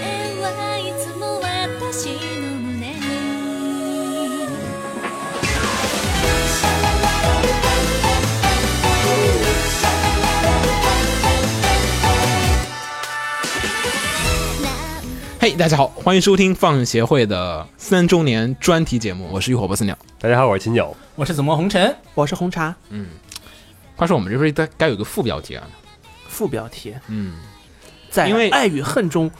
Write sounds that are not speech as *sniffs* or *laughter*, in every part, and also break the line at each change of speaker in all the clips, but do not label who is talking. えはいつも私の胸に」
嘿大家好，欢迎收听放映协会的三周年专题节目，我是浴火不死鸟。
大家好，我是秦九。
我是紫陌红尘，
我是红茶。
话说我们这不是该该有个副标题啊？
副标题
嗯，
在
因为
爱与恨中，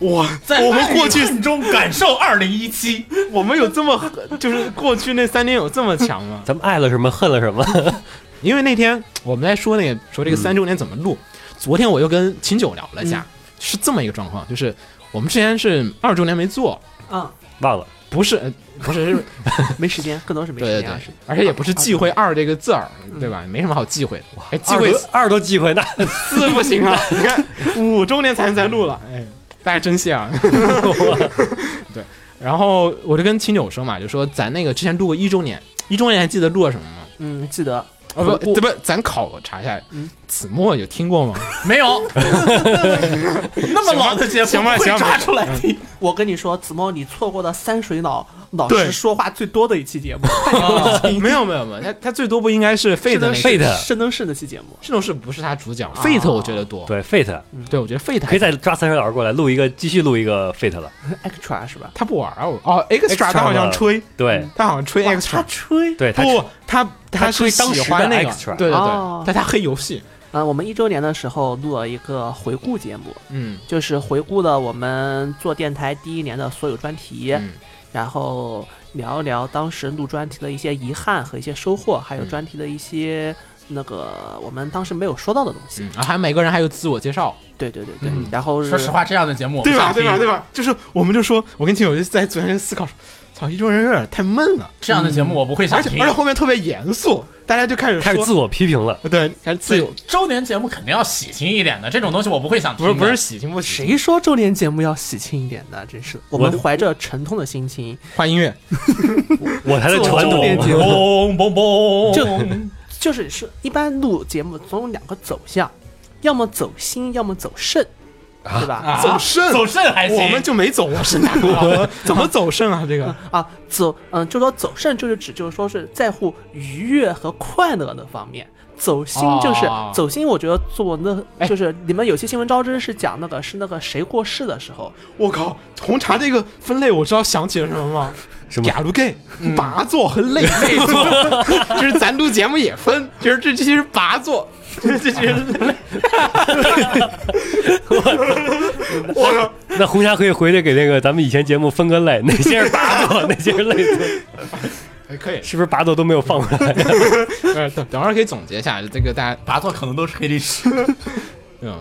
哇，
在
我们过去
爱与恨中感受二零一七，
我们有这么就是过去那三年有这么强吗？
咱们爱了什么，恨了什么？
*laughs*
*laughs*
因为那天我们在说那个说这个三周年怎么录，昨天我又跟秦九聊了一下，是这么一个状况，就是我们之前是二周年没做，
啊，
忘了，
不是呃不 *laughs* 是是
没时间，更多是没
对对
时
对
间啊。是，
而且也不是忌讳“二”这个字儿，对吧？没什么好忌讳的。哎，忌讳
二都二都忌讳那。
四不行 *laughs* 啊！你看五周年才才录了，哎，大家珍惜 *laughs* 啊。对，然后我就跟秦九说嘛，就说咱那个之前录过一周年，一周年还记得录了什么吗？
嗯，记得
哦
我
不，这不咱考察一下，子墨有听过吗？
没有那么老的节目，
行吧
不会
行吧
抓出来听
我跟你说，子墨，你错过了三水老老师说话最多的一期节
*laughs*
目，
*laughs*
啊
哦没有没有没有，他他最多不应该是 Fate 那个
是 Fate
深登市那期节目，
这种事不是他主讲，Fate 我觉得多，
*laughs* 对，Fate
对我觉得 Fate
可
还
以再抓三十老师过来录一个，继续录一个 Fate 了。
extra 是吧？
他不玩儿我哦，Extra 他好像
Extra
吹，
对，
他好像吹
哇他
Extra，
吹
对，他
嗯不，他
他
是
吹当
喜
时
欢
的
那个，
Extra
对对对
哦，
但他黑游戏，
啊！我们一周年的时候录了一个回顾节目，
嗯，
就是回顾了我们做电台第一年的所有专题，
嗯
然后聊一聊当时录专题的一些遗憾和一些收获，还有
嗯
专题的一些那个我们当时没有说到的东西。
嗯，然后还每个人还有自我介绍，
对对对对，
嗯
然后是
说实，话，这样的节目我不
对吧？
想听
对吧？对吧？就是我们就说，我跟秦友就在昨天思考说，操，一周人有点太闷了，
这样的节目我不会
嗯
想
而且
听
而且。后面特别严肃，大家就开始
开始
说
自我批评了。
对，开始自由，
周年节目肯定要喜庆一点的，这种东西我不会想听
不是
的。
不是喜庆不喜庆
谁说周年节目要喜庆一点的？真是，我们怀着沉痛的心情，
换音乐，
我才是
自我
传
周
统，
年节目
*laughs*
嘣嘣嘣，
就就是是一般录节目总有两个走向，要么走心，要么走肾，对吧？
啊
走肾
走肾还行，
我们就没走啊，是哪 *laughs* 个？我们怎么走肾啊？这个
啊，走，嗯，就说走肾就是指就是说是在乎愉悦和快乐的方面。走心就是、
哦
走心，我觉得做
哎
那就是你们有些新闻招知是讲那个是那个谁过世的时候，
我靠，红茶这个分类，我知道想起了什么吗？
什么
雅鲁 gay、拔座和累累座， *laughs* 就是咱录节目也分，就是这这些是拔座，这这这是累。我靠，
那红霞可以回去给那个咱们以前节目分个类， *laughs* 哪些是拔朵，哪些是类座，
哎可以，
是不是拔朵都没有放回来？
呃，等等会儿可以总结一下这个大家，
拔错可能都是
*laughs*
黑历史。
嗯，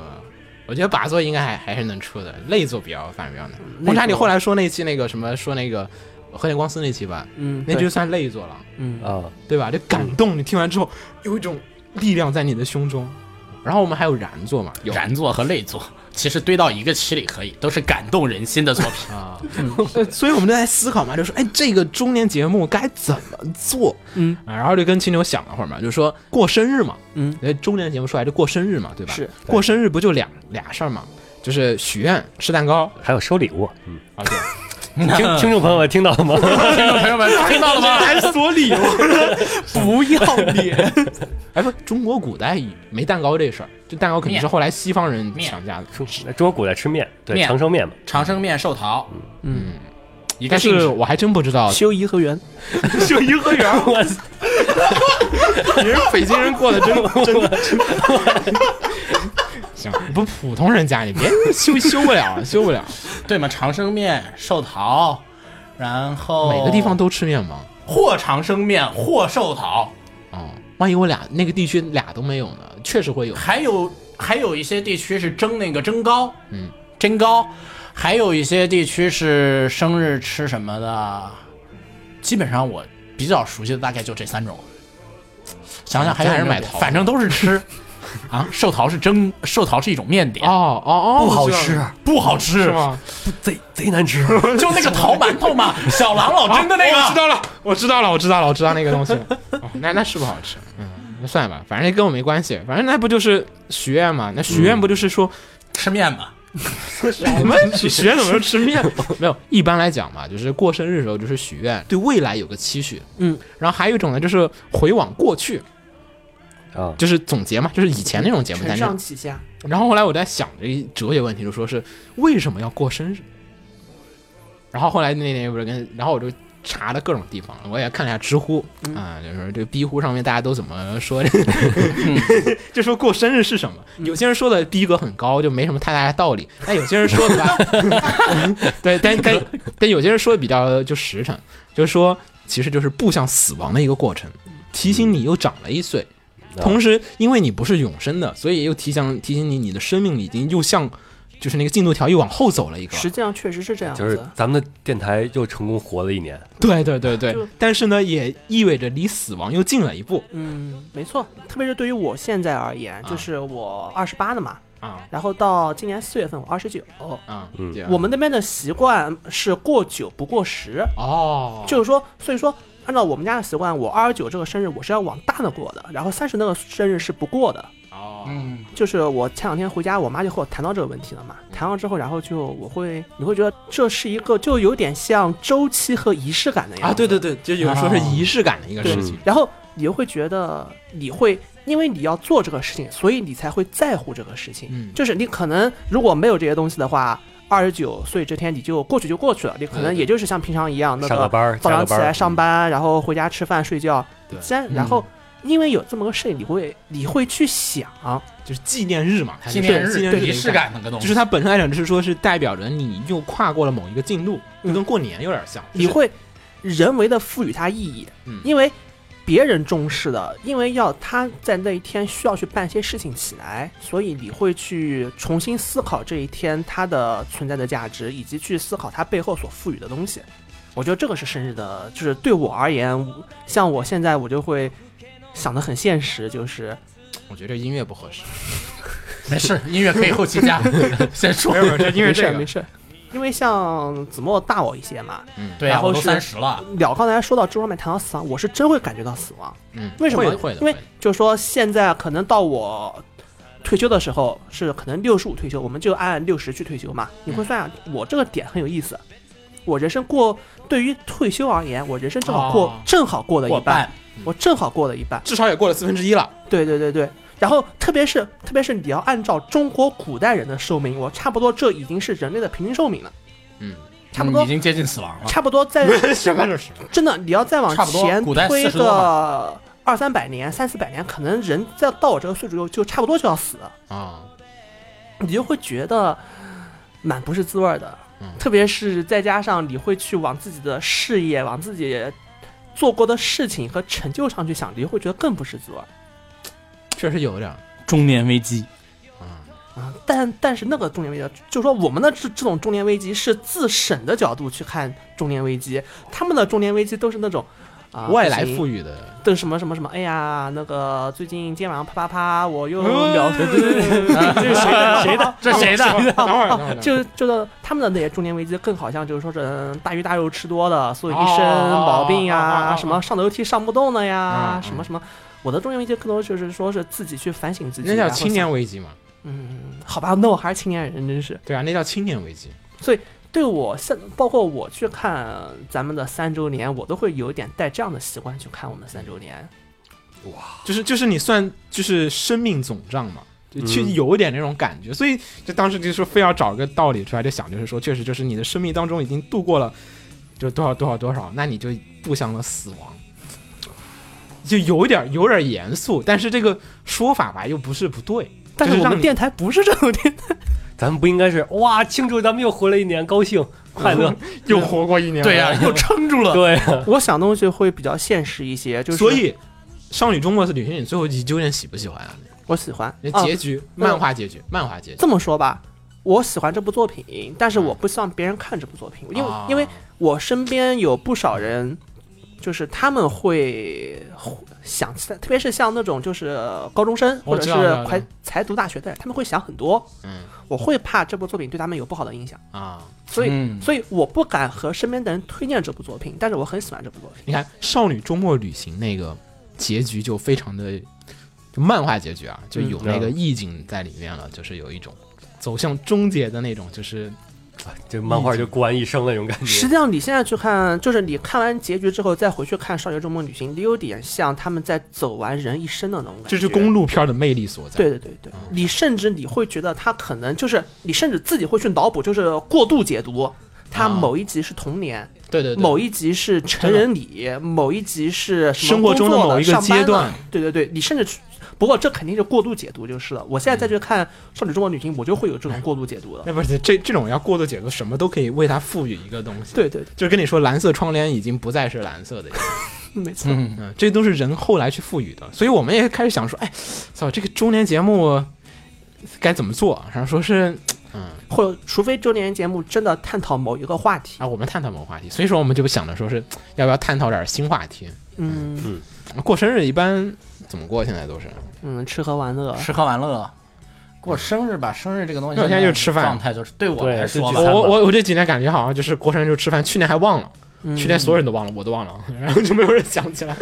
我觉得拔座应该还还是能出的，累座比较反正比较难。
座
红茶，你后来说那期那个什么说那个和田光司那期吧，
嗯，
那
对
就算累座了。
嗯
啊，
对吧？这感动，你听完之后有一种力量在你的胸中。然后我们还有燃作嘛，有
燃作和泪作其实堆到一个期里可以，都是感动人心的作
*laughs*
品。
啊，呃所以我们就在思考嘛，就说哎，这个中年节目该怎么做？
嗯
啊，然后就跟秦牛想了会儿嘛，就说过生日嘛，
嗯，
因为中年节目说来就过生日嘛，对吧？
是
过生日不就俩俩事儿嘛，就是许愿、吃蛋糕
还有收礼物，嗯，
啊，
*laughs*
对，
听听众朋友们听到了吗？
听众朋友们听到了吗？
哎还所理由。*laughs*
不要脸，
哎，不，中国古代没蛋糕这事儿，这蛋糕肯定是后来西方人
面
想加的。
*laughs* 中国古代吃面，对，
面
长寿面嘛。
长生面寿桃，
嗯，
一个
但
性
是
质
我还真不知道
修颐和园，
就
*laughs*
颐和园，我操！你是北京人过 *laughs* 得真真的。 *laughs* 行，不普通人家，你别修修不了，修不了。
对嘛？长生面、寿桃，然后
每个地方都吃面吗？
或长生面或寿桃，
哦，万一我俩那个地区俩都没有呢？确实会有。
还有还有一些地区是蒸那个蒸糕，
嗯，
蒸糕，还有一些地区是生日吃什么的，基本上我比较熟悉的大概就这三种。想想还有
还是
没有
买桃
反正都是
*laughs*
吃啊。寿桃是蒸，寿桃是一种面点，
哦哦哦，
不好
我知
吃
道，
不好吃
是？ *laughs* 吗？
贼贼难吃。
就那个桃馒头
*laughs*
嘛，小郎老蒸的那个。
啊我知道了，我知道了，我知道了，我知道那个东西。哦、那那是不好吃，嗯，那算了吧，反正跟我没关系。反正那不就是许愿嘛？那许愿不就是说
吃面嘛，
你们许愿怎么又吃面？ *laughs* 没有，一般来讲嘛，就是过生日的时候就是许愿，对未来有个期许。
嗯，
然后还有一种呢，就是回往过去，
啊，
就是总结嘛，就是以前那种节目
承
单元
上。启下，
然后后来我在想这一哲学问题，就说是为什么要过生日？然后后来那年不是跟，然后我就查了各种地方，我也看了一下知乎啊、就是这个逼乎上面大家都怎么说这个， *laughs* 就说过生日是什么？有些人说的逼格很高，就没什么太大的道理，但有些人说的吧， *laughs* 对，但但但有些人说的比较就实诚，就是说其实就是步向死亡的一个过程，提醒你又长了一岁。同时，因为你不是永生的，所以又提醒提醒你，你的生命已经又向就是那个进度条又往后走了一个。
实际上确实是这样
就是
子。
咱们的电台又成功活了一年，
*laughs* 对对对对
就，
但是呢，也意味着离死亡又近了一步
嗯，没错，特别是对于我现在而言，就是我二十八了嘛，
啊
然后到今年四月份我二十九，
啊！
嗯
这样
我们那边的习惯是过九不过十，
哦，
就是说，所以说按照我们家的习惯，我二十九这个生日我是要往大的过的，然后三十那个生日是不过的。
哦
嗯，
就是我前两天回家，我妈就和我谈到这个问题了嘛。谈完之后，然后就我会，你会觉得这是一个就有点像周期和仪式感的样
啊，
子
对对对，就有时候是仪式感的一个
对
事情
然后你又会觉得你会，因为你要做这个事情，所以你才会在乎这个事情。
嗯
就是你可能如果没有这些东西的话，二十九岁这天你就过去就过去了，你可
对
能
对
也就是像平常一样，那
上个
个
班儿，
早
下个
上起
班
来
儿嗯
上，班，然后回家吃饭睡觉。
对
然然后因为有这么个事情，你会你会去想，
嗯就是纪念日嘛，它是
纪念日
纪念日
仪
的
式
一个概念。
感那个东西，
就是它本身来讲，就是说是代表着你又跨过了某一个进度，就跟过年有点像。
你会人为的赋予它意义，
嗯
因为别人重视的，因为要他在那一天需要去办些事情起来，所以你会去重新思考这一天它的存在的价值，以及去思考它背后所赋予的东西。我觉得这个是生日的，就是对我而言，像我现在我就会想的很现实，就是
我觉得音乐不合适。
没事，音乐可以后期
*laughs*
加，先说。
这音
没事没事，因为像子墨大我一些嘛，
对啊，
然后
我都
是
三十了，
了刚才说到这方面谈到死亡，我是真会感觉到死亡。
嗯，
为什么？
会的会的，
因为
会的
就是说现在可能到我退休的时候是可能六十五退休，我们就按六十去退休嘛。你会发现我这个点很有意思，我人生过对于退休而言，我人生正好过、
哦
正好过了
过
一半，
半，
我正好过了一半。
至少也过了四分之一了。
对对对对。然后，特别是特别是你要按照中国古代人的寿命，我差不多这已经是人类的平均寿命了，
嗯，
差不多
已经接近死亡了。
差不多在
*laughs* 什么是？
真的，你要再往
差不多
前
古代
推
40多
个二三百年、三四百年，可能人在到我这个岁数就就差不多就要死了，
啊，
你就会觉得蛮不是滋味儿的。
嗯
特别是再加上你会去往自己的事业、往自己做过的事情和成就上去想，你就会觉得更不是滋味儿
确实有点儿
中年危机，
啊。
啊。但但是那个中年危机，就说我们的这这种中年危机是自省的角度去看中年危机，他们的中年危机都是那种。啊，
外来
不行
赋予的，
的什么什么什么，哎呀，那个最近今天晚上啪啪啪，我又
哎
聊，对对对对对，这是谁的谁的？
这
*laughs*
谁的？
等会儿，等会儿，
就是就是他们的那些中年危机，更好像就是说这大鱼大肉吃多了，所以一身
哦
毛病
哦哦
啊，
哦
什么上楼梯上不动了
嗯，
呀
嗯
什么什么。我的中年危机更多就是说是自己去反省自己，
那叫
然后
青
想
年。危机嘛？
嗯，好吧，那我还是青年人，真是。
对啊，那叫青年危机。
对我现包括我去看咱们的三周年，我都会有一点带这样的习惯去看我们三周年。
就是就是你算就是生命总账嘛，就确
嗯
有一点那种感觉，所以就当时就说非要找个道理出来，就想就是说，确实就是你的生命当中已经度过了就多少多少多少，那你就步向了死亡，就有点有点严肃，但是这个说法吧又不是不对，
但是
就是
我
让
们
你
电台不是这种电台，
嗯咱们不应该是哇庆祝咱们又活了一年，高兴快乐，
又活过一年，
对啊呀， *laughs* 又撑住了。
对啊，
*laughs*
我想东西会比较现实一些，就是
所以。少女中国的旅行你最后一集究竟喜不喜欢啊？
我喜欢
那
啊
结局，漫画结局，漫画结局。
这么说吧，我喜欢这部作品，但
啊
是我不希望别人看这部作品，因为、因为我身边有不少人，就是他们会想起来，特别是像那种就是高中生
我
或者
知道知道
是快
知道
才读大学的人，他们会想很多，
嗯
我会怕这部作品对他们有不好的影响，
啊，
所以、
嗯
所以我不敢和身边的人推荐这部作品，但是我很喜欢这部作品。
你看《少女周末旅行》那个结局就非常的就漫画结局啊，就有
嗯
那个意境在里面了，就是有一种走向终结的那种，就是
就漫画就过完一生那种
嗯
感
实
觉。
际上，你现在去看，就是你看完结局之后再回去看《少年周梦旅行》，你有点像他们在走完人一生的那种感觉。
这是公路片的魅力所在。
对对对对，你甚至你会觉得他可能就是你甚至自己会去脑补，就是过度解读。他
啊
某一集是童年，
对啊对对，
某一集是成人礼，某一集是什么
生活中的
工作
某一个
上班
阶段
了。对对对，你甚至去不过这肯定是过度解读就是了。我现在再去看《少女中国女星》，我就会有
嗯
这种过度解读了。
那不是这这种要过度解读，什么都可以为它赋予一个东西。
对对对，
就是跟你说，蓝色窗帘已经不再是蓝色的，
没错。
嗯，
嗯，这都是人后来去赋予的，所以我们也开始想说，哎，操，这个周年节目该怎么做？啊然后说是，嗯，
或者除非周年节目真的探讨某一个话题，
啊，我们探讨某个话题，所以说我们就想着说是要不要探讨点新话题。
嗯
过生日一般怎么过？现在都是，
嗯，吃喝玩乐，
吃喝玩乐，过生日吧，生日这个东西，
那我现在就吃饭
状态就是对我
对
来说
聚
我
餐
吧，
我我我这几年感觉好像就是过生日就吃饭，去年还忘了，
嗯
去年所有人都忘了，我都忘了， *laughs* 然后就没有人想起来。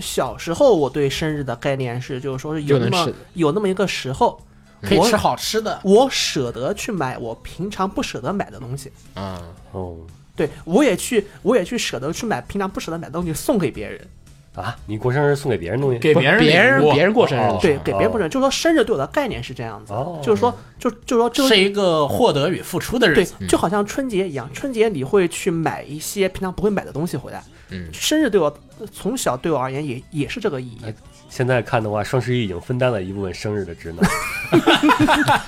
小时候我对生日的概念是，就是说是
就
有
能
那
吃
么有那么一个时候，
可以
我
吃好吃的，
我舍得去买我平常不舍得买的东西，
嗯，
哦
对我也去我也去舍得去买平常不舍得买的东西送给别人，
啊，你过生日送给别人东西，
给别人
别人
礼物
别人过生日的时候，
对，给别人不是，就是说生日对我的概念是这样子
哦，
就是说就就是说这个
是一个获得与付出的日
对
子。，
就好像春节一样，春节你会去买一些平常不会买的东西回来。
嗯
生日对我从小对我而言也也是这个意义。
现在看的话，双十一已经分担了一部分生日的职能。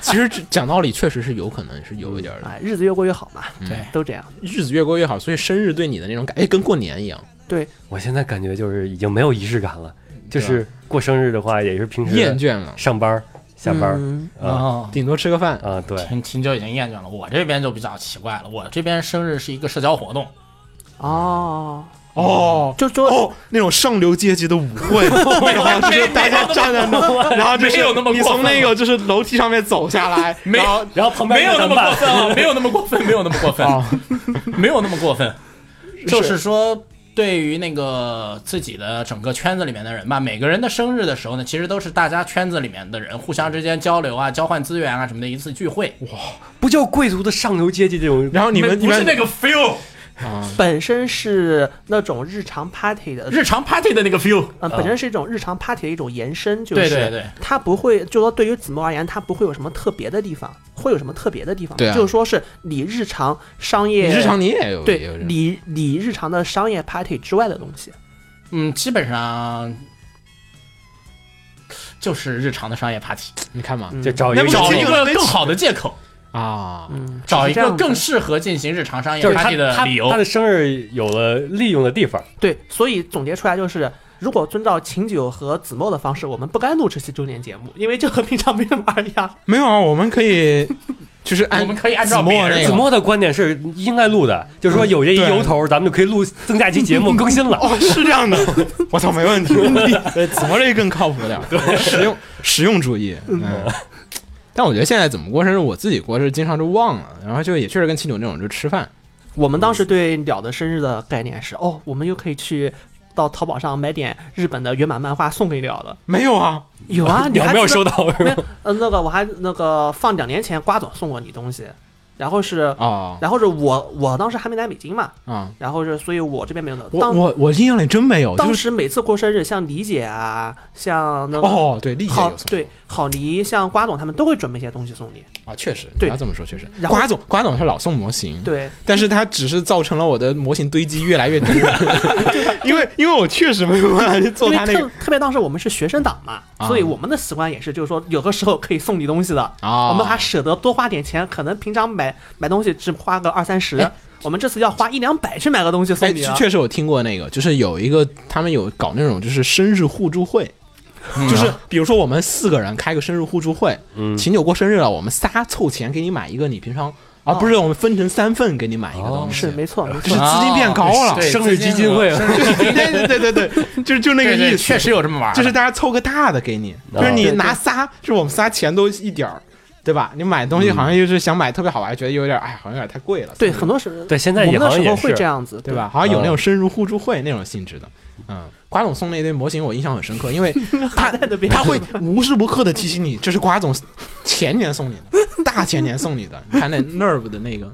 其实这讲道理，确实是有可能是有一点儿的。
哎，日子越过越好嘛，
对
都这样。
日子越过越好，所以生日对你的那种感觉，哎跟过年一样，
对，
我现在感觉就是已经没有仪式感了，就是过生日的话，也是平
厌
时
倦了，
上班儿、下班儿
嗯
啊
哦，
顶多吃个饭。
啊，对，
听听就已经厌倦了。我这边就比较奇怪了，我这边生日是一个社交活动，
哦，
哦
就说、
哦，那种上流阶级的舞会，然后就是大家站在那，然后就是
没有那么过分
你从那个就是楼梯上面走下来，
没
然后
然后旁边
没有那么过分啊，没有那么过分，没有那么过分，
哦
没有那么过分，就是说。对于那个自己的整个圈子里面的人吧，每个人的生日的时候呢，其实都是大家圈子里面的人互相之间交流啊、交换资源啊什么的一次聚会。
不就贵族的上流阶级这种
然后你们一
不
般
是那个 feel，
本身是那种日常 party 的，
日常 party 的那个 feel。
呃，本身是一种日常 party 的一种延伸，就是
对对对
它不会，就说对于子墨而言，它不会有什么特别的地方，会有什么特别的地方？
对啊
就是说是你日常商
你
业，
日常你也有也有
对
这种
你你日常的商业 party 之外的东西。
嗯，基本上就是日常的商业 party，
你看嘛
嗯
就找一
那
个
不
找
是
一
这
个更好的借口，
啊，
嗯，
找一
是这
个
样子
更适合进行日常商业
哎就是他
party 的理
他他
由。
的生日有了利用的地方，
对，所以总结出来就是。如果遵照秦九和子墨的方式，我们不该录这期周年节目，因为这和平常没什么二样。
没有啊，我们可以就是按
我们可以按照
子墨
别人
那
对
个
子墨的观点是应该录的，就是说有这一
对
由头，咱们就可以录增加一期节目更新了。
哦，是这样的，我操，没问题。对，怎么这个更靠谱点儿？实用实用主义。嗯，但我觉得现在怎么过生日，我自己过是经常就忘了，然后就也确实跟七九那种就吃饭。
我们当时对鸟的生日的概念是，哦，我们又可以去到淘宝上买点日本的原版漫画送给鸟了。
没有啊，
有啊，
你
还
还没有
记得
收到是
没
吗？
有，呃，那个我还那个放两年前瓜总送过你东西，然后是，
哦
然后是我我当时还没来北京嘛，
啊、嗯，
然后是，所以我这边没有
我
当
我我印象里真没有，
当
就是
时每次过生日，像李姐啊，像那个
哦，对，丽姐
好
有送
对好黎，像瓜总他们都会准备一些东西送你，
啊，确实，
对
你要这么说确实。
然后
瓜总瓜总他老送模型，，
对，
但是他只是造成了我的模型堆积越来越多， *laughs* 因为因为我确实没有办法去
因
做
为
他那
特
个
特别当时我们是学生党嘛，
啊
所以我们的习惯也是，就是说有的时候可以送你东西的，
啊
我们还舍得多花点钱，可能平常买买东西只花个二三十
哎，
我们这次要花一两百去买个东西
哎，
送你啊。
确实有听过那个，就是有一个他们有搞那种就是生日互助会，就是比如说我们四个人开个生日互助会，
嗯
秦九过生日了，我们仨凑钱给你买一个你平常啊
哦
不是我们分成三份给你买一个东西，
是没错，没
就是
错。
资金变高了，
*laughs*
对
生日基金会啊
生日
对 *laughs* 对对对对，就是就那个
对对
意思，
确实有这么玩儿的，
就是大家凑个大的给你，
哦
就是你
对对
拿仨，就是我们仨钱都一点儿，对吧？你买东西好像就是想买特别好玩，觉得有点哎，好像有点太贵了，
嗯对，很多时候
*laughs* 对现在
我
也
们那
好像
时
也
候
是
会这样子，
对
吧？
吧？好像有那种深入互助会那种性质的，嗯，瓜总送那一堆模型，我印象很深刻，因为
*laughs* 他在那边，
他会无时无刻的提醒你，这是瓜总前年送你的，大前年送你
*laughs*
的。你看那 Nerve 的那个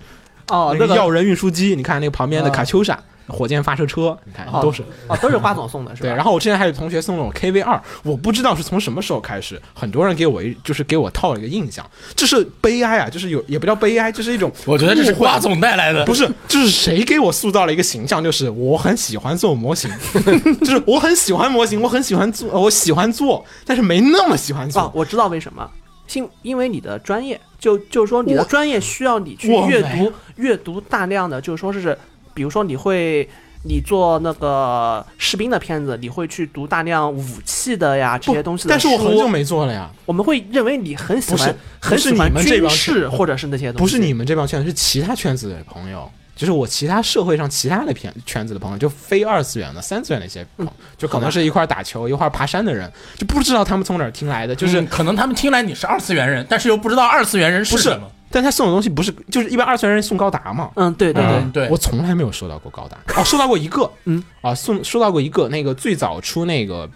哦，
那
那
个
个
药人运输机，你看那个旁边的
啊
卡秋莎、火箭发射车，你看
哦
都是。
哦，都是瓜总送的是吧？
对，然后我之前还有同学送了我 KV 二，我不知道是从什么时候开始，很多人给我一就是给我套了一个印象，这是悲哀啊，就是有也不叫悲哀，就是一种
我觉得这是
误会
瓜总带来的，
不是，就是谁给我塑造了一个形象，就是我很喜欢做模型， *laughs* 就是我很喜欢模型，我很喜欢做，我喜欢做，但是没那么喜欢做。
哦，我知道为什么，因因为你的专业，就就是说你的专业需要你去
我
阅
没
读阅读大量的，就是说是，比如说你会。你做那个士兵的片子，你会去读大量武器的呀这
不
些东西的
但是我很
书
久没做了呀，
我们会认为你很喜
不是
欢，很
不是
喜欢
你们这
军
帮
事或者是那些东西，
不是你们这帮圈子，是其他圈子的朋友，就是我其他社会上其他的片圈子的朋友，就非二次元的、三次元的一些朋友，就可能是一块儿打球、一块儿爬山的人，就不知道他们从哪儿听来的，就
就是
是。
可能他们听来你是二次元人，但是又不知道二次元人
不
是
是
什么。，
但他送的东西不是，就是一般二次元人送高达嘛，
嗯，对对对，
嗯对
我从来没有收到过高达。哦，收到过一个，
嗯，
啊，送收到过一个，那个最早出那个，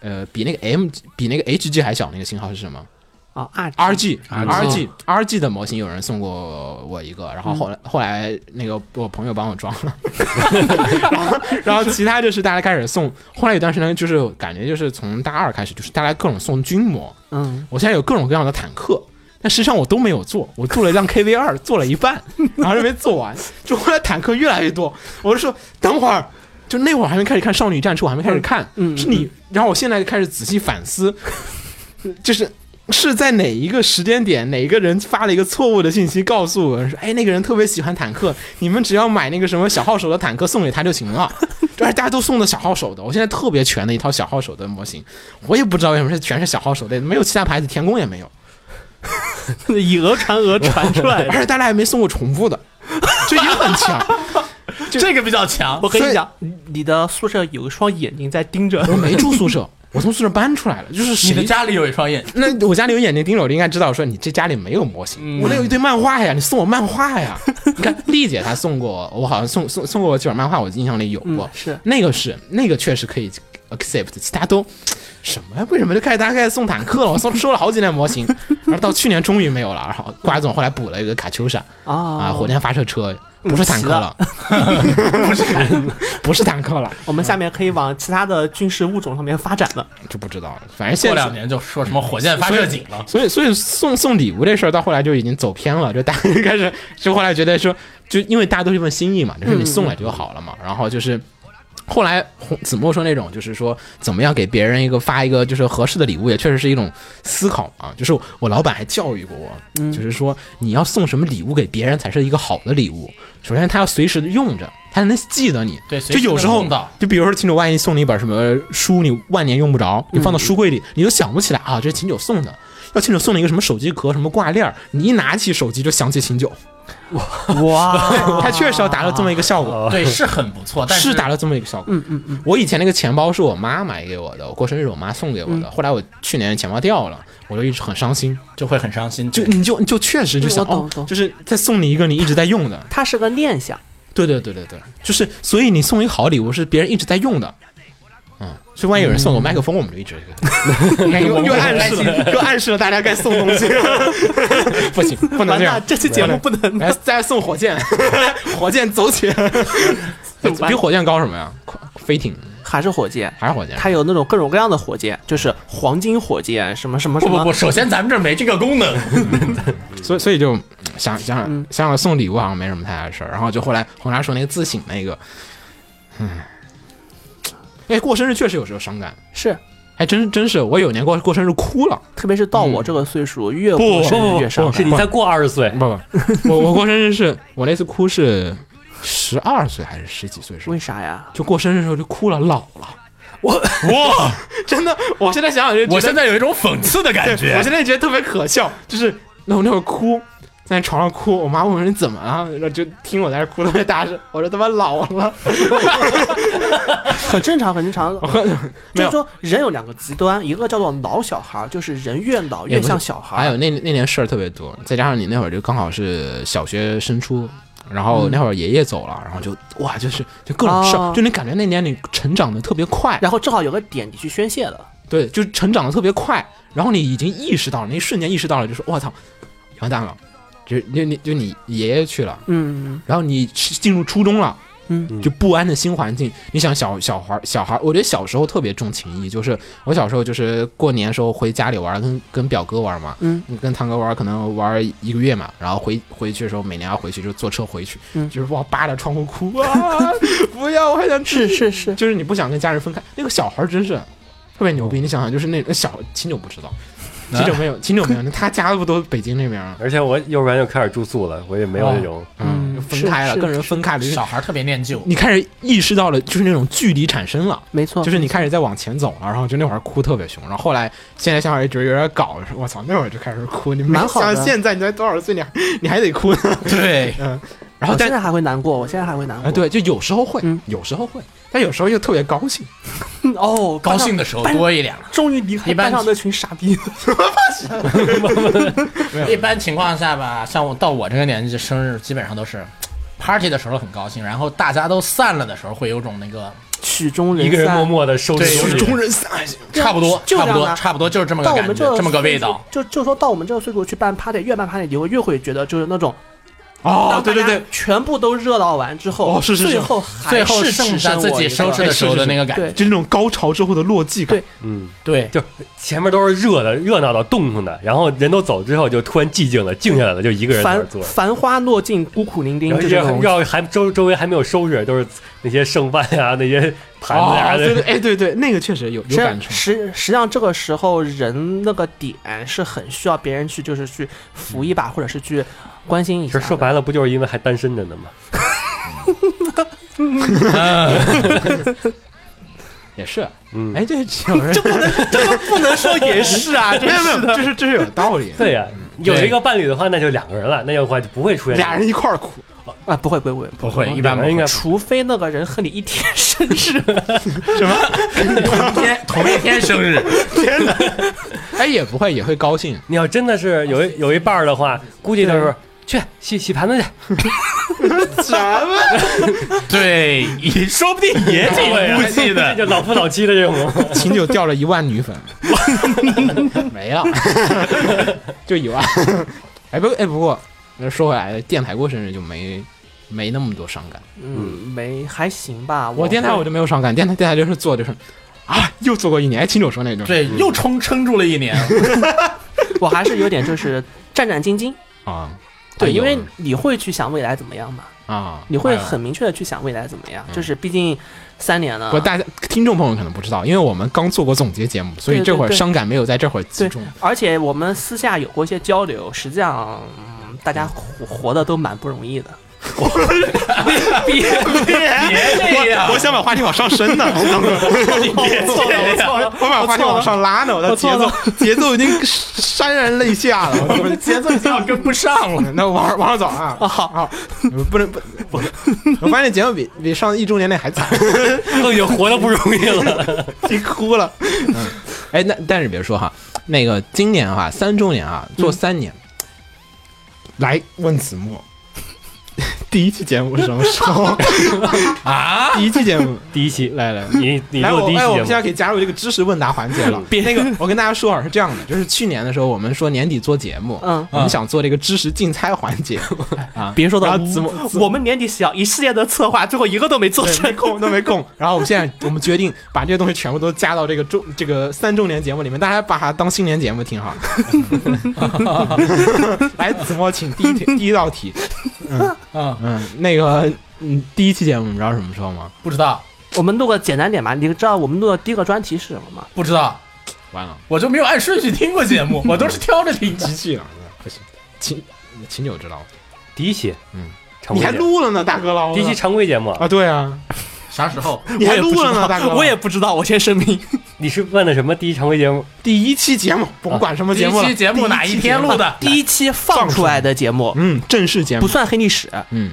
呃，比那个 M 比那个 HG 还小那个型号是什么
啊啊
？RG RG
RG
RG 的模型有人送过我一个，然后后来后来那个我朋友帮我装了，然后然后其他就是大家开始送，后来有段时间就是感觉就是从大二开始就是大家各种送军模， *laughs*
嗯，
我现在有各种各样的坦克，但实际上我都没有做，我做了一辆 KV 二，做了一半， *laughs* 然后就没做完。就后来坦克越来越多，我就说等会儿，就那会儿还没开始看《少女战士》，我还没开始看，
嗯嗯
是你，然后我现在开始仔细反思，就是。是在哪一个时间点，哪一个人发了一个错误的信息告诉我说，哎，那个人特别喜欢坦克，你们只要买那个什么小号手的坦克送给他就行了。 *laughs* 而大家都送的小号手的，我现在特别全的一套小号手的模型，我也不知道为什么是全是小号手的，没有其他牌子，田宫也没有。
以讹传讹传出来
而且大家还没送过重复的，就也很
*laughs*
强。
这个比较强
*laughs* 我，跟
所以
你讲，你你的宿舍有一双眼睛在盯
*laughs*
着，
我没住宿舍，我从宿舍搬出来了，就是
你的
谁。
家里有一双眼，
那我家里有眼睛盯着，我就应该知道说你这家里没有模
嗯
型。我那有一堆漫画呀，你送我漫画呀。你看丽姐她送过我，好像送送送过我几本漫画，我印象里有过。
嗯是
那个是那个确实可以 accept，其他都什么呀？为什么就开始大家开始送坦克了？我送收了好几年模型， *laughs* 然后到去年终于没有了。然后瓜总后来补了一个卡秋莎啊，
啊
哦
火箭发射车，不是坦克了，
嗯
*laughs*
不是
不是坦克了，
我们下面可以往其他的军事物种上面发展了。
就不知道了。反正现
过
在
两年就说什么火箭发射井了。
所以，所以送送礼物这事儿到后来就已经走偏了，就大家开始就后来觉得说，就因为大家都是问心意嘛，就是你
嗯
送了就好了嘛。然后就是后来红子墨说那种，就是说怎么样给别人一个发一个就是合适的礼物，也确实是一种思考啊。就是我老板还教育过我，
嗯
就是说你要送什么礼物给别人才是一个好的礼物。首先，他要随时用着，他才能记得你。
对随
就
时
有时候
能用到，
就比如说秦九万一送你一本什么书，你万年用不着，你放到书柜里，你都想不起来啊，这是秦九送的。要秦九送了一个什么手机壳、什么挂链儿，你一拿起手机就想起秦
*laughs*
九，
哇
*laughs* 他确实要达到这么一个效果。
对，是很不错， *laughs* 但
是达到这么一个效果。嗯嗯嗯。我以前那个钱包是我妈买给我的，我过生日我妈送给我的。后来我去年钱包掉了，我就一直很伤心。
就会很伤心。
就
对
你就你就确实就想
嗯我懂
哦
懂，
就是在送你一个你一直在用的。
它是个念想，
对对对对对，就是所以你送一个好礼物是别人一直在用的。嗯，所以万一有人送我麦克风，我们就一直 *laughs* 你看 *laughs* *laughs* 又又暗示了， *laughs* 又暗示了大家该送 *laughs* 东西了。不 *laughs* 行，不能
完
这
了
样，
这期节目不能
来再送火 *laughs* 箭，火箭走起！
怎么办
比火箭高什么呀？快飞艇
还是火箭，
还是火箭？
它有那种各种各样的火箭，就是黄金火箭，什么什么什
不
么，
不不，首先咱们这儿没这个
*laughs*
功能，
所以所以就嗯想想想想送礼物好像没什么太大的事儿，然后就后来红茶说那个自省那个，嗯，哎，过生日确实有时候伤感，
是，
还真真是我有年过过生日哭了，
特别是到我这个岁数，
嗯
越
不
过
不
生日
不
越伤
不，
感。
是你再过二十岁
不，不， *laughs* 我我过生日是我那次哭是十二岁还是十几岁时候
为，啥呀？
就过生日的时候就哭了，老了，
哇！
*laughs* 真的，我现在想想就觉得
我现在有一种讽刺的感
对，
觉
我。现在觉得特别可笑，就是那我那会儿哭，在床上哭，我妈问我你怎么了，然后就听我在那哭特别大声，我说他妈老了，
很正常，很正常。
没
就是
有。
说，人有两个极端，一个叫做老小孩儿，就是人越老
也
越
不是
像小孩儿。
还有那那年事儿特别多，再加上你那会儿就刚好是小学升初，然后那会儿爷爷走了，然后就哇，就是就各种事儿，
哦
就你感觉那年你成长的特别快，
然后正好有个点你去宣泄了，
对，就成长的特别快，然后你已经意识到了，那一瞬间意识到了，就说我操，完蛋了，就就你就你爷爷去了，
嗯
然后你进入初中了。
嗯
就不安的新环境。你想小小孩儿小孩儿，我觉得小时候特别重情义，就是我小时候就是过年时候回家里玩儿，跟跟表哥玩儿嘛，
嗯，
跟堂哥玩儿可能玩儿一个月嘛，然后回回去的时候每年要回去就坐车回去，
嗯
就是哇扒着窗户哭啊， *laughs* 不要，我还想
是是是，
就是你不想跟家人分开。那个小孩儿真是特别
哦
牛逼，你想想，就是那那小秦九不知道，秦
啊
九没有，秦九没有，那他家不都北京那边儿啊？
而且我幼儿园就开始住宿了，我也没有那种
嗯
嗯，分开了，
是
跟人分开了，就是
小孩特别
*laughs*
念旧，
你开始意识到了，就是那种距离产生了。
没错，
就是你开始在往前走了，然后就那会儿哭特别凶，然后后来现在想想也觉得有点搞，我操，那会儿就开始哭，你没
蛮好的
想现在你才多少岁，你还你还得哭呢，
对，
嗯，然后
我现
但
在还会难过，我现在还会难
啊、
过。
对，就有时候会，
嗯
有时候会，但有时候又特别高兴，
哦，
高兴的时候
班上
多一点了。
终于离开
一般
班上那群傻逼。
一般情况下吧，像我到我这个年纪，生日基本上都是 party 的时候很高兴，然后大家都散了的时候，会有种那个
曲终人
一
散，
个人默默的收
对有
拾
一
自己
中人散心，
对啊
差不多，
就
差不
这样
多，
啊
差不多就是这么个
到我
感
们
觉
这，
这么个味道。
就就说到我们这个岁数去办 party，越办 party 你会越会觉得就是那种
哦
当，
对对
大家
对，
全部都热闹完之后，
哦是是是
最后还
最后
是
剩
只
下
剩
自
我一
己
个
收拾的时候的那个感觉，
对
就那种高潮之后的落寂感
对，
嗯，
对，
就前面都是热的、热闹的、动腾的，然后人都走之后，就突然寂静了，静下来了，就一个人在那儿
繁
坐着。
繁花落尽，孤苦伶仃，
然后
就
这
这种
要还周周围还没有收拾，都是那些剩饭呀、那些盘子呀、
啊，对
那
对，哎对对，那个确实有有
实
感
际
触，
实实际上这个时候人那个点是很需要别人去就是去扶一把，或者是去关心一
其
下
实
的。
说白了，不就是因为还单身着呢吗？
也是，
嗯，
哎，这有人
不能说也
是啊， *laughs* 没有没有，这是这是有道理，
对呀、嗯有一个伴侣的话，那就两个人了，那样的话就不会出现
俩人一块儿哭，
啊，不会不会不会，
不会，一般
两
不
个人
会
应该
除非那个人和你一天 *laughs* 生日，
*laughs* 同一天同一天生日， *laughs*
哎也不会也会高兴，
你要真的是有一有一半儿的话，估计就是去洗洗盘子去，
对，也说不定也挺
对
估计
*laughs*
的。
就老夫老妻的
*laughs*
这种。
秦九掉了一万女粉，没了， *laughs* 就一万。哎不哎不过，说回来，电台过生日就没没那么多伤感。
嗯，没还行吧。
我电台我就没有伤感，电台电台就是做就是啊，又做过一年。哎，秦九说那种
*laughs* 对，又撑撑住了一年，
我还是有点就是战战兢兢，
*laughs* 啊，
对，
哎呦
因为你会去想未来怎么样嘛，
啊，
你会
哎呦嗯
很明确的去想未来怎么样，就是毕竟三年了
不，，大家听众朋友可能不知道，因为我们刚做过总结节目，所以
对对
这会儿
对
伤感没有在这会儿集
对
中。，
而且我们私下有过一些交流，实际上。嗯大家活活的都蛮不容
*laughs*
易的，
别这样，
想把话题往上升 *laughs* 呢，
*laughs*
我错了，我错了，
我把话题往上拉呢，我的节奏 *laughs* 节奏已经潸然泪下了， *laughs* 我的节奏已经要跟不上了。 *laughs* 那往上往上走啊！
啊好
啊，不能不，我我发现节目比比上一周年那还惨，
更已经活得不容易了。
*laughs* 你哭了。嗯，哎，那但是别说哈，那个今年哈三周年啊，做三年，来问子墨。 *laughs* 第一期节目是什么时候 *laughs* 啊？第一期节目，
第一期，
来来，
你你
来，
录
我
第一
哎，我们
期
现在
节目，
可以加入这个知识问答环节了。别
嗯
*laughs* 那个，我跟大家说啊，是这样的，就是去年的时候，我们说年底做节目，
嗯
我们想做这个知识竞猜环
*laughs*
节啊，
别说
然
到
后子墨
我们年底想一系列的策划，最后一个都没做
对没
成
*laughs*
功。
空都没
*laughs*
空。然后我们现在我们决定把这些东西全部都加到这个周这个三周年节目里面，大家把它当新年节目听
*laughs*
哈。来，子墨，请第一题第一道
*laughs*
题，
嗯，
嗯，那个嗯，第一期节目你知道什么时候吗？
不知道，
我们录个简单点吧，你知道我们录的第一个专题是什么吗？
不知道，
完了，
我就没有按顺序听过节 *laughs* 目，我都是挑着听。
机器了，不行，秦秦九知道吗，
第一期，
嗯，
常
你
规
还
节目，
录了呢，大哥了，
第一期常规节目，
啊，对啊，
啥时候？
*laughs* 你还
我也不
哎录
知
了呢，
道
大哥，
我也不知道，我先声明，
你是问的什么？第一常规节目，
第一期节目，甭管什么
第
节
一
目了，
期节目哪一天录的？
第一期放出来的节目
嗯，正式节目
不，算黑历史，啊
嗯，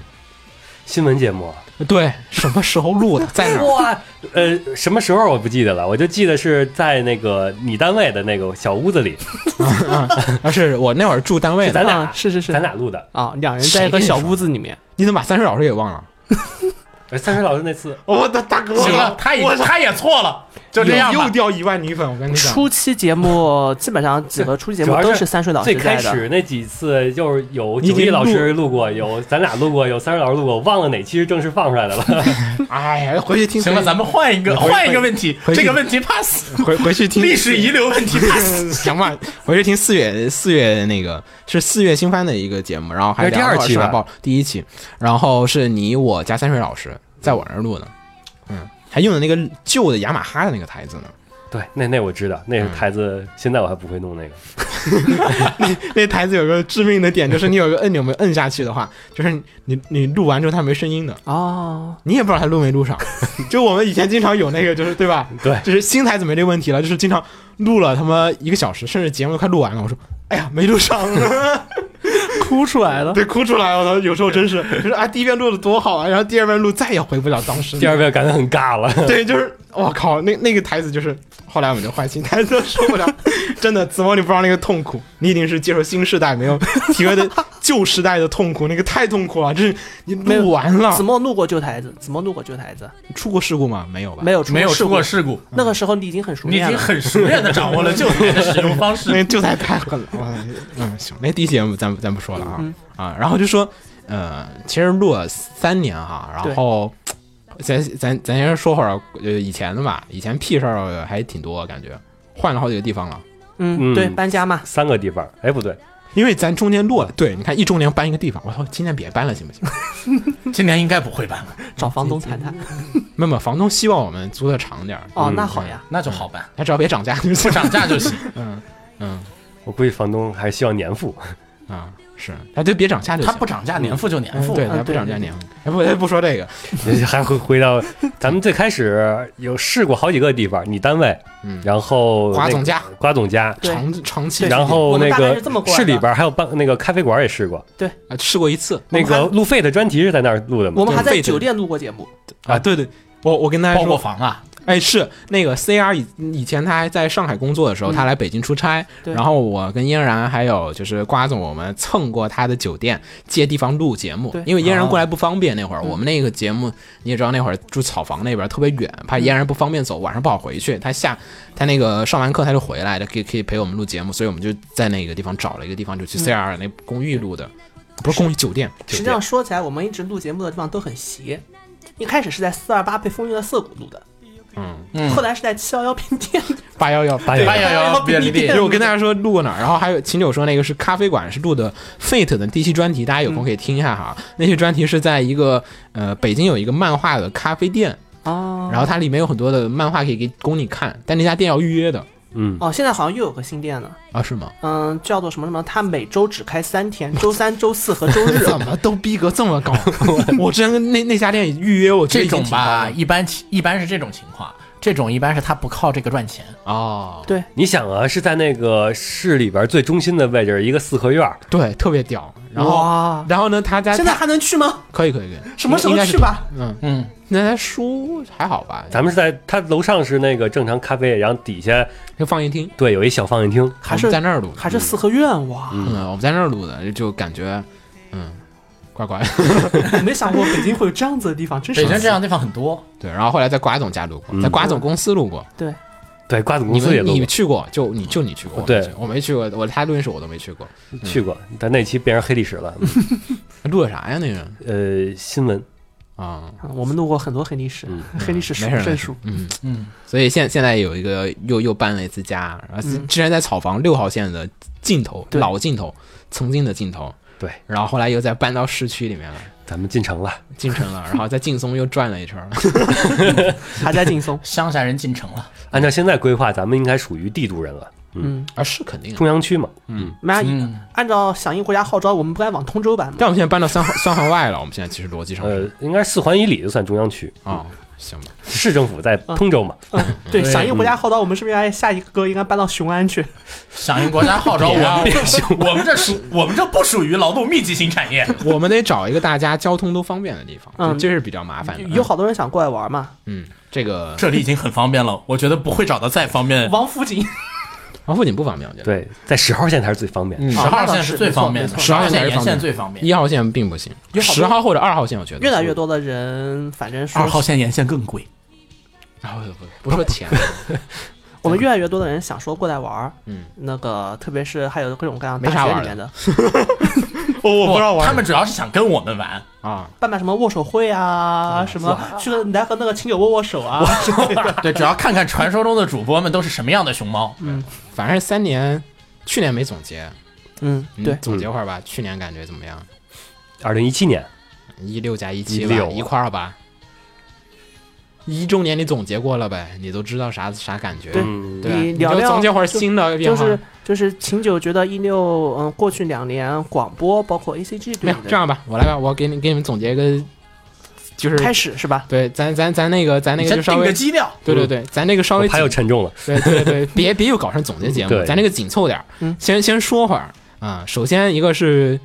新闻节目。
对，什么时候 *laughs* 录的，在哪儿？
哇，呃，什么时候我不记得了，我就记得是在那个你单位的那个小屋
*laughs*
子里，
啊，是我那会儿住单位
是咱
的，
俩
啊是是是
咱俩录的。
啊，两人在一个小屋子里面，
你怎么把三水老师给忘了？
哎三水老师
*laughs*
那次
我的大哥，
行了，他
我
也
操
他也错了，就这样
又
吧。
掉一万米粉，我跟你讲，
初期节目基本上几何初期节
主
目
要
都
是
是三水老
最
师
开
在的，
始那几次就是有
你已
九
经
一老师录过，有咱俩录过，有三水老师录过，忘了哪期是正式放出来的了。
*laughs* 哎呀，回去听。
行了，咱们换一个
回
换一个问题，
回
这个问题 pass，
回回去听
历史遗留问题 pass。
*laughs* 行吧，回去听四月四月那个是四月新番的一个节目，然后还
那是第
聊了
二期
是吧
吧
报第一期，然后是你我加三水老师在我那儿录的，嗯，还用的那个旧的雅马哈的那个台子呢，
对，那那我知道，那是台
嗯
子，现在我还不会弄那个。
*laughs* 那台子有个致命的点就是你有个按钮没摁下去的话， *laughs* 就是你你录完之后它没声音的，
哦，
你也不知道它录没 *laughs* 录上，就我们以前经常有那个就是对吧，
对，
就是新台子没这问题了，就是经常录了他妈一个小时，甚至节目都快录完了，我说哎呀没录上。
哭出来了。
对，哭出来，我操！有时候真是，就是啊，第一遍录的多好啊，然后第二遍录再也回不了当时。
第二，遍感觉很尬了。 *laughs*
对，就是我靠，那那个台词就是，后来我们就换新台词，受不了， *laughs* 真的，子墨你不知道那个痛苦，你已经是接受新时代没有体会的旧时代的痛苦，那个太痛苦了，就是你
没有
录完了
子，墨怒过旧台子，子墨怒过旧台子，
出过事故吗？没有吧？
没有出
没有
事
出
故
过事故，
那个时候你已经很熟
你已
练
经
了，
很熟练的掌握了旧年的使用方
*laughs*
式。 *laughs*
那就太太狠了。哇 *laughs* 嗯，行，那第一节目咱咱不说了啊、
嗯
啊，然后就说，呃，其实录了三年哈、然后咱咱咱先说会儿呃以前的吧，以前屁事儿还挺多，感觉换了好几个地方了，
嗯，
嗯
对，搬家嘛，
三个地方，哎，不对，
因为咱中间落了，对，你看一周年搬一个地方，我操，今年别搬了行不行？ *laughs*
今年应该不会办了，
找房东谈谈。
没有，没有房东希望我们租的长点儿，
哦
嗯，
那好呀，
那就好办，
他只要别涨价就
不
*laughs*
行。
涨价就行。
嗯嗯
我估计房东还是希望年
*laughs*
付。
啊，是，他就别涨价就
*laughs* 他
行。
不涨价，年付就年
嗯
付。
对，
啊
他不
对
涨
对
价年，哎不不说这个，
还回回到咱们最开始有试过好几个地方，你单位，
嗯，
然后
瓜
那
总家
呃瓜总家，
对
长长期，
然后
我们
那
大概是这么
个
过来的
市里边还有办那个咖啡馆也试过，
啊试过一次，
那
我
个
们
路费的专题是在那儿录的
我
嘛？
们还在
对
酒店录过节目，
啊，对对，我我跟大家
包过
说，
房啊，
哎，是那个 CR 以以前他还在上海工作的时候，
嗯
他来北京出差，
对
然后我跟嫣然还有就是瓜总，我们蹭过他的酒店借地方录节目
对，哦
因为嫣然过来不方便那会儿，
嗯
我们那个节目你也知道那会儿住草房那边特别远，怕
嗯
嫣然不方便走，晚上不好回去，他下他那个上完课他就回来，他可以可以陪我们录节目，所以我们就在那个地方找了一个地方，就去
嗯
CR 那公寓录的，不是公寓酒店，
实际上说起来，我们一直录节目的地方都很邪。一开始是在四二八被封印的涩谷录的，
嗯，
嗯哎
后，来是在七幺幺便利店，
八幺幺
八
八
月
幺幺便利
因
店
为，我跟大家说录过哪儿，然后还有秦九说那个是咖啡馆，是录的 Fate 的第一期专题，大家有空可以听一下哈。那期专题是在一个呃北京有一个漫画的咖啡店，
哦
然后它里面有很多的漫画可以给供你看，但那家店要预约的
嗯，
哦，现在好像又有个新店了，
啊？是吗？
嗯，叫做什么什么，它每周只开
*laughs*
三天，周三、周四和周日。
怎么都逼格这么高？ *laughs* 我之前跟那那家店预约，我觉得
这
已经
种
挺高
吧，
了
一般一般是这种情况，这种一般是他不靠这个赚钱，
哦，
对
你想啊，是在那个市里边最中心的位置，一个四合院儿，
对，特别屌。然后
哇，
然后呢，他家
现在还能去吗？
可以可以可以，
什么时候
应该是
去吧？
嗯，
嗯，
那他书还好吧？
咱们是在它楼上是那个正常咖啡，然后底下
就放映厅，
对有一小放映厅，
还
我们
是
在那儿录的，
还是四合院哇？
嗯，我们在那儿录的，就感觉，嗯，怪怪的。 *laughs*
我没想过北京会有这样子的地方，真是
北京这样的地方很多，
对，然后后来在瓜总家录过，
嗯
在瓜总公司录过，
对，瓜子公
你
司也
们
录
你
嗯
过
去过，就你就你去过，
对
我没去我没去过，我他录音室我都没去过，
嗯
去过，但那期变成黑历史了。嗯
录的啥呀那个
呃，新闻
啊？
嗯我们录过很多黑历史
嗯，
黑历史数
没事没
胜
事
数。
嗯，
嗯，，
所以现现在有一个又又搬了一次家，然后
嗯
之前在草房六号线的尽头，
对
老尽头，曾经的尽头，
对，
然后后来又再搬到市区里面了。
咱们进城了，
进城了，然后在劲松又转了 *laughs* 一圈儿，
还在
*laughs*
劲松
乡下人进城了，
按照现在规划，咱们应该属于地主人了，
嗯，
啊是肯
*laughs*
定的。
中央区嘛。
妈，
嗯，
按照响应国家号召，我们不该往通州搬吗？
但我们现在搬到三环三环外了，我们现在其实逻辑上
呃
是，
应该是四环以里就算中央区，
啊、行吧。
市政府在
嗯
通州嘛。
对，
对
响应国
嗯
家号召，我们是不是应该下一个歌应该搬到雄安去？
响应国家号召，我 *laughs* 们我们这属我们这不属于劳动密集型产 *laughs* 业，
我们得找一个大家交通都方便的地方，
嗯
这是比较麻烦的。
有有好多人想啊过来玩嘛？
嗯，这个
这里已经很方便了，我觉得不会找到再方便。
王府井，
王府井不方便，我觉得。
对，在十号线才是最方便的。
嗯
十
啊
号
那
线
是
是最
没错
方便
没
的，
错
十号
12线才
线
是
沿
方便
线最方便，
一号线并不行，
有好多
十号或者二号线，我觉得
越来越多的人，反正
啊
说
二号线沿线更贵。
然后不说钱，
我们越来越多的人想说过来玩儿，
嗯，
那个特别是还有各种各样
没
大
啥玩
学
儿
里面的
*laughs* 我我不知道玩
他们主要是想跟我们玩，
啊，
办办什么握手会
嗯
啊，什么去了你来和那个亲友握握手啊，
对，主要看看传说中的主播们都是什么样的熊猫。
反正三年，去年没总结，
*laughs* 嗯，
你
对，
总结会儿吧，去年感觉怎么样？
二零一七年，
一六加一七吧，
16
一块儿吧。一周年你总结过了呗，你都知道啥啥感觉，
对
嗯，
对吧，
你
你
聊
就
聊
总结会儿
就
新的变
就
化。
是就是秦九觉得一六嗯过去两年广播包括 ACG
没
对
有
你
这
的
样吧，我来吧，我给你给你们总结一个，就是
开始是吧？
对，咱咱咱那个咱那
你
个就
先
稍
定个
微，
基调，
对对对，咱那个稍微
我怕又沉重了。
对对对，别别又搞成总结节目，
对
咱这个紧凑点儿
嗯，
先先说会儿啊。首先一个是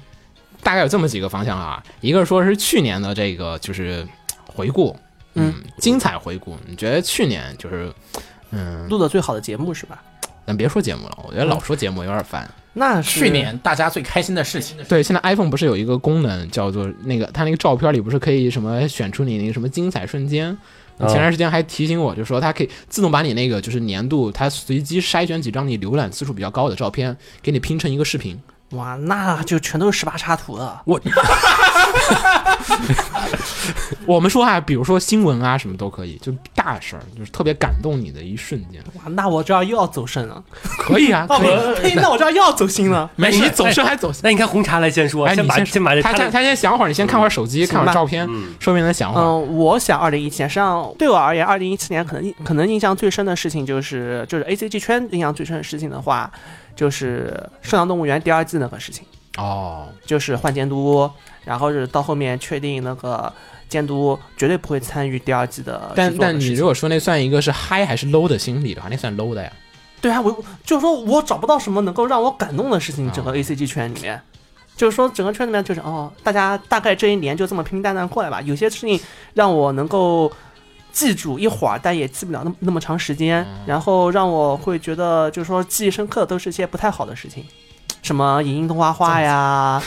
大概有这么几个方向啊，一个说是去年的这个就是回顾，
嗯，
精彩回顾。你觉得去年就是嗯，
录的最好的节目是吧？
咱别说节目了，我觉得老说节目有点烦。
那是
去年大家最开心的事情，
对，现在 iPhone 不是有一个功能叫做那个，它那个照片里不是可以什么选出你那个什么精彩瞬间？
啊
前段时间还提醒我，就说它可以自动把你那个就是年度，它随机筛选几张你浏览次数比较高的照片，给你拼成一个视频。
哇，那就全都是十八插图了。
我们说啊，比如说新闻啊，什么都可以，就大事儿，就是特别感动你的一瞬间，
哇，那我这儿又要走肾了。
可以啊，
哦，
可以。
呸， *laughs* 那我这儿又要走心了。
没事哎
你走是还走心。
那你看红茶来先说，
哎，你
先把
先
先把这
他
他
他
的
他先想会儿，你先看会儿手机，
行
看会儿
吧
照片，
嗯
说明他想会儿。
嗯，我想二零一七年，实际上对我而言，二零一七年可能印
嗯
可能印象最深的事情就是就是 A C G 圈印象最深的事情的话，就是《圣堂动物园》第二季那个事情，
哦，
就是换监督，然后就是到后面确定那个监督绝对不会参与第二季的呃制
但
作
但
的
你
事
如
情。
果说那算一个是嗨还是 low 的心理的话，那算 low 的呀。
对啊，我就是说我找不到什么能够让我感动的事情，整个
啊
A C G 圈里面。就是说，整个圈里面就是哦，大家大概这一年就这么平平淡淡过来吧。有些事情让我能够记住一会儿，但也记不了那么那么长时间。
嗯
然后让我会觉得，就是说记忆深刻的都是一些不太好的事情，什么影音动画化呀，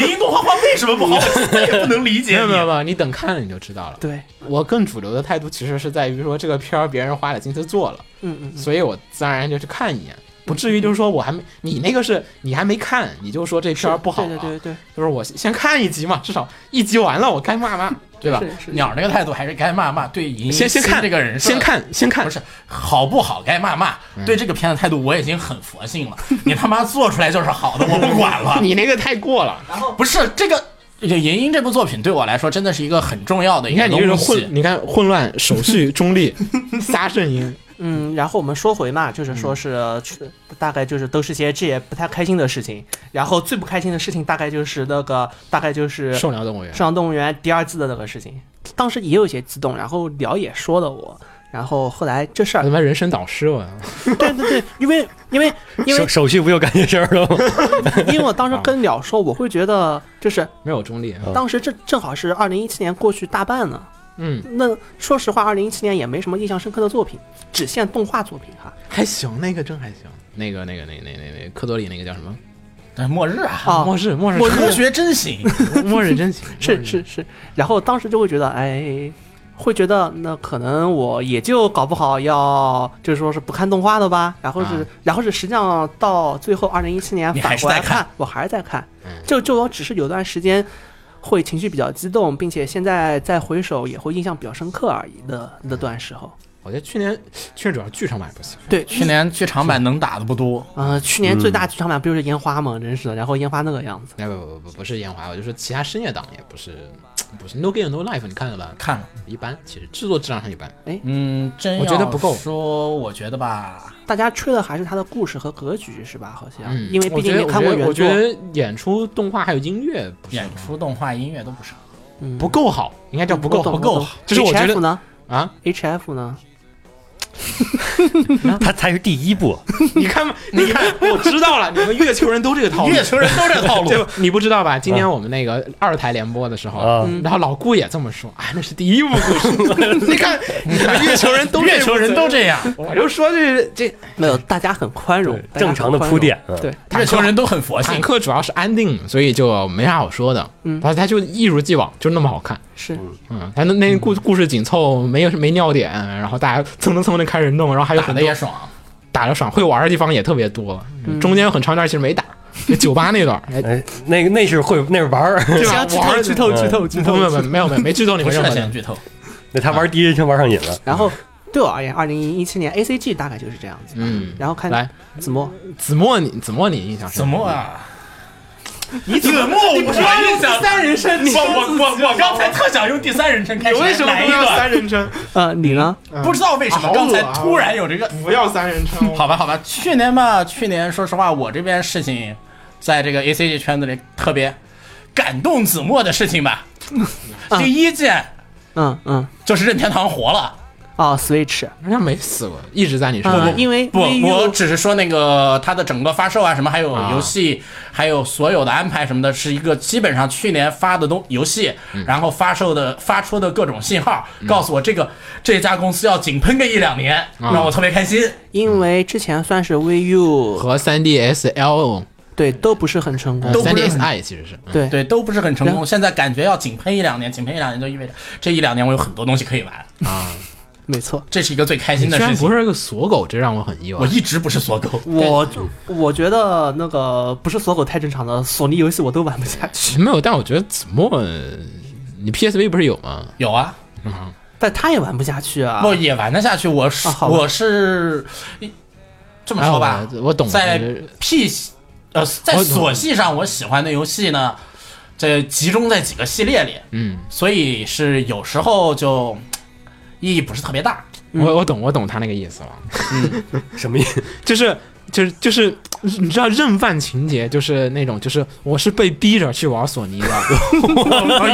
银银动画画为什么不好？我实在也不能理
*laughs* 没
解
有
你
没有没有，你等看了你就知道了。
对，
我更主流的态度其实是在于说这个片儿别人花了心思做了，
嗯嗯嗯，
所以我自然而然就去看一眼，不至于就是说我还没你那个是你还没看你就说这片儿不好
对
了，
对对
就是我先看一集嘛，至少一集完了我该骂骂，对吧
对，？是是
*laughs* 鸟儿那个态度还是该骂骂，对银
先先看
这个人设
先看嗯先看
不，是好不好该骂骂，对这个片子态度我已经很佛性了，你他妈做出来就是好的，我不管了。
你那个太过了，
*laughs* 不是这个。这《银鹰》这部作品对我来说真的是一个很重要的一
你
个
看你
东
这种
西。
混，你看混乱、手续、中 *laughs* 立、仨阵营，
嗯，然后我们说回嘛，就是
嗯
说是、去大概就是都是些这也不太开心的事情，然后最不开心的事情大概就是那个大概就是《
受鸟动物园
圣，上动物园》第二季的那个事情，当时也有一些激动，然后聊也说了我，然后后来这事
我
儿
他妈人生导师我，
对对对，因为因
*laughs*
为因
手
为
手续不就干这事儿 *laughs* 了吗？
因为我当时跟鸟说，我会觉得就是
没有中立，
当时正正好是二零一七年过去大半了，
嗯，
那说实话，二零一七年也没什么印象深刻的作品，只限动画作品哈。
还行，那个真还行，那个那个那那那那科多里那个叫什么？
哎末日啊，
啊，
末世末世
我科学真行，
*laughs* 末日真情
是是是，然后当时就会觉得，哎，会觉得那可能我也就搞不好要就是说是不看动画的吧，然后是、
啊
然后是实际上到最后二零一七年
你还
反
是
过来
在看
我还是在看
嗯，
就就我只是有段时间。会情绪比较激动，并且现在再回首也会印象比较深刻而已的那段时候。
我觉得去年去年主要剧场版不行，
对，
去年剧场版能打的不多，
呃，去年最大剧场版不就是烟花吗？真是的，然后烟花那个样子。
哎不不不不是烟花，我就说其他深夜档也不是不是 No Game No Life，你看了吧？
看了，
一般，其实制作质量上一般。
嗯，真
我觉得
要
不够
说我觉得吧，
大家吹的还是它的故事和格局是吧？好像，
嗯，
因为
我
毕
觉
竟
得
没看过原作。
我觉得演出、动画还有音乐不是
演出、动画、音乐都不少。
嗯
不够好，应该叫不够好
我懂
不够
我懂
好，就是我觉
HF
得
呢
啊，
，HF 呢？
他才是第一步。
你看嘛，你看，我知道了，你们月球人都这个套路。
月球人都这套 *laughs* 路，嗯
就你不知道吧？今天我们那个二台联播的时候，
啊
然后老顾也这么说，啊，那是第一部故
*laughs*
事。你看，你看月球人都
月球人都这样，
我就说这这
没有，大家很宽容
嗯对，
大家
正
很
常的
宽
铺
容
垫嗯
对，
月球人都很佛
坦
性。
克主要是安定，所以就没啥好说的。
嗯
它它就一如既往，就那么好看。
是
嗯，它那那故故事紧凑，没有没尿点，然后大家蹭蹭蹭的开始弄，然后还有
打
很
的
多
也爽，
打的爽，会玩的地方也特别多。
嗯
中间有很长一段其实没打，就酒吧那段，哎，
哎，那个那是会那是玩 *laughs* 儿，
对吧？玩儿
剧
*laughs*
透
嗯
剧透剧
不
透
不
剧
不，
透。
没有没有没剧透你
不
们
是嗯
任何
先
的。
剧透。
那他玩第一人称玩上瘾了。
然后对我而言，二零一七年 A C G 大概就是这样子。
嗯，
然后看
来
子墨，
子墨你子墨你印象深刻
怎么啊？你怎么？我印象
三人称，你
我我我我刚才特想用第三人称开始，
为什么
哪一
不要
个？
三人称？
呃，你呢？
不知道为什么刚才
好恶啊
突然有这个。
不要三人称，
好吧，好吧，去年吧，去年说实话，我这边事情，在这个 A C G 圈子里特别感动子墨的事情吧。
嗯
第一件
嗯嗯，
就是任天堂活了，
哦，Switch，
人家没死过，一直在你身
呃
边。
因为
不，
Wii
我
U
只是说那个它的整个发售啊，什么还有
啊
游戏，还有所有的安排什么的，是一个基本上去年发的东游戏，然后发售的发出的各种信号，告诉我这个这家公司要井喷个一两年，让我特别开心。
因为之前算是 Wii U，
和 3DS L 呃
对，都不是很成功
都。不是
3DS
很
I 其实是，嗯
对，
对，都不是很成
然
功。现在感觉要井喷一两年，井喷一两年就意味着这一两年我有很多东西可以玩，
没错。
这是一个最开
你
心
居
的事
然
情
不。是个锁狗，这让我很意外
我。一直不是锁狗，
我我觉得那个不是锁狗太正常了，索尼游戏我都玩不下去，
没有，但我觉得子墨，你 PSV 不是有吗？
*laughs* 有啊，
但他也玩不下去啊。
不也玩得下去。我是
啊好吧
我是一这么
哎
说
我
吧，
我懂了。
在
就是
P 呃在
我懂
索系上，我喜欢的游戏呢，这集中在几个系列里，
嗯，
所以是有时候就意义不是特别大。
我我懂，我懂他那个意思了。
什么意 *laughs* 思？
就是就是就是，你知道认犯情节就是那种，就是我是被逼着去玩索尼 *laughs* 的，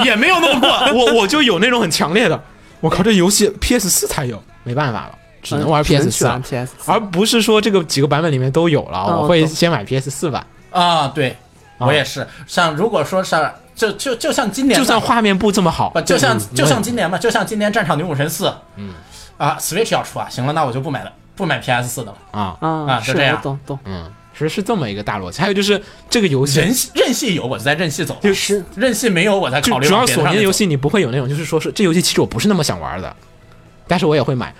也没有那么过，我我就有那种很强烈的，我靠，这游戏 PS 四才有，没办法了，只能玩
嗯只
PS
能去
啊
四
玩
了。
PS 四。
而不是说这个几个版本里面都有了，
嗯
我
我
会
懂
先买 PS 四版，
啊，对，
啊
我也是。像如果说是就就就像今年吧，
就算画面不这么好
啊不，，就像
嗯
就像今年吧，就像今年《战场女武神四》，嗯，啊，Switch 要出啊，行了，那我就不买了，不买 PS 四的了。
啊，
啊，
啊就是这样
我懂懂。
嗯，其实是这么一个大逻辑。还有就是这个游戏，
人系任系有，我在任系走；
就是
任系没有，我在考
就
虑
主要
往别的
索
上
尼的
面
游
走
戏你不会有那种，就是说是这游戏其实我不是那么想玩的，但是我也会买。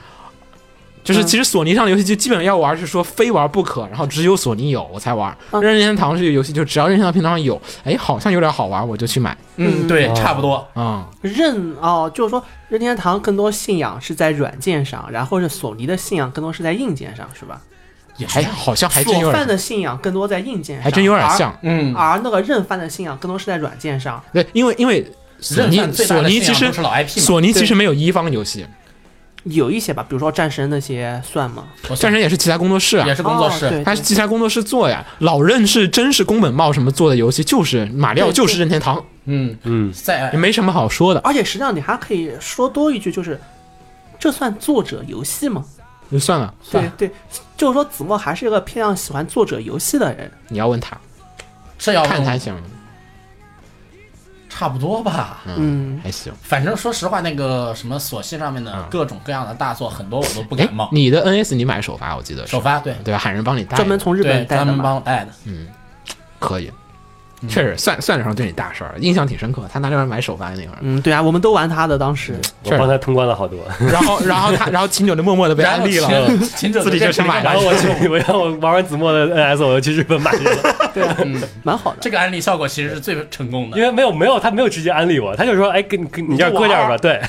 就是
嗯
其实索尼上的游戏就基本上要玩，是说非玩不可，然后只有索尼有我才玩。
嗯
任天堂这个游戏就只要任天堂平台上有，哎，好像有点好玩，我就去买。
嗯，对，
嗯
差不多。
嗯，
任哦，就是说任天堂更多信仰是在软件上，然后是索尼的信仰更多是在硬件上，是吧？
也是
还好像还真有
索范
点，
的信仰更多在硬件上，
还真有点像。
嗯，
而。而那个任范的信仰更多是在软件上，
对，因为因为索
任
尼
范最大
索
的
尼
信
其
仰
实
都是老 IP 嘛，
索尼其实没有一方游戏，
有一些吧，比如说战神那些算吗？
我
战神也是其他工作室啊
也，是工作
哦、
室，
对
他是其他工作室做呀。老任是真是宫本茂什么做的游戏，就是马里奥
对
就是
对
任天堂，
嗯，
嗯，
在
也没什么好说的，
而且实际上你还可以说多一句，就是这算作者游戏吗？
就算了。
对
算
对，就是说子墨还是一个偏向喜欢作者游戏的人。
你要问他，
这要
看他行，
差不多吧。
嗯，
还行。
反正说实话，那个什么索系上面的各种各样的大作，很多我都不
嗯哎
感冒，。
你的 NS 你买首发，我记得是
首发对
对吧？喊人帮你带的，
专门从日
对，
本带
专
的
门
嘛。
帮我带的，
可以，确实算算得上对你大事儿，印象挺深刻。他那边买首发那会儿，
嗯，对啊，我们都玩他的，当时
嗯
我帮他通关了好多，
然后然后他然后秦九就默默的被
然
安
后
利了， *laughs*
秦秦九
自己就去买了
然后我去， *laughs* 我让我玩完子墨的 NS，我就去日本买去 *laughs* 了，
蛮好的。
这个安利效果其实是最成功的
因。为没有没有，他没有直接安利我，他就说，哎，给你给你这儿搁点儿吧，对，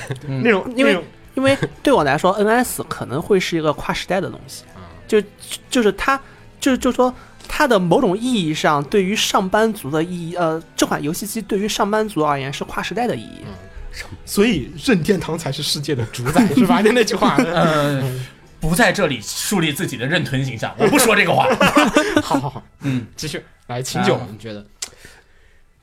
那种
因为
那种
因为对我来说，NS 可能会是一个跨时代的东西，就就是它，就就说它的某种意义上，对于上班族的意义，呃，这款游戏机对于上班族而言是跨时代的意义。
所以任天堂才是世界的主 *laughs* 宰，是吧？就那句话，
*laughs* 嗯，不在这里树立自己的认屯形 *laughs* 象，我不说这个话。
好好好，
嗯，
继续来秦九
啊，
你觉得？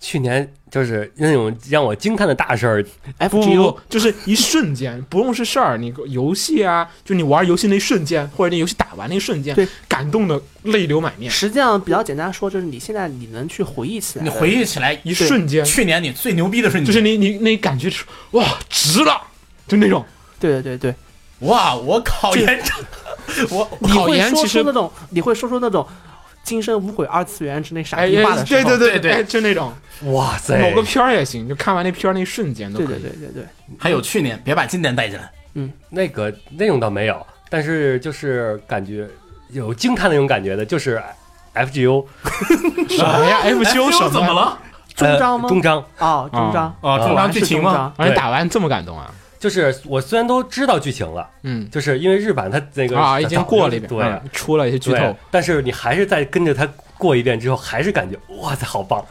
去年就是那种让我惊叹的大事儿，
不不
FGO
不，就是一瞬间，不用是事儿，你游戏啊，就你玩游戏那一瞬间，或者那游戏打完那一瞬间
对，
感动的泪流满面，
实际上比较简单说，就是你现在你能去回忆起来
你
的，
回忆起 *laughs* 来，
一瞬间，
去年你最牛逼的瞬间，
就是你你那感觉是哇值了，就那种
对对对对，
哇，我考研成，我
你
考
会
研
说
其
出
实
那种，你会说出那种“今生无悔二次元”之类傻
哎
逼话
哎
的时候，
对对
对对
哎就那种
哇塞，
某个片儿也行，就看完那片儿那一瞬间都
对
可
对
以。
对对对，
还有去年，别把今年带进来。
那个那种倒没有，但是就是感觉有惊叹那种感觉的，就是 FGO
什么呀？F 修
FGO
什
怎么
呀？
了？
终章吗
呃、中章
哦，终
啊
章
哦，
啊
中
果
央
然是
剧情
终
吗？
章，
而且打完这么感动啊？
就是我虽然都知道剧情了，
嗯
就是因为日版它那个
啊，已经过了一
一
遍，
对、
嗯出了一些剧
对
透，，
但是你还是在跟着它过一遍之后，还是感觉哇塞好棒，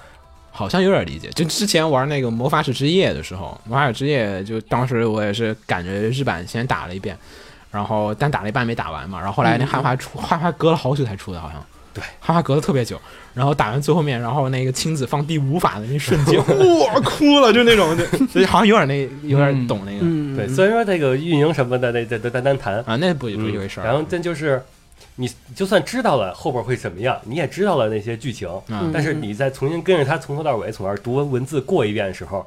好像有点理解。就之前玩那个魔法使之夜的时候，魔法使之夜就当时我也是感觉日版先打了一遍，然后但打了一半没打完嘛，然后后来那汉化出汉化隔了好久才出的，好像
对
汉化隔了特别久，然后打完最后面，然后那个亲子放第五法的那瞬间，哇哭了，就那种，就就好像有点那有点懂那个、
嗯，
对，
嗯
虽然说这个运营什么的，那这都单单谈，
啊，那不不
嗯
一回事儿。
然后这就是你就算知道了后边会怎么样，你也知道了那些剧情，
嗯
但是你再重新跟着它从头到尾，从而读文文字过一遍的时候，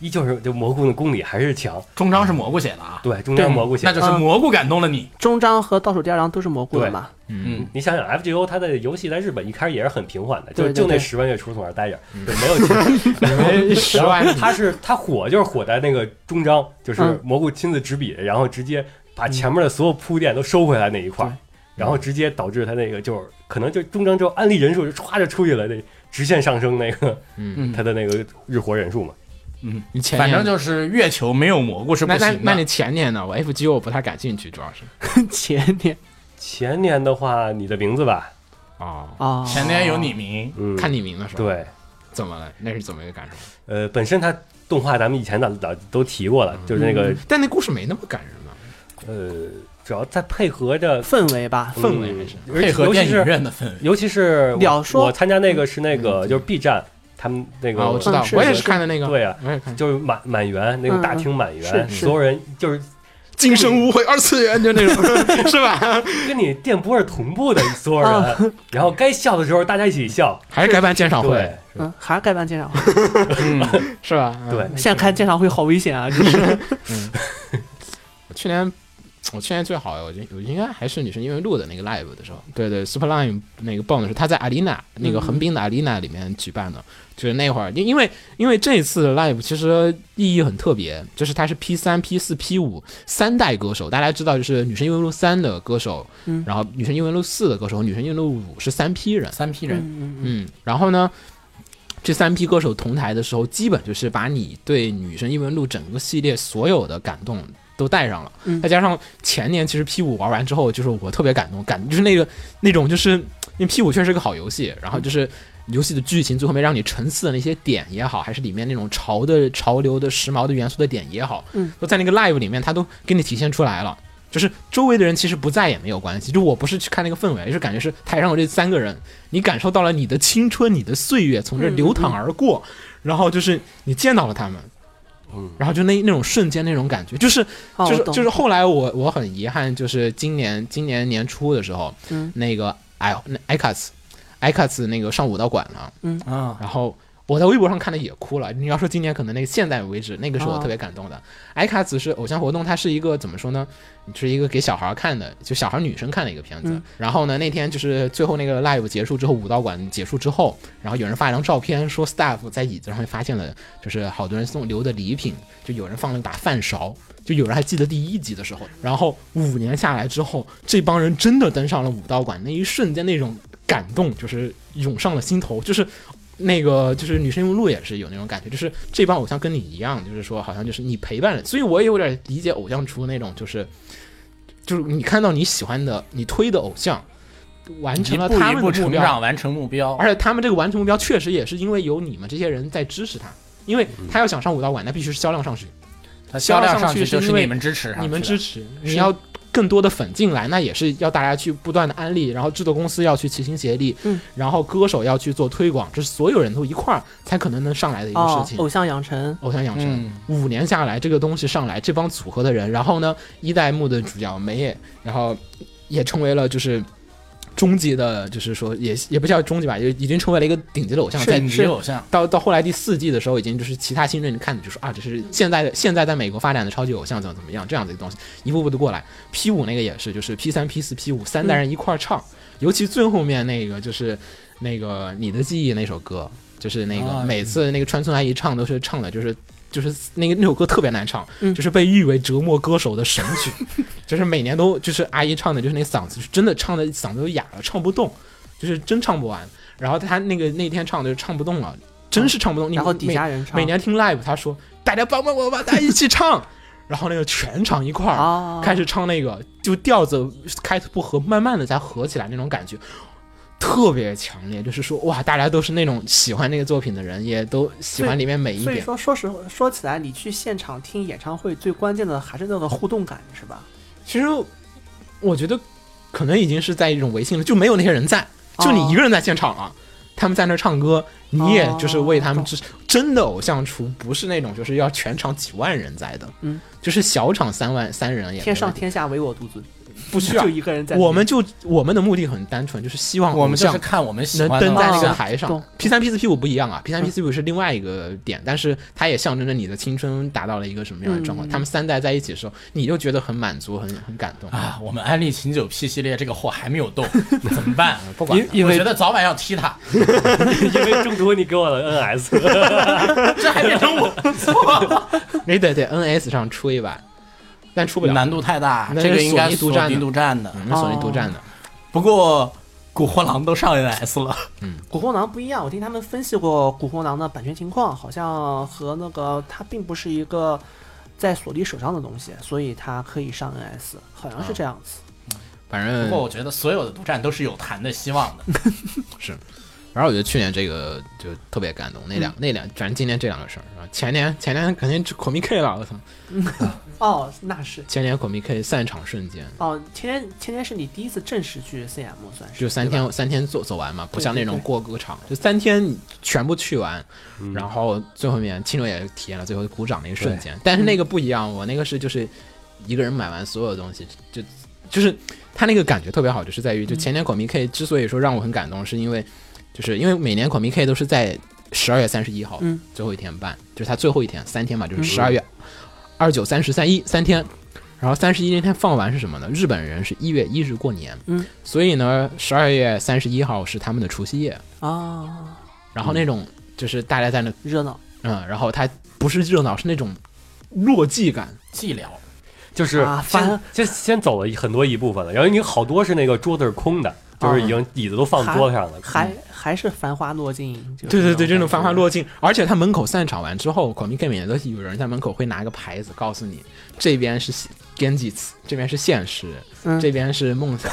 依旧是就蘑菇的功力还是强。
中章是蘑菇写的啊，
对，中间蘑菇写
那
的。
就是蘑菇感动了你。
终章和倒数第二章都是蘑菇的嘛，
嗯，
嗯，
你想想，FGO 它的游戏在日本一开始也是很平缓的，
对
就
对
就那
对
十万月初从那儿待着，就没有钱。
因为十万
它是它火就是火在那个中章，就是
嗯
蘑菇亲自执笔，然后直接把前面的所有铺垫都收回来那一块儿
对，
然后直接导致它那个就是可能就中章之后案例人数就歘就出去了，那直线上升那个
嗯，
它的那个日活人数嘛。
你前
反
年
正就是月球没有蘑菇是不
那
行
那
的。
那你前年呢？我 FGO 不太感兴趣，主要是
*laughs* 前年
前年的话，你的名字吧，
啊，
啊，
前年有你名，
嗯，
看你名的时候，
对，
怎么了？那是怎么一个感受？
呃，本身它动画咱们以前早早都提过
嗯
了，就是那个、
但那故事没那么感人嘛，
呃，主要再配合着
氛围吧，
氛围还是
嗯
配合
尤
电
其
影
是
院的氛围。
尤其是
鸟
我
说
我参加那个是那个就是 B 站他们那
嗯
个
啊，我知道
嗯，是
我也是看的那个，
对啊，
我也看《
就是满满员那个大厅满员，
嗯是
所有人就是
今生无悔二次元》就那种， *laughs* 是吧？
跟你电波是同
*laughs*
步的，所有
哦
人，然后该笑的时候大家一起笑，
还是该办鉴赏啊会
对，
嗯，还是该办鉴
*laughs*
赏会，
是吧？嗯
对，
现在开鉴赏会好危
*laughs*
险啊，真是
我去年我去年最好，我应我应该还是你是因为录的那个 live 的时候，对对，Superline 那个 bomb 是他在 Arena 那个横滨的 Arena 里面举办的，就是那会儿，因因为因为这次的 live 其实意义很特别，就是它是 P 三、P 四、P 五三代歌手，大家知道就是女生英文录三的歌手，
嗯
然后女生英文录四的歌手，女生英文录五是三批人，
三批人，
嗯嗯
嗯，然后呢，这三批歌手同台的时候，基本就是把你对女神异闻录整个系列所有的感动都带上了，
嗯
再加上前年其实 P 五玩完之后，就是我特别感动，感就是那个 *laughs* 那种就是因为 P 五确实是个好游戏，然后就是。游戏的剧情最后面让你沉思的那些点也好，还是里面那种潮的潮流的时髦的元素的点也好，
嗯，
都在那个 live 里面，它都给你体现出来了。就是周围的人其实不在也没有关系，就我不是去看那个氛围，就是感觉是台上有这三个人，你感受到了你的青春，你的岁月从这流淌而过，然后就是你见到了他们，
嗯
然后就那那种瞬间那种感觉，就是
哦
就是
我懂
就是后来我我很遗憾，就是今年今年年初的时候，
嗯
那个哎那艾卡斯艾卡斯那个上武道馆了，
啊，
然后我在微博上看的也哭了。你要说今年可能那个现在为止，那个是我特别感动的。艾卡子是偶像活动，它是一个怎么说呢？是一个给小孩看的，就小孩女生看的一个片子。
嗯
然后呢，那天就是最后那个 live 结束之后，武道馆结束之后，然后有人发一张照片，说 staff 在椅子上面发现了，就是好多人送留的礼品，就有人放了一把饭勺。就有人还记得第一集的时候，然后五年下来之后，这帮人真的登上了武道馆，那一瞬间那种感动就是涌上了心头，就是那个就是女生用路也是有那种感觉，就是这帮偶像跟你一样，就是说好像就是你陪伴了，所以我也有点理解偶像出那种就是，就是你看到你喜欢的、你推的偶像完
一
成了
步
他
一
们
步
的目
成
标，
长，完成目标。
而且他们这个完成目标确实也是因为有你们这些人在支持他，因为他要想上武道馆，那必须是销量上去，
它销量
销量
上
上去
去就是
因为
你们支持上去的，
你们支持，
是
你要更多的粉进来，那也是要大家去不断的安利，然后制作公司要去齐心协力，
嗯
然后歌手要去做推广，这是所有人都一块儿才可能能上来的一个事
哦，
情。
偶像养成，
偶像养成、
嗯
五年下来，这个东西上来，这帮组合的人，然后呢，一代目的主角梅野，然后也成为了就是终极的，就是说也也不叫终极吧，也已经成为了一个顶级的偶像。在
顶级偶像，
到到后来第四季的时候，已经就是其他新人你看的就是啊，这是现在的现在在美国发展的超级偶像怎么怎么样这样子一个东西，一步步的过来。P 五那个也是，就是 P 三、P 四、P 五三代人一块儿唱，尤其最后面那个就是那个你的记忆那首歌，就是那个、
啊
每次那个川村阿姨唱都是唱的，就是。就是那个那首歌特别难唱，
嗯
就是被誉为折磨歌手的神曲，就是每年都就是阿姨唱的，就是那嗓子，就是真的唱的嗓子都哑了，唱不动，就是真唱不完。然后他那个那天唱的就唱不动了，真是唱不动。你
嗯然后
每
底下人唱，
每年听 live，他说大家帮帮我吧，大家一起唱，然后那个全场一块儿
啊，
开始唱那个，就调子开头不合，慢慢的才合起来那种感觉。特别强烈，就是说，哇，大家都是那种喜欢那个作品的人，也都喜欢里面每一
所以
点。
说，说实说起来，你去现场听演唱会，最关键的还是那个互动感，是吧？
其实，我觉得可能已经是在一种违心了，就没有那些人在，
哦
就你一个人在现场了、啊他们在那唱歌，你也就是为他们
哦
支持、真的偶像出，不是那种就是要全场几万人在的，
嗯，
就是小场三万三人也
天
没
上
问题
天下唯我独尊，
不需要
就，一个人在那里。
我们就我们的目的很单纯，就是希望
我们就
像
是看我们喜
啊能
欢的
登在那个
哦
台上
懂。
P 三 P 四 P 五不一样啊，P 三
嗯
P 四 P 五是另外一个点，但是它也象征着你的青春达到了一个什么样的状况。
嗯
他们三代在一起的时候，你就觉得很满足，很很感动。
啊，我们安利秦九 P 系列这个货还没有动，怎么办？
*laughs* 不管
因因为
我觉得早晚要踢他，
因为中途你给我了 NS，
*laughs*
这还变成我，
你得在 NS 上出一版，但出不了，
难度太大，
那是
这个应该是
索尼独占的
独占的。
嗯那索尼独
哦
占的。
不过古惑狼都上 NS 了，
古惑狼不一样，我听他们分析过古惑狼的版权情况，好像和那个它并不是一个在索尼手上的东西，所以它可以上 NS，好像是
啊
这样子。
反
不
正
过我觉得所有的独占都是有谈的希望
*laughs*
的。
反正我觉得去年这个就特别感动，那
嗯
两、那两，反正今年这两个事儿，然后前年前年肯定是 Komi K 了，我操，
哦，那是
前年 Komi K 散场瞬间，
哦，前天前天是你第一次正式去 CM 算是，
就三
对吧
天三天做走完嘛，不
对
像那种
对对
过个场，就三天你全部去完，然后最后面青柳也体验了最后鼓掌那一瞬间，但是
嗯
那个不一样，我那个是就是一个人买完所有东西，就就是他那个感觉特别好，就是在于就前年 Komi K 之所以说让我很感动，是因为就是因为每年 Komi K 都是在十二月三十一号
嗯
最后一天办，就是他最后一天三天嘛，就是
嗯
十二月二九、三十、三一三天。然后三十一那天放完是什么呢？日本人是一月一日过年，
嗯，
所以呢，十二月三十一号是他们的除夕夜，
啊，
然后那种就是大家在那，
热闹
嗯，然后它不是热闹，是那种落寂感，
寂寥，
就是
啊
先
翻
先先走了很多一部分了，然后你好多是那个桌子是空的，就是已
啊
经椅子都放桌子上了，嗯
还还是繁花落尽，
嗯
就是
对对对，这种繁
感
华
觉
落尽，而且他门口散场完之后，孔明 K 每年都有人在门口会拿一个牌子告诉你，这边是 Genjis，这边是现实，
嗯
这边是梦 *laughs* 想，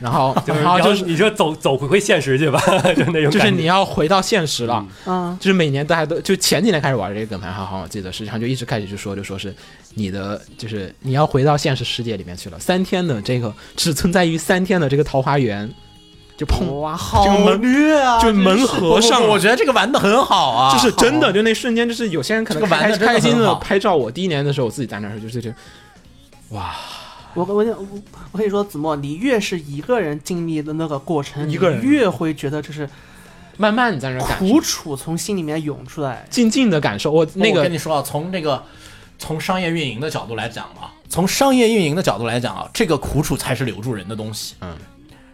然后
就是
然
然
后
后
就是
你就走走回回现实去吧， *laughs* 就那种
就是
感
你
觉。
要回到现实了。 *sniffs*
啊，
就是每年大家都就前几年开始玩这个梗牌，好好我记得，实际上就一直开始就说就说是你的就是你要回到现实世界里面去了。三天的这个只存在于三天的这个桃花源，就碰
哇，好
这个门
虐啊，
就
真是
门合上
不不不我
了。
觉得这个玩的很好啊，
就是真的，就那瞬间，就是有些人可能
这个玩
开
得真的
开心
很
的
哦好
拍照。我第一年的时候，我自己在那儿，就是就哇，
我我我我跟你说，子墨，你越是一个人经历的那个过程，
一个人
你越会觉得就是
慢慢你在那儿感
苦
受，
楚从心里面涌出来。
静静的感受。我那
我
个
跟你说啊，从这个从商业运营的角度来讲啊，从商业运营的角度来讲啊，这个苦楚才是留住人的东西。
嗯，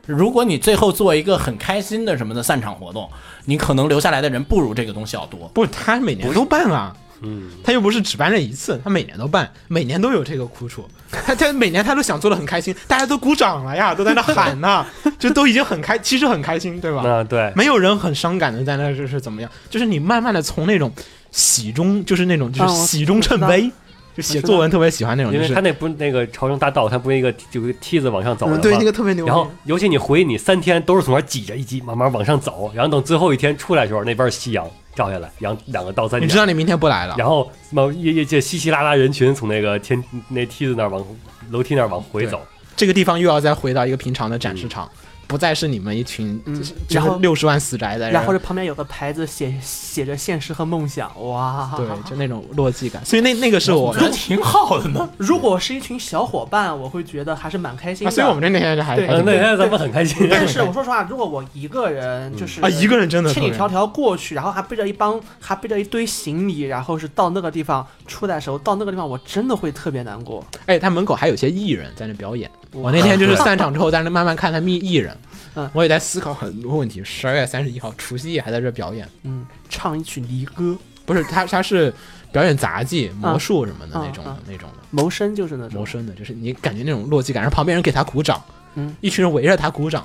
如果你最后做一个很开心的什么的散场活动，你可能留下来的人不如这个东西要多。
不，他每年都办啊，
嗯，
他又不是只办这一次，他每年都办，每年都有这个苦楚。他他每年他都想做的很开心，大家都鼓掌了呀，都在那喊呐，就都已经很开，其实很开心，对吧？
嗯，对，
没有人很伤感的在那就是怎么样，就是你慢慢的从那种喜中，就是那种就是
啊我
喜中衬
我嗯
悲，就写作文特别喜欢那种，
因
就
为
是
他那不是那个朝圣大道，它不是一个就个梯子往上走的
嗯
吗？
对那个特别牛逼
然。后，尤其你回你三天都是从那儿挤着一挤，慢慢往上走，然后等最后一天出来的时候，那边是夕阳，照下来，两两个倒三
你知
角，
道你明天不来了，
然后嘛业业界稀稀拉拉人群从那个天那梯子那儿往楼梯那儿往回
对
走，
这个地方又要再回到一个平常的展示场，
嗯
不再是你们一群
嗯
就
然
是
后
六十万死宅的人，
然后这旁边有个牌子写写着现实和梦想，哇！
对，就那种落寂感。所以那那个是我
我觉，得挺好的
*laughs*
呢。
如果是一群小伙伴，我会觉得还是蛮开心
啊
的。
所以我们呃这那天还
对
还
嗯，
挺
那天咱们很
*laughs*
开心，
但是我说实话，如果我一嗯个人就是
啊，一个人真的
千里迢
特别
迢过去，然后还背着一帮，还背着一堆行李，然后是到那个地方出来的时候，到那个地方我真的会特别难过。
哎，他门口还有些艺人在那表演。啊我那
哇
天就是散场之后，在那慢慢看他们艺人
嗯，
我也在思考很多问题。十二月三十一号，除夕夜还在这表演，
嗯，唱一曲离歌，
不是他他是表演杂技、魔术什么的
嗯
那种的
嗯
那种的
谋生就是那
谋
种。
生的，就是你感觉那种落寂感，然后旁边人给他鼓掌
嗯，
一群人围着他鼓掌。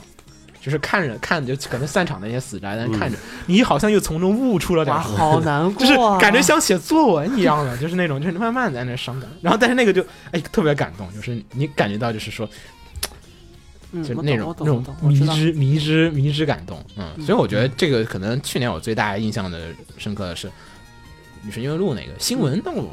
就是看着看着，就可能散场那些死宅，但是看着你好像又从中悟出了点
哇，
什么。
好难过、
就
啊，
是感觉像写作文一样的，就是那种，就是慢慢在那伤感。然后，但是那个就哎特别感动，就是你感觉到就是说，
嗯
就是
我懂
那种
我
那
懂我
种
懂我
迷
知道
之迷之迷之感动。嗯，所以我觉得这个可能去年我最大印象的深刻的是《女神异闻录》那个新闻，但我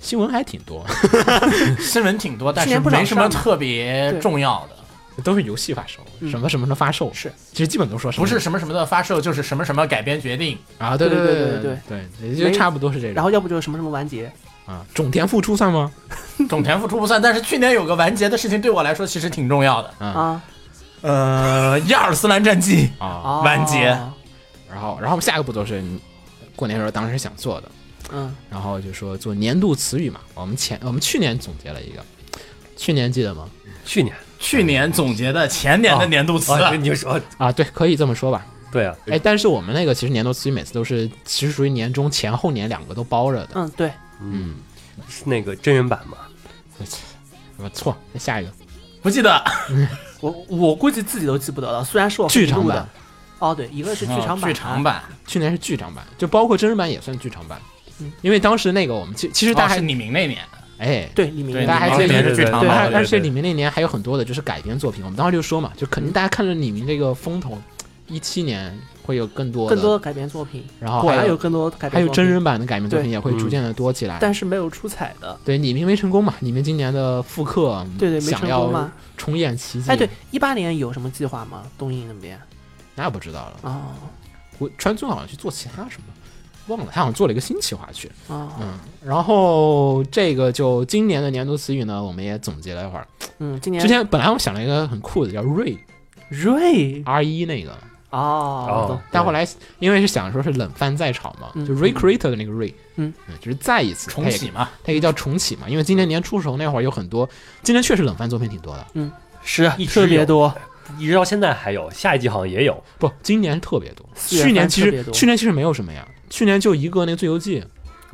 新闻还挺多， *laughs*
新闻挺多，但
去
是
年不
没
涨
什么
上吗
特别
对
重要的，
都是游戏发售，
嗯
什么什么什么发售，
是
其实基本都说什么
不是什么什么的发售，就是什么什么改编决定。 *laughs*
啊，对
对对
对
对
对对，也就差不多是这
然
种
后要不就是什么什么完结，
啊。种田复出算吗？
种田付出不算，但是去年有个完结的事情对我来说其实挺重要的。
啊
啊
呃， *laughs* 亚尔斯兰战记，
啊，
啊
完结，
然后然后下一个步骤是你过年时候当时想做的。
嗯
然后就说做年度词语嘛。我们前我们去年总结了一个，去年记得吗？
去年
去年总结的前年的年度词，
啊，你说
啊，对，可以这么说吧。
对啊，
哎，但是我们那个其实年度词语每次都是其实属于年中前后年两个都包着的。
嗯对，
嗯，
是那个真人版嘛，
我错，那下一个
哦
不记得
我我估计自己都记不得了，虽然是我
剧场
录
版
的，，哦对，一个是剧场版，
啊剧场版，
去年是剧场版，就包括真人版也算剧场版
嗯。
因为当时那个我们其其实大
哦
家
是
还
李明那年，
哎。
对李明
对，
大家还
李
记
明
得
那年是剧场
哦对
但
版，
但是
对
里面那年还有很多的，就是改编作品。我们当时就说嘛，就肯定大家看着李明这个风
嗯
头，一七年会有更多的，
更多的改编作品，
然后
果
还
然
有
哦有更多的改编，
还有真，人版的改编作品
对
也会逐渐的多起来。
但是没有出彩的，
对李明没成功嘛，李明今年的复刻，
对对没
想
成
要
功嘛。
重演奇迹，
哎对，，一八年有什么计划吗？东映那边
那不知道了。
哦
我川村好像去做其他什么，忘了，他好像做了一个新企划去。
哦
嗯，然后这个就今年的年度词语呢，我们也总结了一会儿。
嗯，今年
之前本来我想了一个很酷的叫瑞
瑞
R 一那个，
哦，懂
哦，
但后来因为是想说是冷饭再炒嘛，
嗯
就 recreate 的那个 re，
嗯
就是再一次
重
它也
启嘛，
它也叫重启嘛，因为今年年初时候那会儿有很多，今年确实冷饭作品挺多的，
是
啊一直
特别
有
多，
一直到现在还有，下一季好像也有，
不，今年特别多。
四月份
去年其
特别
实
多
去年其实没有什么呀，去年就一个那个《醉游记》，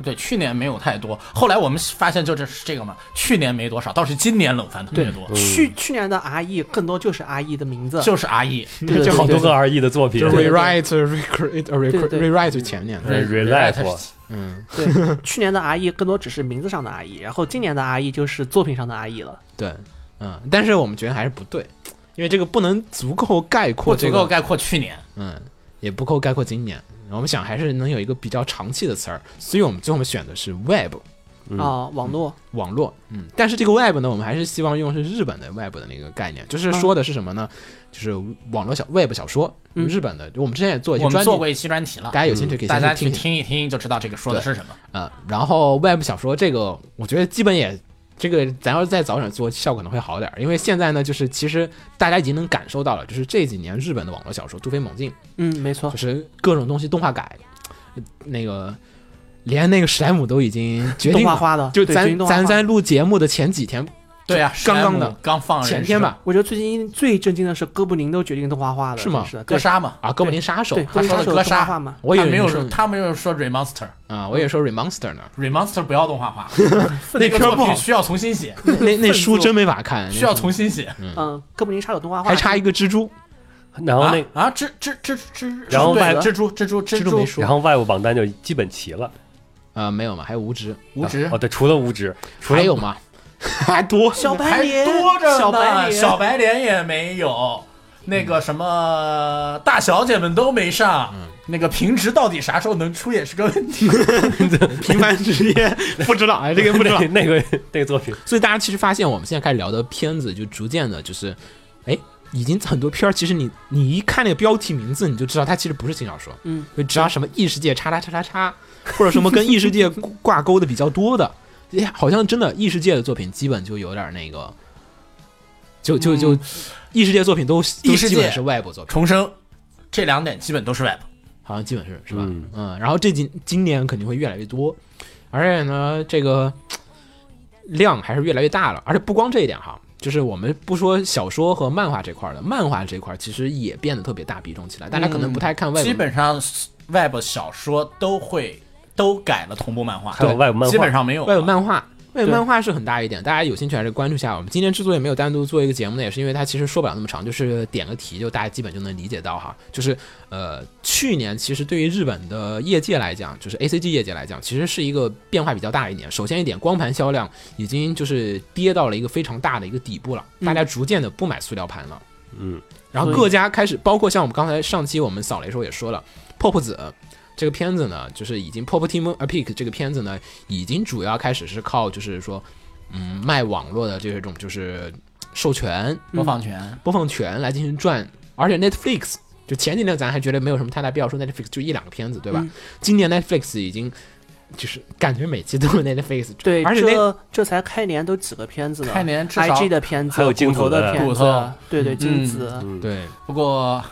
对，去年没有太多，后来我们发现就这是这个嘛，去年没多少，倒是今年冷饭特别
嗯
多，
去去年的 RE 更多就是 RE 的名字，
就是 RE
对对
就好多
对
个 RE 的作品
就
对对
rewrite recreate 呃
对
recreate
对
rewrite 就前年的，
对 Relive
嗯，
对，去年的 RE 更多只是名字上的 RE，然后今年的 RE 就是作品上的 RE 了。
对，嗯，但是我们觉得还是不对，因为这个不能足够概括
不
这
足够
个，
概括去年，
嗯，也不够概括今年。我们想还是能有一个比较长期的词儿，所以我们最后我们选的是 web
嗯
啊，网络
网络，嗯，但是这个 web 呢，我们还是希望用是日本的 web 的那个概念，就是说的是什么呢？就是网络小 web 小说，
嗯
日本的，我们之前也做一些
我们
专
做
辑
过一期专题了
大。家有兴趣可以
大
先
家
去
去
听听
听一听就知道这个说的是什么。
啊、然后 Web 小说这个，我觉得基本也这个，咱要是再早点做，效果可能会好点儿。因为现在呢，就是其实大家已经能感受到了，就是这几年日本的网络小说突飞猛进，
嗯，没错
就，是各种东西动画改，那个连那个史莱姆都已经决
动
定
画，化的，
就
对决定
咱
动画化
咱在录节目的前几天，
对啊，
刚刚
史莱
的
姆刚放人
前天吧，
我觉得最近最震惊的是哥布林都决定动画化了，
是吗
真的
是吧，哥
对
沙嘛，
啊，哥布林杀手
对，
啊
哥布林杀手
他说的
动
哥杀
画化嘛，
我以
他
为
没有
你说
说，他没有说 remaster，remaster
啊，我也说 Remonster 呢，
不要动画化，那个作品需要重新写，
*laughs* 那那书真没法看，
需要
那书
重新写。
嗯，哥布林杀手动画化
还差一个蜘蛛，
然后那
啊啊，蜘蜘蜘蜘，
然后
对
外
蜘蛛蜘蛛蜘
蜘蛛没说
然后外部榜单就基本齐了，
呃，没有嘛，还有无职，
无职
哦，对，除了无职，除了
还有 *laughs* 嘛，还多
小白
还
脸，
多着呢，
小
小
白脸，
嗯
白脸也没有，那个什么大小姐们都没上，那个评职到底啥时候能出也是个问
*laughs*
题。
平凡职业不知道，哎，这个不知道
那。那个 *laughs* 那个作品，
所以大家其实发现，我们现在开始聊的片子，就逐渐的，就是，哎，已经很多片儿，其实你你一看那个标题名字，你就知道它其实不是轻小说，
嗯，
就只要什么异世界叉叉叉叉叉，或者什么跟异世界挂钩的比较多的， *laughs* 哎，好像真的异世界的作品基本就有点那个，就就就、异世界作品都都
嗯异世
基
界
本是外部作品，
重生，这两点基本都是 rap。
好像基本是是吧？
嗯
然后这几今年肯定会越来越多，而且呢，这个量还是越来越大了。而且不光这一点哈，就是我们不说小说和漫画这块儿的，漫画这块儿其实也变得特别大比重起来，大家可能不太看外
基
文。
本上 web 小说都会都改了同步漫画，
还有外国漫画
基本上没有
外文漫画，外文
对
漫画是很大一点，大家有兴趣还是关注一下。我们今天之所以没有单独做一个节目呢，也是因为它其实说不了那么长，就是点个题，就大家基本就能理解到哈。就是呃，去年其实对于日本的业界来讲，就是 A C G 业界来讲，其实是一个变化比较大的一年。首先一点，光盘销量已经就是跌到了一个非常大的一个底部了，大嗯家逐渐的不买塑料盘了。
嗯，
然后
所以
各家开始，包括像我们刚才上期我们扫雷时候也说了，《泡泡子》这个片子呢，就是已经《p o p Team a Peak》这个片子呢，已经主要开始是靠就是说，嗯，卖网络的这种就是授权、
播放权，
播放权来进行赚，而且 Netflix 就前几年咱还觉得没有什么太大必要说 Netflix 就一两个片子对吧？
嗯
今年 Netflix 已经就是感觉每期都有 Netflix，
对，
而且那
这这才开年都几个片
嗯
子呢，
开年至少
IG 的片子，
还有金子
骨头的片
骨
子，
头
对对，
嗯
金子，
嗯，
对
不过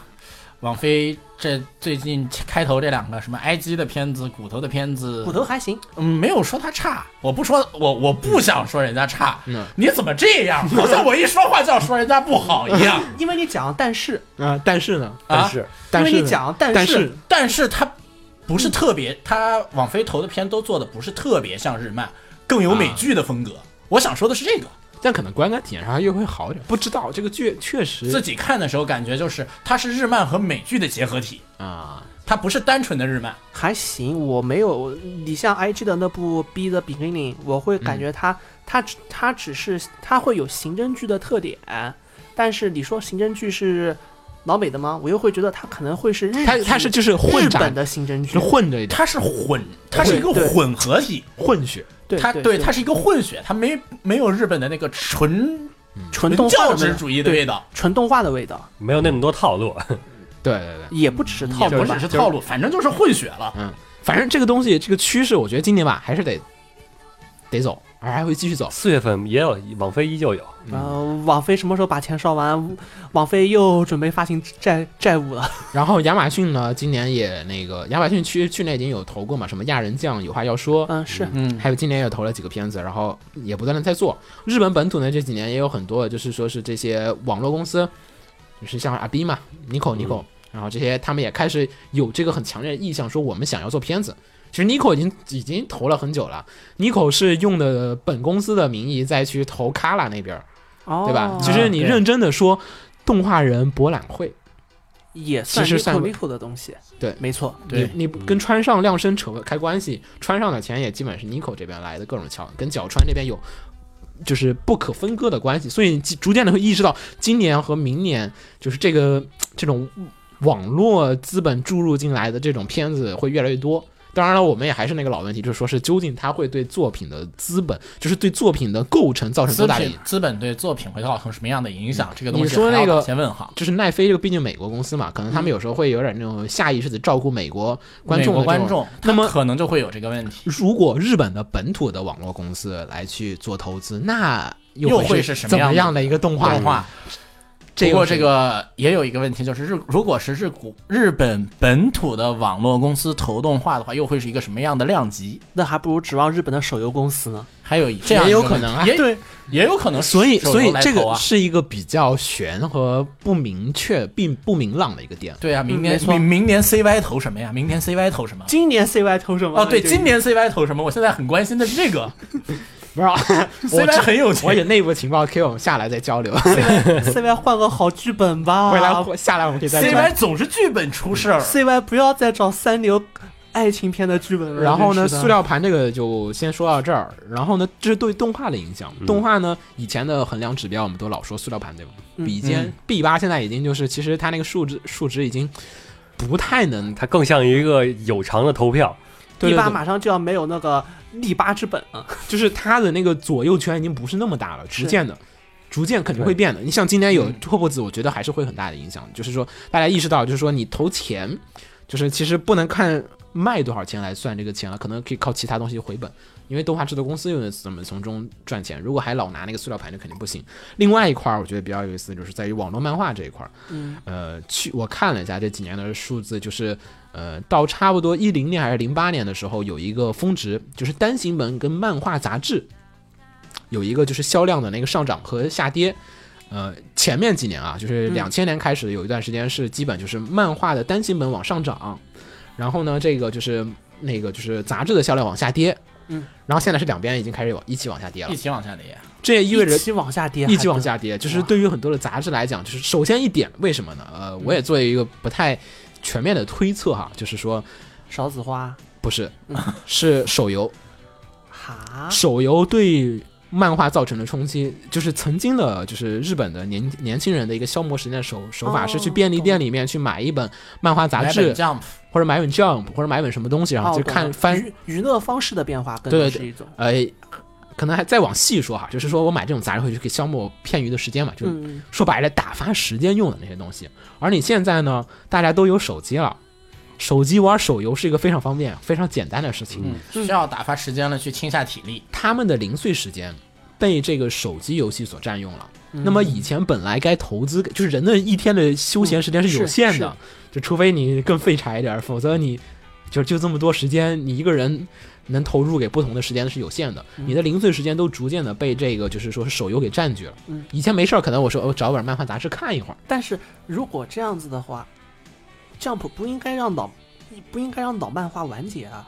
网飞这最近开头这两个什么 IG 的片子、骨头的片子，
骨头还行，
嗯没有说它差，我不说我我不想说人家差，
嗯
你怎么这样？ *laughs* 好像我一说话就要说人家不好一
*laughs*
样
因为你讲但是，
啊、但是呢，
但
啊！
是
因
但
为
是
你
呢
讲但
但
是
是
但是它不是特别，它网飞投的片都做的不是特别像日漫，更
啊
有美剧的风格。我想说的是这个。
但可能观感体验上又会好一点，不知道这个剧确
自
嗯
实
己看的时候感觉就是它是日漫和美剧的结合体，
啊，
它不是单纯的日漫。
还行，我没有你像 IG 的那部《B 的 Beginning》，我会
嗯
感觉它、它只它只是它会有刑侦剧的特点，但是你说刑侦剧是老美的吗？我又会觉得它可能会是日
它
剧
它是就是
日
混杂
本的刑侦
是
剧，
混着一点
它是混，它是一个
对
混合体，
混血，
对
它
对，
它是一个混血，它没没有日本的那个纯
纯动画的
教
味
旨
道
主义的味道，
纯动画的味道，
没有那么多套路，
对对对。
也不只是套
也
路
不
吧
只。是套路，反正就是混血了。
嗯，反正这个东西这个趋势，我觉得今年吧还是得得走，而还会继续走。
四月份也有，网飞依旧有，
嗯
呃，网飞什么时候把钱烧完？网飞又准备发行债债务了。
然后亚马逊呢，今年也那个亚马逊去去年已经有投过嘛，什么亚人酱有话要说，
嗯，是，
嗯，
还有今年也投了几个片子，然后也不断的在做。日本本土呢这几年也有很多，就是说是这些网络公司，就是像阿 B 嘛、Nico Nico，、然后这些他们也开始有这个很强烈的意向，说我们想要做片子。其实 Nico 已经已经投了很久了，Nico 是用的本公司的名义再去投 Kala 那边儿，
哦，
对吧？其
就
实你
对
认真的说，动画人博览会，
也算
其实
Nico
算
Nico 的东西。
对
没错。
你
对，
你跟川上亮生扯不开关系，川上的钱也基本是 Nico 这边来的各种桥，跟角川这边有就是不可分割的关系，所以你逐逐渐的会意识到，今年和明年就是这个这种网络资本注入进来的这种片子会越来越多。当然了，我们也还是那个老问题，就是说是究竟它会对作品的资本，就是对作品的构成造成
资
多大的影
品
响？
资本对作品会造成什么样的影响？这个东
你
西
说
还要
那个
打先问号。
就是奈飞这个，毕竟美国公司嘛，可能他们有时候会有点那种下意识的照顾美国观
美
众的
国
这种
观众，
那么
它可能就会有这个问题。
如果日本的本土的网络公司来去做投资，那又
又会是什么
怎么
样
样的一个动画？
动画，
这
不
又
过
是
这个也有一个问题，就是日如果是日股日本本土的网络公司投动画的话，又会是一个什么样的量级？
那还不如指望日本的手游公司呢。
还有这样
也有
一个问
可
题
能啊
也对，也有可能是
所以
手游
所以
来
这
投
个
啊
是一个比较悬和不明确并不明朗的一个点。
对啊，明
没
年
错
明明年 CY 投什么呀？明年 CY 投什么？
今年 CY 投什么？
哦，对，
就
今年 CY 投什么？我现在很关心的是这个
不知道，我
*laughs* ，CY 很有
我也
钱，
内部情报可以我们下来再交流，
*laughs* CY 换个好剧本吧。
回来 *laughs* 下来我们可以再
CY 总是剧本出事儿，
CY 不要再找三流爱情片的剧本了。
然后呢，
真是的
塑料盘这个就先说到这儿。然后呢，这是对动画的影
嗯
响。动画呢，以前的衡量指标我们都老说塑料盘，对吧？
嗯
比肩
嗯
B 八现在已经就是，其实它那个数值数值已经。不太能
它更像一个有偿的投票，
对
第
对
八
对，
马上就要没有那个利八之本了，
就是它的那个左右圈已经不是那么大了，
是嗯
逐渐的。逐渐肯定会变的。你像今年有拓破子，我觉得还是会很大的影响。就是说，大家意识到，就是说你投钱，就是其实不能看卖多少钱来算这个钱了，可能可以靠其他东西回本。因为动画制作公司又能怎么从中赚钱？如果还老拿那个塑料盘，就肯定不行。另外一块儿，我觉得比较有意思，就是在于网络漫画这一块儿。
嗯，
呃，去我看了一下这几年的数字，就是呃，到差不多一零年还是零八年的时候，有一个峰值，就是单行本跟漫画杂志有一个就是销量的那个上涨和下跌。呃，前面几年啊，就是
嗯
两千年开始有一段时间是基本就是漫画的单行本往上涨，然后呢，这个就是那个就是杂志的销量往下跌。
嗯，
然后现在是两边已经开始往一起往下跌了
一，起往下跌，
这也意味着
一起往下跌，
一直往下跌。就是
哇
对于很多的杂志来讲，就是首先一点，为什么呢？呃，我也做一个不太全面的推测哈，就是说
少子花，
不是，
嗯
是手游，
哈，
手游对。漫画造成的冲击，就是曾经的，就是日本的年年轻人的一个消磨时间的手手法，
哦
是去便利店里面去买一本漫画杂
来
志
本，Jump
或者买本 Jump，或者买本什么东西，然后
哦
就
懂
看
了
翻
娱娱乐方式的变化，更
对对对
多是一种，
呃，可能还再往细说哈，就是说我买这种杂志会去消磨骗鱼的时间嘛，就
嗯，
说白了打发时间用的那些东西。而你现在呢，大家都有手机了，手机玩手游是一个非常方便、非常简单的事情。
嗯
需要打发时间了去清下体力，
他们的零碎时间被这个手机游戏所占用了。那么以前本来该投资，就是人的一天的休闲时间是有限的，
嗯
就除非你更废柴一点，否则你就就这么多时间，你一个人能投入给不同的时间是有限的，你的零碎时间都逐渐的被这个就是说是手游给占据了。
嗯
以前没事儿，可能我说哦我找本漫画杂志看一会儿，
但是如果这样子的话，Jump 不应该让老不应该让老漫画完结啊。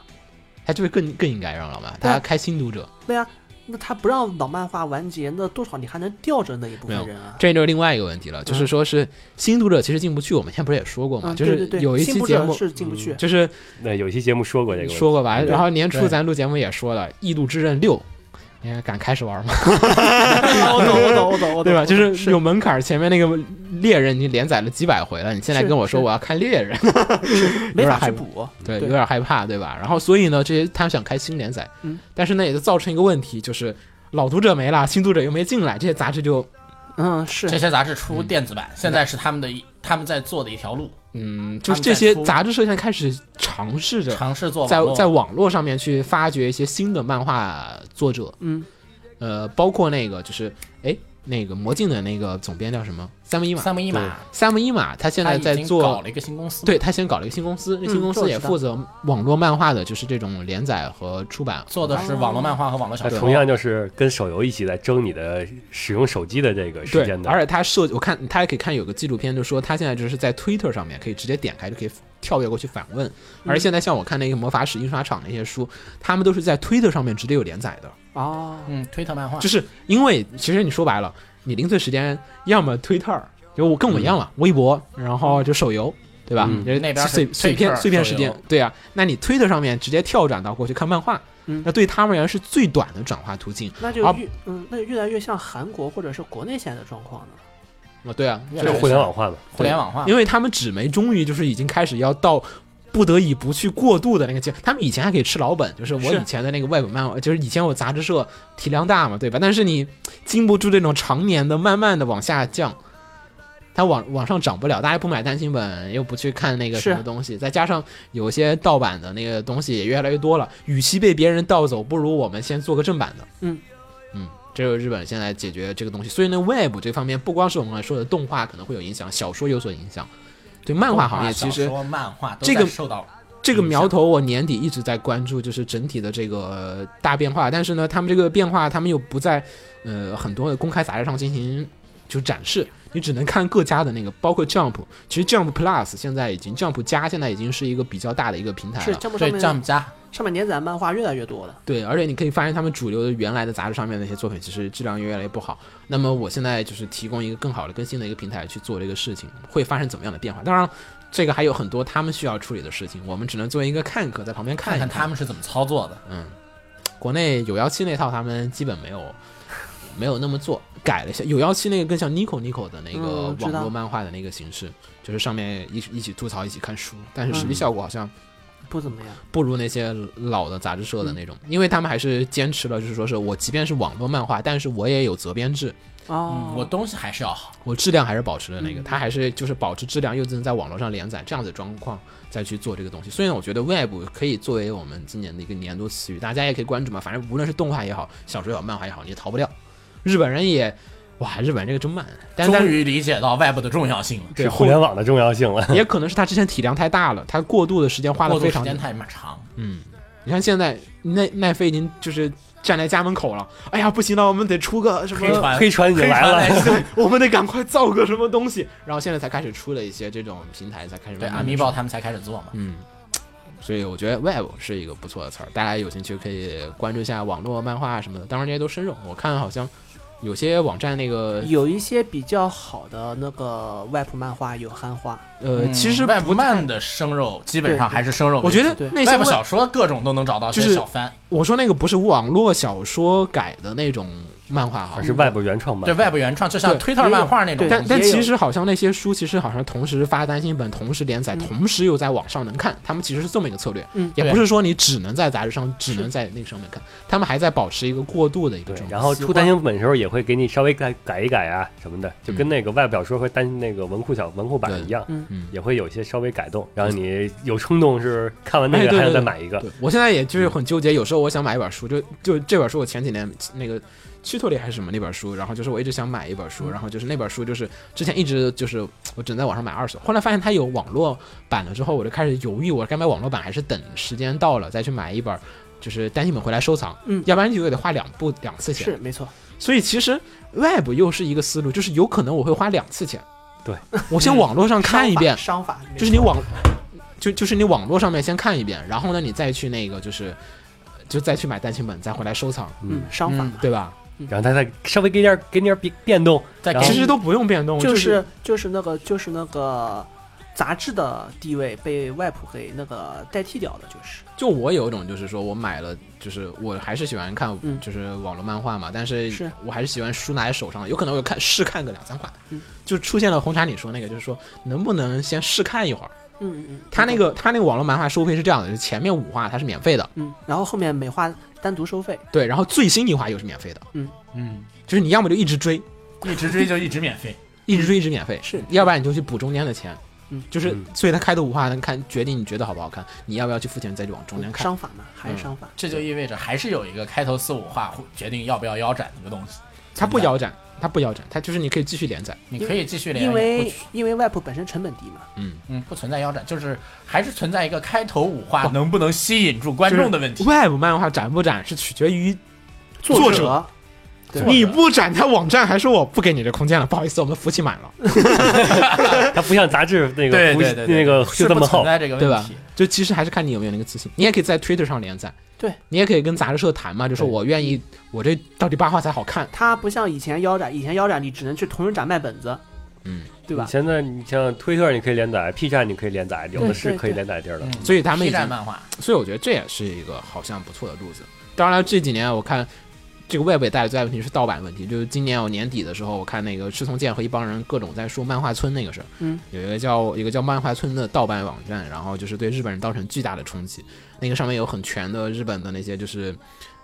它就是更更应该让了吧？
对啊
它开新读者，
对啊，那他不让老漫画完结，那多少你还能吊着那一部分人啊。
这就是另外一个问题了，就是说是新读者其实进不去。我们现在不是也说过嘛，
嗯，
就
对
是
对对
有一
新
期
不
节
者
目嗯
是进不去，
就是
那有期节目说过这个问题，
说过吧，然后年初
对
咱录节目也说了，《异度之刃六》，你看敢开始玩吗？
*laughs* 我懂我懂我哦懂我
*laughs*
懂，
对吧？
我懂
就是有门槛儿，前面那个猎人已经连载了几百回了，你现在
是
跟我说
是
我要看猎
*laughs*
人，
没
有点
法
害
去
怕
补，
对，有
对
点害怕，对吧？然后所以呢，这些他们想开新连载，
嗯
但是呢，也就造成一个问题，就是老读者没了，新读者又没进来，这些杂志就
嗯
这
是
些杂志出电子版，现在是他们的一他们在做的一条路，
嗯，就
他
是
们
这
在
些
出
杂志社现在开始尝试着
尝试做
在
网络
在网络上面去发掘一些新的漫画作者，
嗯，
呃，包括那个就是哎，那个魔镜的那个总编叫什么？三木一马。
三木一马，
三木一马他现在
他
在
已经
做
搞了一个新公司，，
对他先搞了一个新公司，那新
嗯
公司
这我
也
知道
负责网络漫画的，就是这种连载和出版。
做的是网络漫画和网络小
它
说，
同样就是跟手游一起在争你的使用手机的这个时
对
间，的，
而且他设，我看他也可以看有个纪录片，就说他现在就是在 Twitter 上面可以直接点开就可以跳跃过去反问。而现在像我看那个魔法史印刷厂那些书，他们都是在 Twitter 上面直接有连载的，
哦，
嗯，推特漫画
就是因为其实你说白了，你零碎时间要么 Twitter，就我跟我一样了，微博，然后就手游。对吧？
嗯
就是
那边是
嗯碎碎片
Twitter，
碎片时间
手游，
对啊，那你 Twitter 上面直接跳转到过去看漫画，
嗯
那对他们而言是最短的转化途径。
那就
啊
越嗯那就越来越像韩国或者是国内现在的状况了。
啊，对啊，
越
就
来
是
越
互联网化嘛。
互联网化，
因为他们纸媒终于就是已经开始要到不得已不去过度的那个阶，他们以前还可以吃老本，就是我
是
以前的那个外本漫画，就是以前我杂志社体量大嘛，对吧？但是你经不住这种常年的慢慢的往下降。它往往上涨不了，大家不买单行本，又不去看那个什
是
么东西，再加上有些盗版的那个东西也越来越多了，与其被别人盗走，不如我们先做个正版的。
嗯
嗯，这就是日本现在解决这个东西。所以呢，Web 这方面不光是我们刚才说的动画可能会有影响，小说有所影响，对漫画行业其
小
实
说漫画都
这
在
个
受到
这个苗头我年底一直在关注，就是整体的这个呃大变化。但是呢，他们这个变化，他们又不在呃很多的公开杂志上进行就展示，你只能看各家的那个，包括 Jump。其实 Jump Plus 现在已经 Jump 加现在已经是一个比较大的一个平台
是
了。
这么上
对
面
Jump 加
上面连载漫画越来越多了，
对，而且你可以发现他们主流的原来的杂志上面那些作品，其实质量越来越不好。那么我现在就是提供一个更好的、更新的一个平台去做这个事情，会发生怎么样的变化？当然，这个还有很多他们需要处理的事情，我们只能作为一个看客在旁边看
看
一
看他们是怎么操作的，
国内九幺七那套他们基本没有没有那么做，改了一下。有幺七那个更像 Nico Nico 的那个
嗯知
网
道
络漫画的那个形式，就是上面一一起吐槽，一起看书，但是
嗯
实际效果好像
不怎么样。
不如那些老的杂志社的那种，因为他们还是坚持了，就是说是我即便是网络漫画，但是我也有责编制，
哦
嗯，，我东西还是要好。
我质量还是保持了那个，
嗯
它还是就是保持质量，又能在网络上连载这样子的状况再去做这个东西。所以呢，我觉得 Web 可以作为我们今年的一个年度词语，大家也可以关注嘛。反正无论是动画也好，小说也好，漫画也好，你也逃不掉。日本人也，哇，日本人这个真慢，但是
终
但
于理解到外部的重要性了。
对
是互联网的重要性了。
也可能是他之前体量太大了，他过度的时间花的
过渡
非
时
常
间太长，
嗯，你看现在奈奈飞已经就是站在家门口了，哎呀，不行了，我们得出个什
黑
么。
船
黑船已经来
黑船
了，
对，我们得赶快造个什么东西， *laughs* 然后现在才开始出了一些这种平台，才开始
对
慢
阿
慢地
米
出
宝他们才开始做嘛。
嗯，所以我觉得 Web 是一个不错的词儿，大家有兴趣可以关注一下网络漫画什么的。当然这些都深入，我看好像有些网站那个
有一些比较好的那个外部漫画有汉化，
呃，
嗯
其实
外部漫的生肉基本上还是生肉为主，
我觉得
对
那些
外部
外
小说各种都能找到
就
些
是
小番，
我说那个不是网络小说改的那种漫画哈
还。是外部原创版。
对外部原创，就像
对
推特漫画那种
对
东
但
西。
但
也有
其实好像那些书其实好像同时发单行本、同时连载、
嗯
同时又在网上能看，他们其实是这么一个策略，
嗯
也
对
不是说你只能在杂志上、只能在那个上面看，他们还在保持一个过渡的一个
对
状，态。
然后
习
出
惯
单行本的时候也会给你稍微改改一改啊什么的，就跟那个外部小说和单那个文库小文库版
对
一样
嗯，
嗯
也会有一些稍微改动，然后你有冲动是看完那
哎对
个还想
对
再
对
买一个，
对，我现在也就是很纠结，有时候我想买一本书，就就这本书，我前几年那个去托里还是什么那本书，然后就是我一直想买一本
嗯
书，然后就是那本书就是之前一直就是我只能在网上买二手，后来发现它有网络版了之后，我就开始犹豫，我该买网络版还是等时间到了再去买一本。就是单行本回来收藏，
嗯
要不然就得花两步两次钱。
是没错，
所以其实 Web 又是一个思路，就是有可能我会花两次钱。
对，
我先网络上看一遍，
商法，商法
就是你网，就就是你网络上面先看一遍，然后呢，你再去那个就是，就再去买单行本，再回来收藏，
嗯商法
嗯
嘛，
对吧？
然后他再稍微给点给点变变动，
再
然
给
后
其实都不用变动，
就
就是
是就是那个就是那个杂志的地位被外部给那个代替掉了，就是
就我有一种就是说我买了，就是我还是喜欢看
嗯
就是网络漫画嘛，但是
是
我还是喜欢书拿在手上的，有可能我看试看个两三话
嗯，
就出现了红茶你说那个，就是说能不能先试看一会儿？
嗯嗯，
他那个他那个网络漫画收费是这样的，就是前面五话它是免费的，
嗯，然后后面美化单独收费，
对，然后最新一话又是免费的，
嗯，
就是你要么就一直追，
一直追就一直免费。
一直追一直免费，
是
要不然你就去补中间的钱，
嗯
就是
嗯
所以他开的五花能看决定你觉得好不好看，你要不要去付钱再去往中间看，嗯
商法嘛，还是商法，
这就意味着还是有一个开头四五话会决定要不要腰斩这个东西，
它不腰斩，它不腰斩，它就是你可以继续连载，
你可以继续连，
因
也不
为
去
因为外部本身成本低嘛，
嗯，
嗯不存在腰斩，就是还是存在一个开头五话能不能吸引住观众的问题。
外部漫画展不展是取决于作
作
者
者对
你不展，他网站还说我不给你这空间了，不好意思，我们服务器满了，
它不像杂志那个
对
不
对对对
那个
是
就这
不
么
存
厚，
在这个
*laughs* 对
问
吧
题。？
就其实还是看你有没有那个自信，你也可以在 Twitter 上连载，
对
你也可以跟杂志社谈嘛，就说
对
我愿意，我这到底八话才好看，
它不像以前腰斩，以前腰斩你只能去同人展卖本子，
嗯，
对吧？
现在你像推特你可以连载，P 站你可以连载，有的
对
是
对
可以连载地儿的。
嗯
所以他们已
P
经
站漫画
所以我觉得这也是一个好像不错的路子。当然了，这几年我看这个 Web 也带来最大问题是盗版问题，就是今年我年底的时候，我看那个赤松健和一帮人各种在说漫画村那个事儿，
嗯，
有一个叫一个叫漫画村的盗版网站，然后就是对日本人造成巨大的冲击。那个上面有很全的日本的那些就是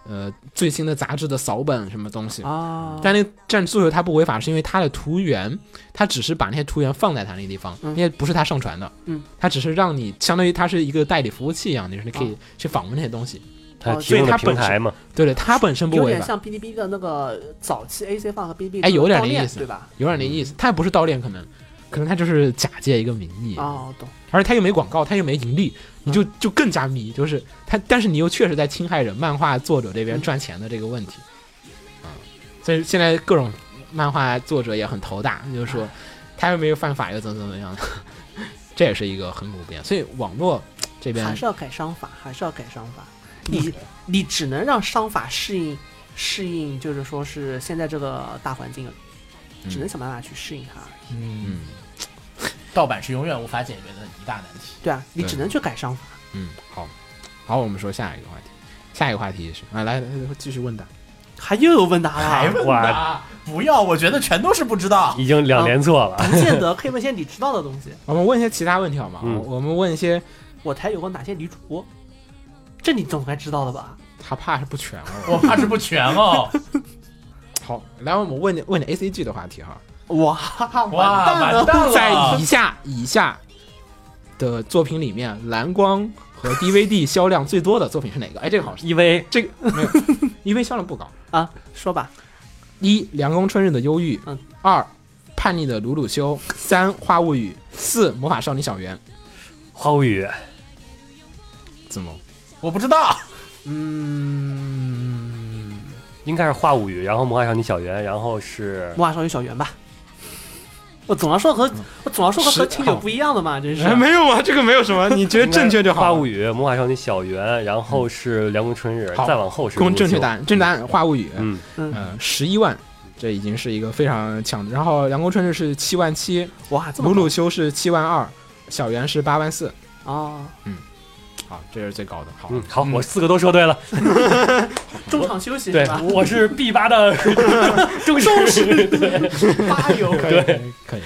呃最新的杂志的扫本什么东西。
啊，
但那个站诉求它不违法，是因为它的图源，它只是把那些图源放在它那个地方，
嗯
那些不是它上传的，
嗯，
它只是让你相当于它是一个代理服务器一样，就是你可
啊
以去访问那些东西。
它
哦
提
所
供
以它
的
本
平
身
台嘛，
对对，它本身不
有
违
点
法，
像哔哩哔哩的那个早期 AC 放和哔哩哔哩
哎有点那
那
意思
对吧？
有点那意思。它也不是盗链，可能可能它就是假借一个名义，
哦，嗯懂，
而且它又没广告，它又没盈利，你就就更加迷，就是它，但是你又确实在侵害着漫画作者这边赚钱的这个问题，嗯，所以现在各种漫画作者也很头大，就是
啊
说他又没有犯法，又怎么怎么样， *laughs* 这也是一个很普遍，所以网络这边
还是要改商法，还是要改商法。你你只能让商法适应适应，就是说是现在这个大环境，只能想办法去适应它而已。
嗯
盗版是永远无法解决的一大难题。
对啊，你
对
只能去改商法。
嗯好，好，我们说下一个话题，下一个话题也是啊，来来来继续问答，
还又有问答了，啊
还问答？不要，我觉得全都是不知道。
已经两连错了。
不见得可以问些你知道的东西。
我们问一些其他问题好吗？
嗯
我们问一些
我台有过哪些女主播？这你总该知道了吧？
他怕是不全了。
我怕是不全哦。
好，来我们问你问你 A C G 的话题哈，
哇，
哇，
完蛋了
完！蛋
在
了
以！下以下的作品里面，蓝光和 D V D 销量最多的作品是哪个？哎，这个好，
因为
这个没有，因为销量不高。
啊，说吧，
一《凉宫春日的忧郁》
嗯
二《叛逆的鲁鲁修》三《花物语》四《魔法少女小圆
花无语，》
怎么？
*laughs* 我不知道，
应该是花无语，然后魔法少女小圆，然后是
《魔法少女小圆》吧。我总要说和我总要说和
是
和亲友不一样的嘛，真是。
嗯哎，没有啊，这个没有什么，你觉得正确就
花
好
无
了。嗯
语，魔法少女小圆，然后是凉宫春日，
好
再往后是
公正确答
案。
案，正确答案《花物语》
嗯，
嗯，十一万，这已经是一个非常强的。然后梁宫春日是七万七，
哇，这么
鲁鲁修是七万二，小圆是八万四。
高哦，
好，这是最高的。好，
嗯，好，我四个都说对了。
中场休息
对
是吧，？
我是 B
*laughs*
八的忠实。对
八友，
可以， *laughs* 可以。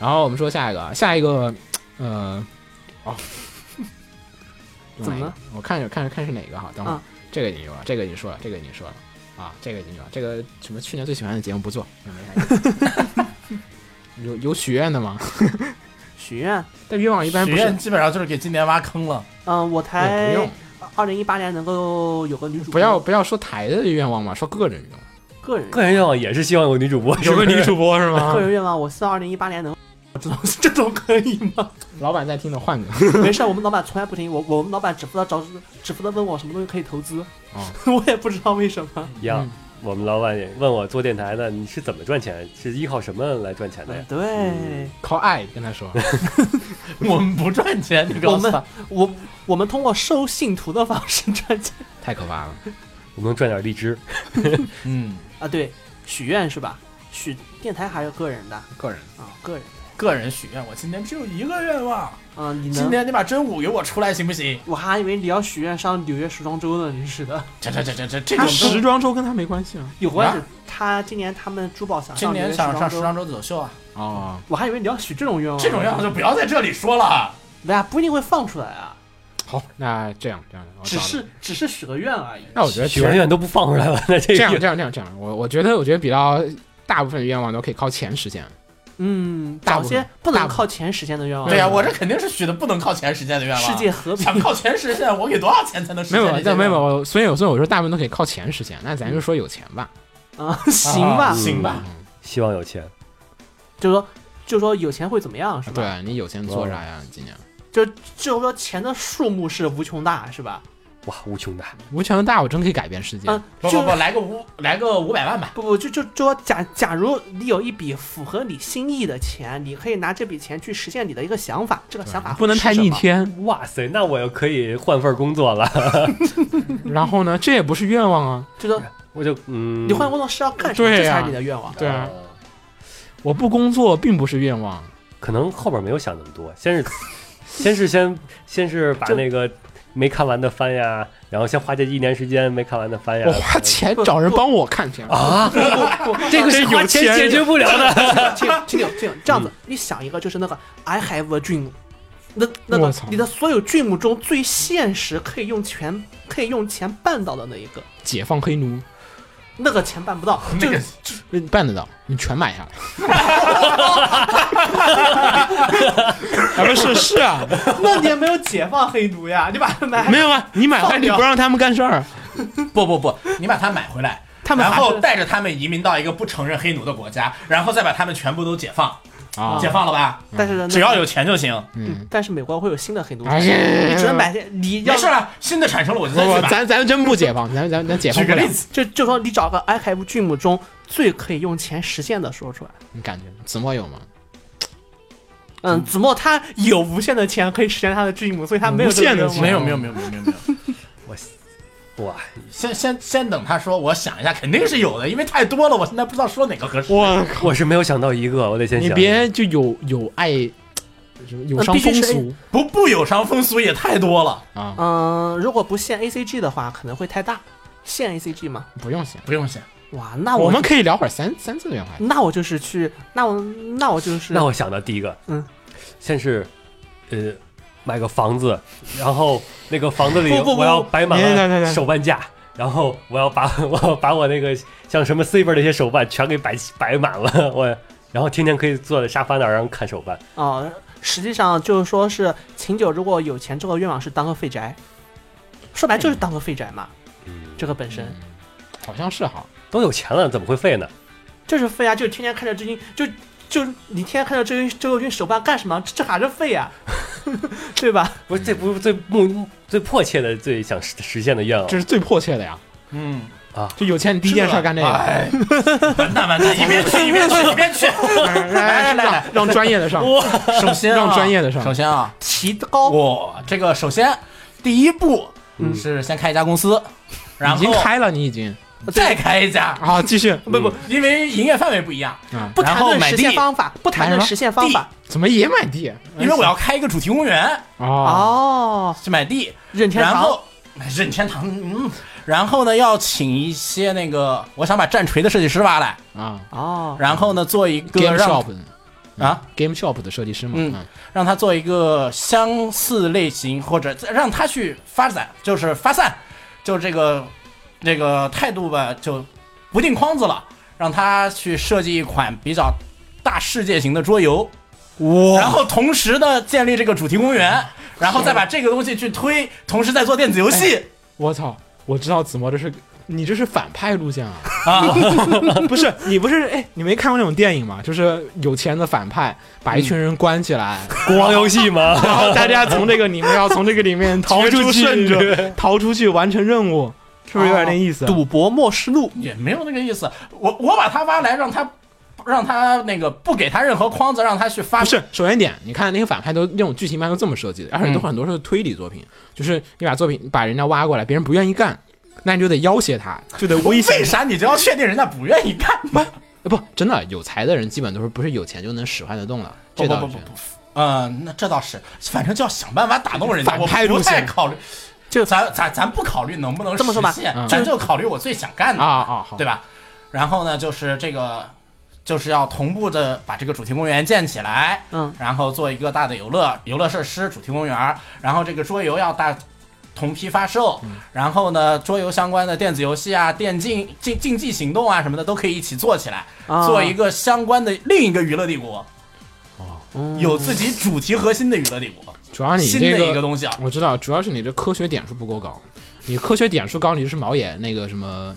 然后我们说下一个，啊，下一个，呃，哦，
怎么了？
我看着看着看是哪个哈？等会儿
啊，
这个已经有了，这个已经说了，这个已经说了啊，这个已经有了，这个什么去年最喜欢的节目不做，没啥意
*laughs*
思有有许愿的吗？ *laughs*
许愿。
但愿望一般
许
不是，
愿基本上就是给今年挖坑了。
嗯，我
也
台
不用。
二零一八年能够有个女主播，
不要不要说台的愿望嘛，说个人愿啊望。
个人
个人愿望也是希望有女主播，是不是
主播是
个人愿望，我希望二零一八年能。这种这种可以吗？
*laughs* 老板在听的换个。
没事，我们老板从来不听我，我们老板只负责找，只负责问我什么东西可以投资，
啊
*laughs* 我也不知道为什么。
*laughs*
嗯
一样。我们老板也问我做电台的，你是怎么赚钱？是依靠什么来赚钱的呀？
对，
靠爱跟他说，
*laughs* 我们不赚钱，你告
我
诉
们
他，
我我们通过收信徒的方式赚钱
太可怕了。
我们能赚点荔枝，
嗯，
啊，对，许愿是吧？许电台还有 *laughs* 个人的啊、
个人
个人，
个人许愿，我今年只有一个愿望，
啊、你
今
能？
年你把真武给我出来行不行？
我还以为你要许愿上纽约时装周呢，真是的。
这这这这这这
他
种
时装周跟他没关系啊。
有关系
啊，
他今年他们珠宝想
今
上纽约
年
时
想上
装
时
周，
装周走秀啊，
哦，
我还以为你要许这种愿望。
哦这种愿望就不要在这里说了。
对啊，不一定会放出来啊，
好，那这样这样，
哦
我
只
找了
是只是许个愿而已。
那我觉得
许完愿都不放出来了。那这
这
个
样这样这样这样，我我觉得我觉得比较大部分愿望都可以靠钱实现。
嗯，
大
找
部分
些不
大部分
能靠钱实现的愿望。
对呀、我这肯定是许的不能靠钱实现的愿望。
世界和平
想靠钱实现，我给多少钱才能实
没
现
有
这
没
些
有
愿望？
没有，我所以所以我说大部分都可以靠钱实现。那咱就说有钱吧。
啊，行吧
啊，行吧，
嗯希望有钱，
就是说就是说有钱会怎么样是吧？嗯
对啊，你有钱做啥呀？你今年
就就是说钱的数目是无穷大是吧？
哇，无穷大。
无穷大，我真可以改变世界。
嗯，
不
就
不不，来个五来个五百万吧。
不不，就就就说假假如你有一笔符合你心意的钱，你可以拿这笔钱去实现你的一个想法，这个想法
不能
是
太
什
逆
么。
天。
哇塞，那我又可以换份工作了。
然后呢，这也不是愿望啊。
就说
我就嗯，
你换工作是要干什么？
对呀
这才是你的愿望。
对啊，我不工作并不是愿望。
可能后边没有想那么多，先是先是先先是把那个没看完的翻呀，然后先花这一年时间没看完的翻呀。
我花钱找人帮我看
哦
片，
啊，
不不，呃
这个是花钱解决不了的。
听听听听，这样
嗯
子，你想一个就是那个 I have a dream，那那
我
个
操
你的所有 dream 中最现实可以用钱可以用钱办到的那一个，
解放黑奴，
那个钱办不到，
那个
你办得到，你全买下来。啊，不是是 *laughs* 啊，
那你也没有解放黑奴呀，你把它买
没有啊，你买回来
放
你
掉
不让他们干事儿，
不不不，你把它买回来，
他们
然
还
后
是
带着他们移民到一个不承认黑奴的国家，然后再把他们全部都解放，
啊
解放了吧？
*laughs* 但是呢，
只要有钱就行。
嗯，但是美国会有新的黑奴，
哎呀
你只能买些，你要
没事了，新的产生了我就
不
再去
不，
买。
咱咱真不解放，咱咱咱解放
举
不
个
了
例。子，
就就说你找个 I have dream 中最可以用钱实现的说出来。
你感觉子墨有吗？
嗯，子墨他有无限的钱可以实现他的 dream，所以他没有
无限的
这个愿望
钱
没有没有没有没有没有没有，
哇，
先 *laughs* 先先等他说，我想一下，肯定是有的，因为太多了，我现在不知道说哪个合适。
我
我是没有想到一个，我得先
你
想。
别就有有爱，有伤
必须
风
是
俗
不不有伤风俗也太多了，
啊，
嗯，如果不限 A C G 的话，可能会太大。限 ACG 吗？
不用写。
不用 *laughs* 写，
哇，那
我
我
们可以聊会儿三三次元话题。
那我就是去，那我那我就是
那我想到第一个，
嗯，
先是呃买个房子，然后那个房子里
不不不嗯
我要摆满
别别别
了
别
手办架，然后我要把 *laughs* 我要把我那个像什么 C 本那些手办全给摆摆满了， *laughs* 我然后天天可以坐在沙发那儿然后看手办，
哦，实际上就是说是秦九如果有钱之后，愿望是当个废宅，说白就是当个废宅嘛。
嗯，
这个本身
好像是哈，
都有钱了怎么会废
嗯
呢？
就是废啊，就天天看着周军，就就你天天看着周军周军手办干什么？这这还是废呀、 *laughs* 对吧？
不是，这不是最目最迫切的、最想实实现的愿望
这是最迫切的呀。
嗯，
就有钱，你第一件事儿干这个。
哎，完蛋完蛋，一边去一边去一边去，
哎来来来，让专业的上，
*laughs* 首先啊
让专业的上
首先啊，
提高
我这个首先第一步
嗯
是先开一家公司，然
已经
后
开了，你已经
再开一家，
啊，继 *laughs* 续
不不，因为营业范围不一样，
啊，
不
然
谈
后
论
买
实
地
现，方法，不
买
谈
什
论
么
实现方法。
怎么也买地？啊
因为我要开一个主题公园，
哦，
哦，
去买地，
任天
然
堂
后任天堂，嗯，然后呢要请一些那个，我想把战锤的设计师挖来，
啊
哦，
然后呢做一个
，Game
让
Shop
啊
嗯，Game Shop 的设计师嘛，
嗯让他做一个相似类型，或者让他去发展，就是发散，就这个这个态度吧，就不定框子了，让他去设计一款比较大世界型的桌游，
哇
然后同时呢建立这个主题公园，然后再把这个东西去推，同时再做电子游戏
我操，我知道子墨这是你这是反派路线啊！
啊，
*laughs* 不是你不是哎，你没看过那种电影吗？就是有钱的反派把一群人关起来，
*laughs* 国王游戏吗？
*laughs* 然后大家从这个里面要从这个里面逃出胜者，逃出去完成任务，是不是有点那意思？啊
赌博默示录
也没有那个意思。我我把他挖来，让他让他那个不给他任何框子，让他去发
不是，首先一点，你看那些反派都那种剧情漫都这么设计的，而且都
嗯
很多是推理作品，就是你把作品把人家挖过来，别人不愿意干，那你就得要挟他，就得威胁
为啥 *laughs* 你就要确定人家不愿意干？
呃不，真的有才的人基本都是不是有钱就能使唤得动了，
不
这
不
倒
不
是
不不，嗯，那这倒是，反正就要想办法打动人家。
反
我
派路
不太
线
考虑，
就
咱咱咱不考虑能不能
这么说吧
实现
嗯
咱就考虑我最想干
啊
的，
啊好，
对吧？然后呢，就是这个，就是要同步的把这个主题公园建起来，
嗯，
然后做一个大的游乐游乐设施主题公园，然后这个桌游要大。同批发售，然后呢，桌游相关的电子游戏啊、电竞竞竞技行动啊什么的都可以一起做起来，
啊
做一个相关的另一个娱乐帝国。
嗯
有自己主题核心的娱乐帝国，
主要你
新
这
的一个东西啊。
我知道，主要是你这科学点数不够高，你科学点数高，你就是毛爷那个什么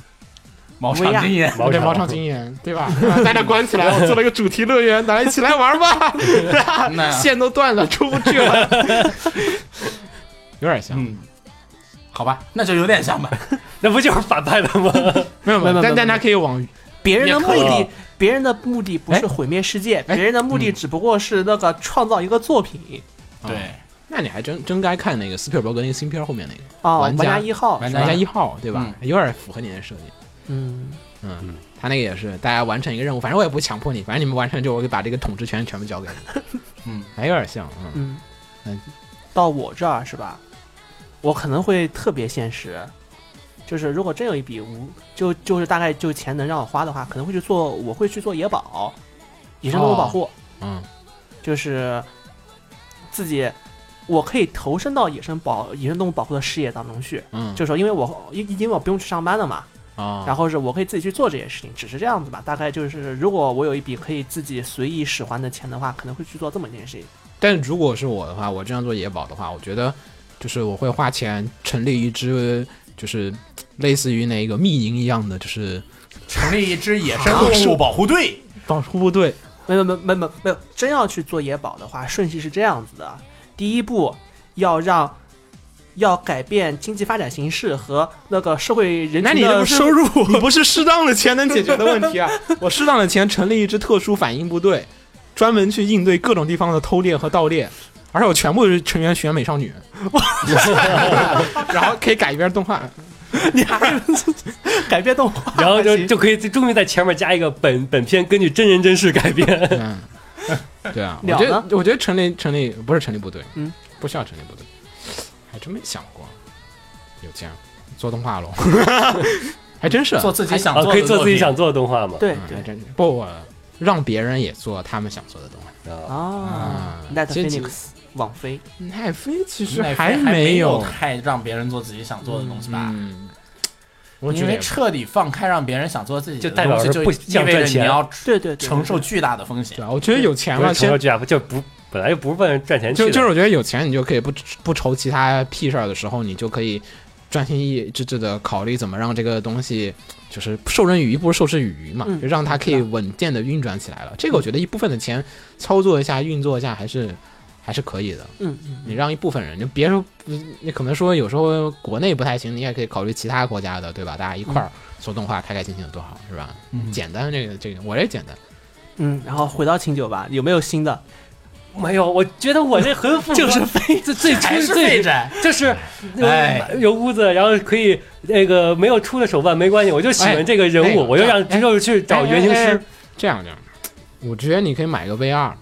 毛场经验，
毛
对
场
毛场经验，对吧？ *laughs* 大家关起来，我做了个主题乐园，大家一起来玩
那
吧，线都断了，出不去了， *laughs* 有点像，
嗯，好吧，那就有点像吧。
那不就是反派的
*laughs*
吗？
没有没
没
有，
有没
但
有
但他可以往
别人的目
也可
的
以，
别人的目的不
哎
是毁灭世界，
哎
别人的目的只不过是那个创造一个作品。
嗯
对，
啊那你还真真该看那个斯皮尔伯格那个新片后面那个
哦，
玩
玩
家
家一号，
玩
《
家
玩家一号》，对吧？有点符合你的设计。
嗯，
嗯，他那个也是，大家完成一个任务，反正我也不强迫你，反正你们完成之后，我就把这个统治权全部交给你。
嗯，
还有点像，嗯，
嗯
嗯，
到我这儿是吧？我可能会特别现实，就是如果真有一笔无，就就是大概就钱能让我花的话，可能会去做，我会去做野保，野生动物保护，
嗯，
就是自己我可以投身到野生保野生动物保护的事业当中去。
嗯，
就是说，因为我因因为我不用去上班了嘛，
啊，
然后是我可以自己去做这些事情，只是这样子吧。大概就是，如果我有一笔可以自己随意使唤的钱的话，可能会去做这么一件事情。
但如果是我的话，我这样做野保的话，我觉得就是我会花钱成立一支，就是类似于那个密营一样的，就是
成立一支野生动物保护队，
保护部队。
没有没有没有没有没有，真要去做野保的话，顺序是这样子的：第一步要让要改变经济发展形势和那个社会人
那你
群
这
的
不是 *laughs*
收入。
你不是适当的钱能解决的问题啊！我适当的钱成立一支特殊反应部队，专门去应对各种地方的偷猎和盗猎，而且我全部是成员选美少 *laughs* 女，然后可以改一遍动画。
你还 *laughs* 改变动
*laughs*
画，
然后就
行
就可以终于在前面加一个本本片根据真人真事改编。
*laughs*
嗯，对啊，我
了
觉得
呢
我觉得成立成立不是成立部队，
嗯，
不需要成立部队，还真没想过有这样。做动画
*laughs*
龙，还真是
嗯做自己想
啊，
做
可以
的
做
作
自己
品。
想做的动画嘛？
对
嗯还
对
真是不我让别人也做他们想做的东西
啊，
啊
啊。
，Net
其实
Phoenix 网飞，
奈飞其实
奈飞
还
还没
有
太让别人做自己想做的东西吧？
嗯，我觉
因
得
为
也不
彻底放开让别人想做自己
就
的
代表
东西，
是
就
不
意
想
味着
赚
你
钱
要
对对对，
承受
对
巨大的风险
对。啊，我觉得有钱
不
了，
是
先
成这样，就不本来就不是奔着赚钱去
就
的，
就是我觉得有钱，你就可以不不愁其他屁事儿的时候，你就可以专心一致致的考虑怎么让这个东西就是授人以鱼不如授之以渔嘛，
嗯
就让它可以稳健的运转起来了。这个我觉得一部分的钱操作一下、运作一下还是还是可以的。
嗯嗯
你让一部分人，就别说嗯你可能说有时候国内不太行，你也可以考虑其他国家的，对吧？大家一块儿做动画，开开心心的多好，是吧？
嗯
简单这个这个，我这简单。
嗯，然后回到清酒吧，有没有新的？
没有，我觉得我这很符合，
就是
最最
还
最
是废
最
宅，
就是呃
哎
有有屋子，然后可以那个没有出的手办没关系，我就喜欢这个人
哎
物，
哎
我就让
哎
就是去找原型
哎哎哎
师。
这样这样，我觉得你可以买个 VR，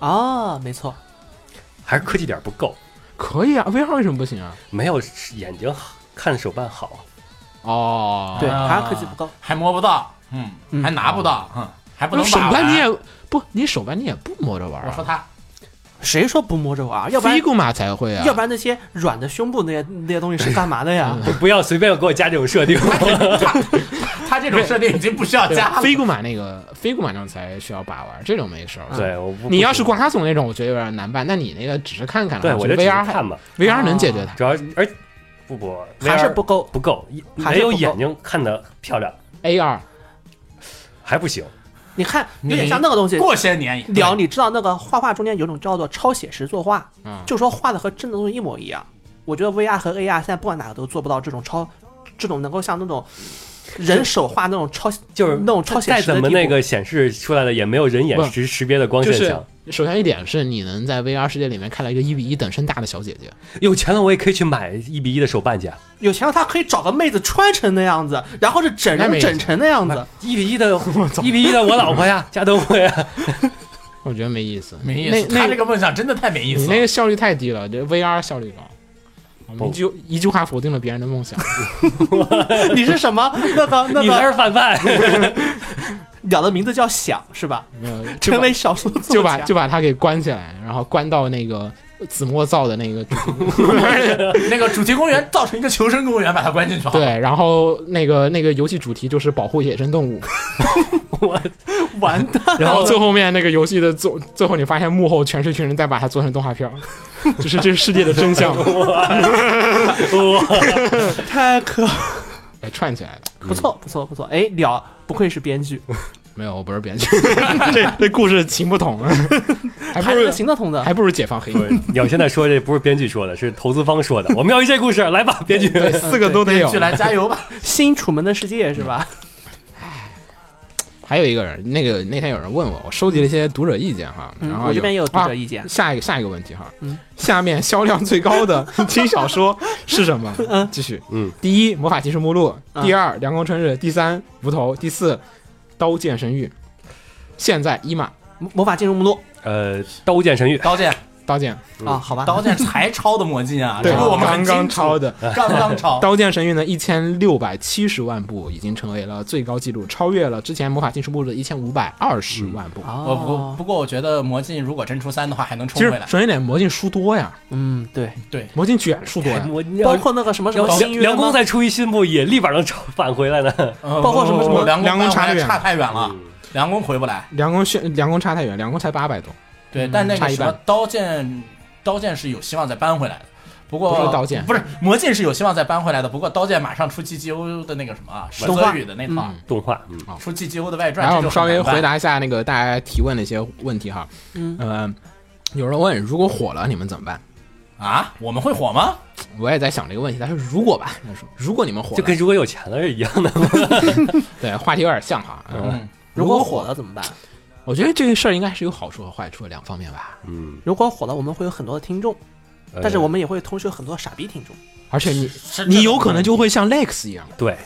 哦，没错，
还是科技点不够，
可以啊，VR 为什么不行啊？
没有眼睛好看手办好，
哦，
对，
啊
还是科技不高。
还摸不到，嗯，
嗯
还拿不到，嗯，还不能
手
把
办
玩
你也不，你手办你也不摸着玩
我说
啊，
他
谁说不摸着玩儿？要不然
飞古玛才会啊，
要不然那些软的胸部那些那些东西是干嘛的呀？
就不要随便给我加这种设定。
哎
他这种设定已经不需要加了，
飞古玛那个飞古玛那种才需要把玩，这种没事儿。
*laughs*
啊
对，我不
你要是逛卡总那种，我觉得有点难办。那你那个只是看看了，啊
对我
我
就
觉
只
得
是
VR 还
看吧，
VR
啊
能解决它。
主要而不不
还是
VR
不够。
不够，
还是
没有
不够
眼睛看的漂亮
AR
还不行。
你看，有
你
点像那个东西。
过些年
聊，你知道那个画画中间有种叫做超写实作画，
啊，
就说画的和真的东西一模一样。我觉得 VR 和 AR 现在不管哪个都做不到这种超，这种能够像那种人手画那种超，
就是
那种超写
再
实的
怎么
地步
那个显示出来的，也没有人眼
不
识识别的光
就
线
是
强。
首先一点是你能在 VR 世界里面看到一个一比一等身大的小姐姐，
有钱了，我也可以去买一比一的手办去。啊
有钱了他可以找个妹子穿成那样子，然后是整
那没
人
意
整成那样子。
一比一的，一比一的， *laughs* 我老婆呀，加啊灯会呀，
我觉得没意思，
没意思，
那
他
那
这个梦想真的太没意
你
思啊
那
了
个。效率太低了，这 VR 效率高。我们
不
一句一句话否定了别人的梦想。
你是什么？
*laughs*
那个那
你才
个
是反 *laughs* 派。
鸟的名字叫响是吧？
没
*laughs*
有就把
成为小说作
就把
家
就把他给关起来，然后关到那个子墨造的那个主 *laughs* 题
那个主题公园造成一个求生公园，把它关进去。好了，
对，然后那个那个游戏主题就是保护野生动物，
完蛋。
然
*laughs*
后最后面那个游戏的最最后你发现幕后全是一群人在把它做成动画片儿， *laughs* 就是这是世界的真 *laughs* 相
哇
太可
哎串起来的。
不错不错不错，哎，鸟不愧是编剧，
没有，我不是编剧， *laughs* 这这故事行不通， *laughs* 还不
还
如
是行得通的。
还不如解放黑
不。是 *laughs* 鸟现在说这不是编剧说的，是投资方说的。我们要一这故事，来吧，编剧。
对，四个都得有
去。来加油吧！
新《楚门的世界》是吧？
还有一个人，那个那天有人问我，我收集了一些读者意见哈，
嗯
然后
我这边也有读
啊
者意见。
下一个下一个问题哈，
嗯
下面销量最高
*laughs*
的轻小说是什么？继续，
嗯，
第一《魔法骑士目录》，
嗯
第二《凉宫春日》，第三《无头》，第四《刀剑神域》。现在一码
魔魔法进入目录
呃，刀剑神域，
刀剑，
刀剑，
嗯
啊，好吧。
刀剑才抄的魔镜啊，
对，
这个我们
刚
很
刚
清
超
楚，
的
*laughs*
《
刚刚抄。
刀剑神域》呢，一千六百七十万部，已经成为了最高纪录，超越了之前《魔法骑士目录》的一千五百二十万部。
我不
哦，
不过我觉得魔镜如果真出三的话，还能
其
冲
实
回来。
首先一点，魔镜书多呀，
嗯，对，
对，
魔镜卷书多
哎
呀，
哎我
包
要
括那个什么什
要
么
梁
星
梁
月
公
吗？
再出一新部，也立马能找返回来呢。
包
包括什么什么
梁
梁公
公
差
差
远
差太远了
嗯，
梁公回不来。
梁宫炫梁宫差太远，梁宫才八百多，
对，但那
嗯差
个
一
什么
半
刀剑，刀剑是有希望再扳回来的。不过
不是刀剑
不是魔镜是有希望再扳回来的。不过刀剑马上出 GGO 的那个什么啊，石
动画
泽宇的那套、
嗯
动画，嗯
出 GGO 的外传，
然后我
这
们
就
稍微
很难办
回。答一下那个大家提问的一些问题哈。
嗯
呃，有人问如果火了你们怎么办？
啊，我们会火吗？
我也在想这个问题。他说如果吧，他说如果你们火
就
了
跟，如果有钱了是一样的。
对话题有点像哈。嗯，
嗯，
如果火了怎么办？
我觉得这个事儿应该是有好处和坏处两方面吧。
嗯，
如果火了，我们会有很多的听众，
呃
但是我们也会同时有很多傻逼听众。
而且你
是
你有可能就会像 Lex 一样，
呃对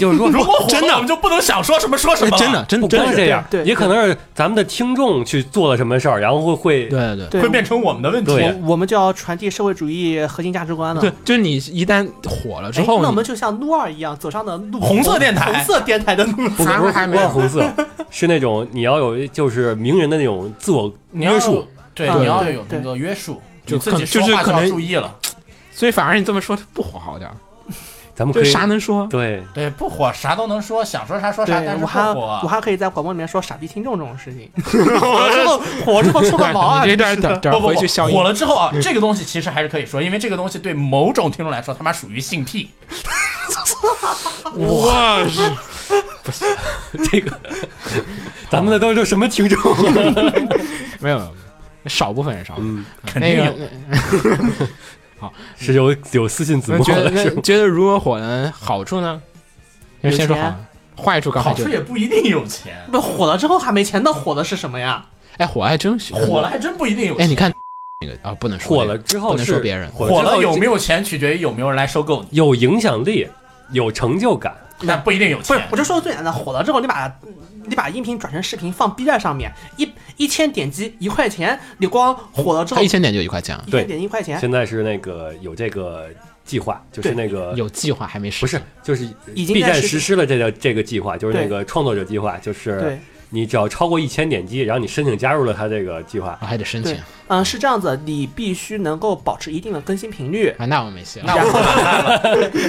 就是说，
如果火了
真的
我们就不能想说什么说什
哎
么了，
真的，真
不
的
光
真
是
的
这样，
对对
也可能是咱们的听众去做了什么事儿，然后会会
对对。
对，
会变成我们的问题。
对
我我们就要传递社会主义核心价值观了。
对，就是你一旦火了之
哎，
后，
那我
你
们就像鹿儿一样走上了路
红色电台
红色电台的路。
不是不是不是红色，是那种你要有就是名人的那种自我
你要
约束，
对，
对
你要
对
有
对
那个约束，
嗯就
你自
可
己
就
说
是
话
可
要
能
注意了。
所以反而你这么说，它不火好点儿，
咱们可
就
以
啥能
*laughs*
说？
对
对，不火啥都能说，想说啥说啥，
对
但，是
我
不
还我
火。
还可以在广播里面说傻逼听众这种
*laughs*
事情。火了之后，火了之后出个毛
*laughs*
啊！
你这段
真是的
等
不
等
不
回
不
去消，音
火。了之后啊，这个东西其实还是可以说，因为这个东西对某种听众来说，他妈属于性癖。
哇，是
这个，咱们的都是什么听众？啊
没有没有，少部分人少。
嗯，
肯
那
定有
个
是有有私信子
那
墨
觉得
的，是吧
那觉得如何火呢？好处呢？
有
先说好
钱，
坏处刚才
好
就
处也不一定有钱，
不火了之后还没钱，那火的是什么呀？
哎火还真行
火了。还真不一定有
哎，你
钱。
看那个啊，不能说这个
火了之
不
后
能
是
说别人
火了有没
有
有钱，取决于有没有人来收购你，
有影响力，有成就感？
但不一定有
不是
钱，
我。就说最难的，火了之后你把你把音频转成视频放 B 站上面，一一千点击一块钱，你光火了之
他
后
一千点就一块钱啊，
一
对
千点击一块钱，
现在是那个有这个计划，就是那个
有计划还没实
不
施
是，就是
已经
B
在
站
实
实施了这个这个计划，就是那个创作者计划，就是
对。
你只要超过一千点击，然后你申请加入了他这个计划，
啊，还得申请
对，嗯，是这样子，你必须能够保持一定的更新频率，
啊，那我没戏了
那。我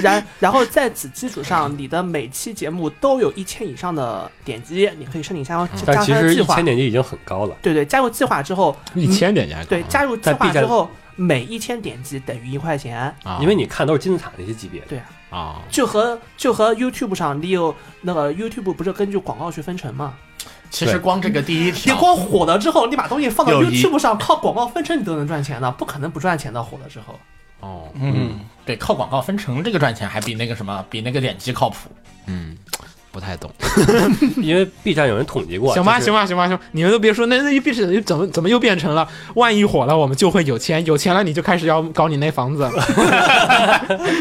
*laughs*
然然后在此基础上，你的每期节目都有一千以上的点击，你可以申请加入
但
加
其
入
实
计
一
划
千。点击已经很高了。
对对，加入计划之后，
一千点你还
对
搞
加入计
在 B
划
站
之后，每一千点击等于一块钱，
啊，
因为你看都是金字塔那些级别的，
对啊，
啊，
就和就和 YouTube 上你有那个 YouTube 不是根据广告去分成吗？
其实光这个第一
你
条，
光火了之后，你把东西放到
有一
YouTube 上靠广告分成，你都能赚钱的，不可能不赚钱的。火了
*laughs*
之后，
哦，
嗯，对，靠广告分成这个赚钱还比那个什么，比那个点击靠谱。
嗯，不太懂。
因为 B 站有人统计过，
行吧，
就是
行吧，行吧，行吧，你们都别说，那那一变成怎么怎么又变成了？万一火了，我们就会有钱，有钱了你就开始要搞你那房子， *laughs*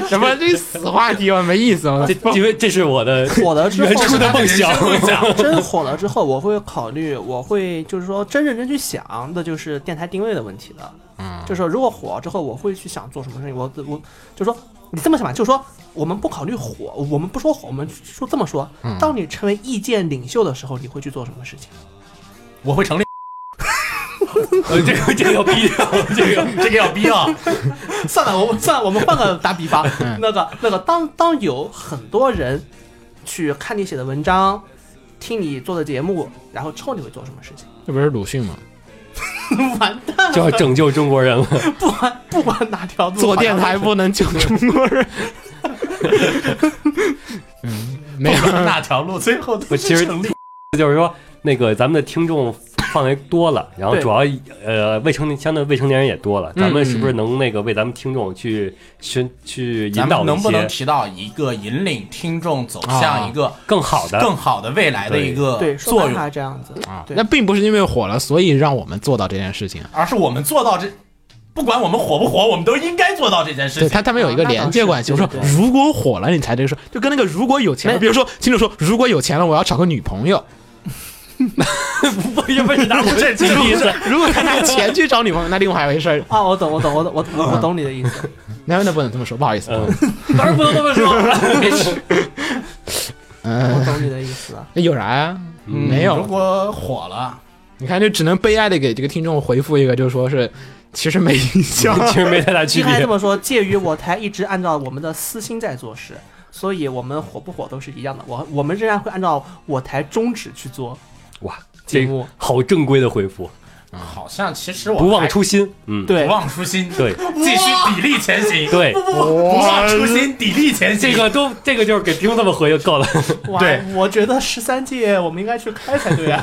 什么这死话题，我没意思。我
这因为这是我的
火了之后
原初的梦想。
*laughs* 真 *laughs* 火了之后，我会考虑，我会就是说真认真去想的，就是电台定位的问题的。
嗯
就是说如果火了之后，我会去想做什么事情。我我就说你这么想吧，就是说我们不考虑火，我们不说火，我们说这么说，
嗯
当你成为意见领袖的时候，你会去做什么事情？
我会成立，
呃这个这个要逼掉，这个
这个要逼啊！
算了，我们算了，我们换个打
*laughs*
比方，
嗯
那个那个，当当有很多人去看你写的文章，听你做的节目，然后之后你会做什么事情？ *laughs*
这不是鲁迅吗？
完
*laughs*
蛋，
就要拯救中国人了。
不管不管哪条路，
做电台不能救中国人。嗯，没有，
那条路最后都
我其
是
实
成立。
就是说，那个咱们的听众范围多了，然后
对
主要呃未成年相对未成年人也多了，咱们是不是
嗯
能那个为咱们听众去宣去
咱
引导
们
一
能不能
些
提到一个引领听众走
啊
向一个
更好的？
更好的未来的
对
一个
说
作
白
用，
话这样子
啊，
对
那并不是因为火了，所以让我们做到这件事情。啊
而是我们做到这，不管我们火不火，我们都应该做到这件事
对
情。
他，他们有一个
啊那倒
连接
是
关系。我
对
说
对，
如果火了，你才这个事儿，就跟那个如果有钱了，比如说秦主说，如果有钱了，我要找个女朋友。
我原本是拿我这举例子，
如果他拿钱去找女朋友，那另外一回事儿。
啊，我懂，我懂，我懂，我我我懂你的意思。
那那不能这么说，不好意思。啊
嗯，当然不能这么说。
我
*laughs* 嗯，
懂你的意思。
那有啥呀？
嗯
没
如
有。
果火了，
你看，就只能悲哀的给这个听众回复一个，就是说是其实没影响。
*laughs*
*laughs*
其实没太大
其
区
实还这
别。
么说，介于我台一直按照我们的私心在做事，所以我们火不火都是一样的。我我们仍然会按照我台宗旨去做
哇，
节
这
目。
好正规的回复，
好像其实我
不忘
还
初心。嗯，
对
不，忘初心，
对
继续砥砺前行。
对
不不不，不忘初心，砥砺前行。
这个都这个就是给听众他们回就够了。 *laughs*
哇
对，
我觉得十三届我们应该去开才对啊。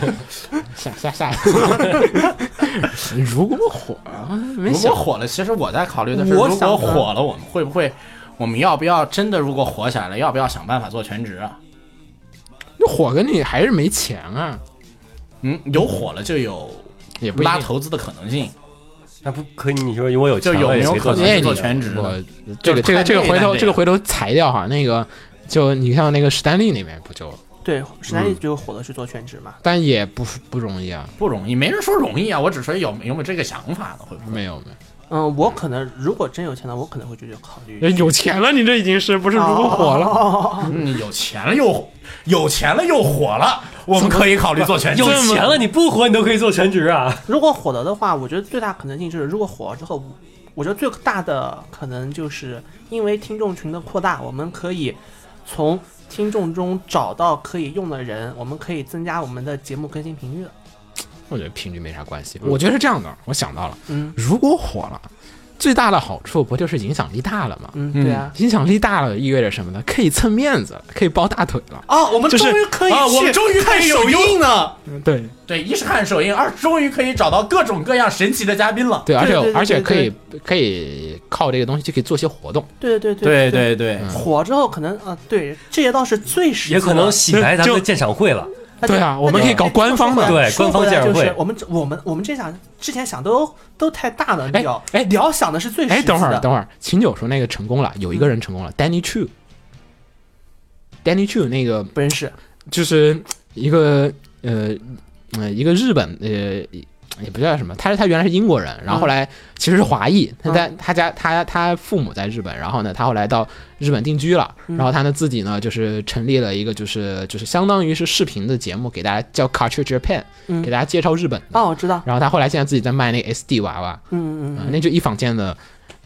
下下下。如果火了，没
如
想
果火了，其实我在考虑的是，
我
如
想
果火了，我们会不会，我们要不要真的如果火起来了，要不要想办法做全职啊？
那火跟你还是没钱啊，
嗯，有火了就有
也不一定
拉。投资的可能性。
那不可以？你说我有钱
就有
了也
没有
谁
可
做
能
呢
哎
做
你
全职的
我这个
就是
这个这个
看内
回
战
头
这
这个
样
回头裁掉哈，那个就你像那个史丹利那边不就，
对，史丹利就火了去做全职嘛。
但也不不容易啊，
不容易，没人说容易啊，我只说有没有没有这个想法呢，会不会？
没有没有。
嗯，我可能如果真有钱了，我可能会去考虑。
哎有啊钱了，你这已经是不是如果火了？
了，
嗯，有钱了又有钱了又火了，我们可以考虑做全职
有。钱了你不活你都可以做全职啊！
如果火了的话，我觉得最大可能性就是，如果火了之后，我觉得最大的可能就是因为听众群的扩大，我们可以从听众中找到可以用的人，我们可以增加我们的节目更新频率了。
我觉得频率没啥关系。我觉得是这样的，我想到了，
嗯
如果火了，最大的好处不就是影响力大了吗？
嗯，对啊。
影响力大了意味着什么呢？可以蹭面子，可以抱大腿了。
哦，我们
就是
终于可以
啊我们
去
终于可
看
以有
首映了。
对
对，一是看首映，二是终于可以找到各种各样神奇的嘉宾了。
对，而且
对对对
而且
对
可以可以靠这个东西就可以做一些活动。
对对对。
对对，
火之后可能啊，对，这些倒是最实际
也
的。
可能洗白咱们的鉴赏会了，
那就
对啊
那
我们
就
可以搞官方的
说回来
对
说
官方
回来
见面
就是
会
我们我们我们这想之前想都都太大了，
哎
聊
哎
聊想的是最
哎，
实际的
等
嗯
会儿等会儿，秦九说那个成功了，有一个人成功了，Danny Chu。Danny Chu 那个
不认识，
就是一个呃呃一个日本呃。也不叫什么，他是他原来是英国人，
嗯
然后后来其实是华裔，他在他家他他父母在日本，然后呢他后来到日本定居了，
嗯
然后他呢自己呢就是成立了一个就是就是相当于是视频的节目给大家叫 Culture Japan，
嗯
给大家介绍日本的，
哦，我知道，
然后他后来现在自己在卖那个 SD 娃娃，
嗯嗯
呃
嗯
那就一坊间的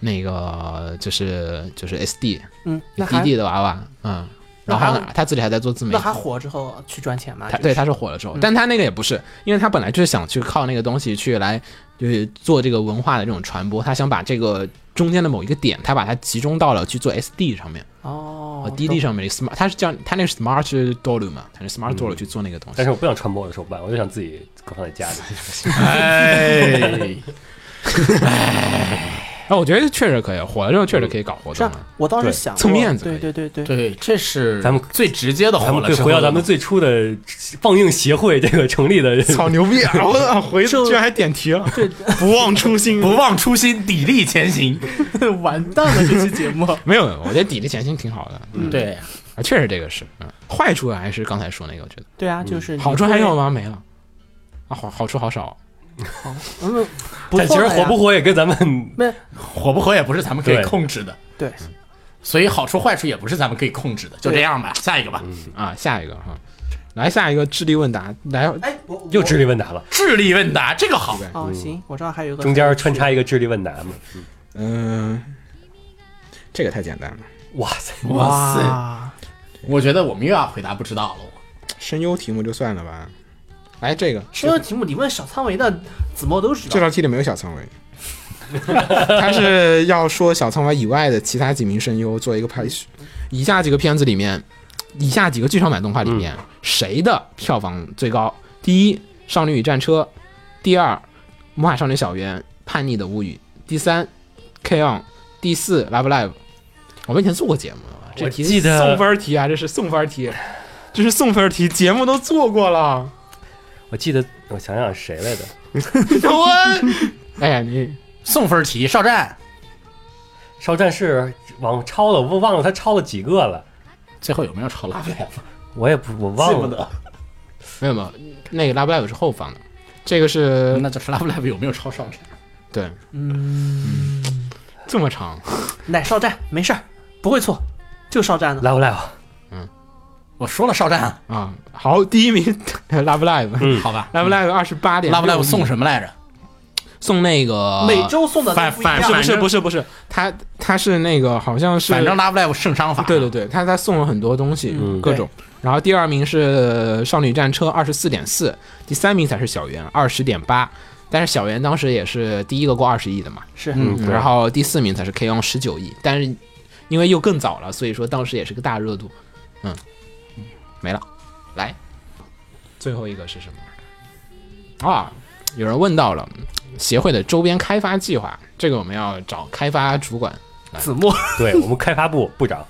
那个就是就是 SD
嗯，那
滴
还
滴的娃娃，嗯，然后他呢他自己还在做自媒
那
体。
还火之后去赚钱吗？
他
这
对
啊是嗯
他是火了之后，但他那个也不是，因为他本来就是想去靠那个东西去来就是做这个文化的这种传播，他想把这个中间的某一个点，他把它集中到了去做 SD 上面，
哦
呃，滴滴上面的 smart，他是叫他那是 smart d o l u 嘛，他是 smart d o l u 去做那个东西。
*laughs* 但是我不想传播我的手办，我就想自己搁放在家里。
*laughs*
哎，
啊，我觉得确实可以火了之后确实可以搞活
这
动
样
了。 *laughs*
我倒是啊
对
想
蹭
过
面子
对
可
对对对，
对，这是
咱们
最直接的
咱
火
们
了
可以
之后
回到咱们
的
最初的放映协会这个成立的，
操牛逼！然后回
就
还点题了，
对
*laughs* 不忘初心
不忘初心，砥砺前行。
*laughs* 对，完蛋了这期节目，
*laughs* 没有，我觉得砥砺前行挺好的，嗯，
对，
啊确实这个是，嗯，坏处还是刚才说那个，我觉得
对啊，就是你
好处还
会
有？吗？没了，啊，好好处好少， *laughs*
嗯，不
但其实
错的
火
呀
不火也跟咱们 *laughs*
没
火不火也不是咱们可以
对
控制的，
对，
所以好处坏处也不是咱们可以控制的，就这样吧，下一个吧。
嗯
啊，下一个哈，来下一个智力问答，来
哎，我
又
我
智力问答了，
智力问答这个好，
哦，行，我知道还有一个
中间穿插一个智力问答嘛。
嗯，这个太简单了，
哇塞，
哇塞！
哇，
我觉得我们又要回答不知道了。
声优题目就算了吧。来这个，
这道题目你问小仓唯的子墨都知道，
道题里没有小仓唯， *laughs* 他是要说小仓唯以外的其他几名声优做一个排序。以下几个片子里面，以下几个剧场版动画里面，
嗯
谁的票房最高？第一，《少女与战车》；第二，《魔法少女小圆》《叛逆的物语》；第三，《K on》；第四，《Love Live》。我们以前做过节目了吧，这
我
题
记得
送分题啊，这是送分题，这是送分题，节目都做过
*laughs*
了。
我记得我想想谁来着？
我， *laughs* 哎呀，你
送分题，少战
少战士往超了，我忘了他超了几个了，
最后有没有超拉菲？
我也不我忘了。
得，
没有没有，那个 Love Live 是后放的，这个是
那就是拉菲拉菲有没有超少战？
对
嗯，
这么长，
奶少战没事儿，不会错，就少战了。
来我来我，
我说了少战，
啊。好，第一名 *laughs* Love Live，Love
嗯
好吧
Live 二十八点，
拉菲拉菲送什么来着？
送那个
每周送的都
反
不一样
反
不
反
是不是不是，他他是那个好像是
反正拉菲拉菲圣伤法。
对对，对，他他送了很多东西，
嗯
各种。然后第二名是《少女战车》二十四点四，第三名才是小圆二十点八。但是小圆当时也是第一个过二十亿的嘛，
是
嗯
对
然后第四名才是 K on 十九亿，但是因为又更早了，所以说当时也是个大热度。嗯，没了，来，最后一个是什么？啊，有人问到了协会的周边开发计划，这个我们要找开发主管。
子墨，
*laughs* 对我们开发部部长，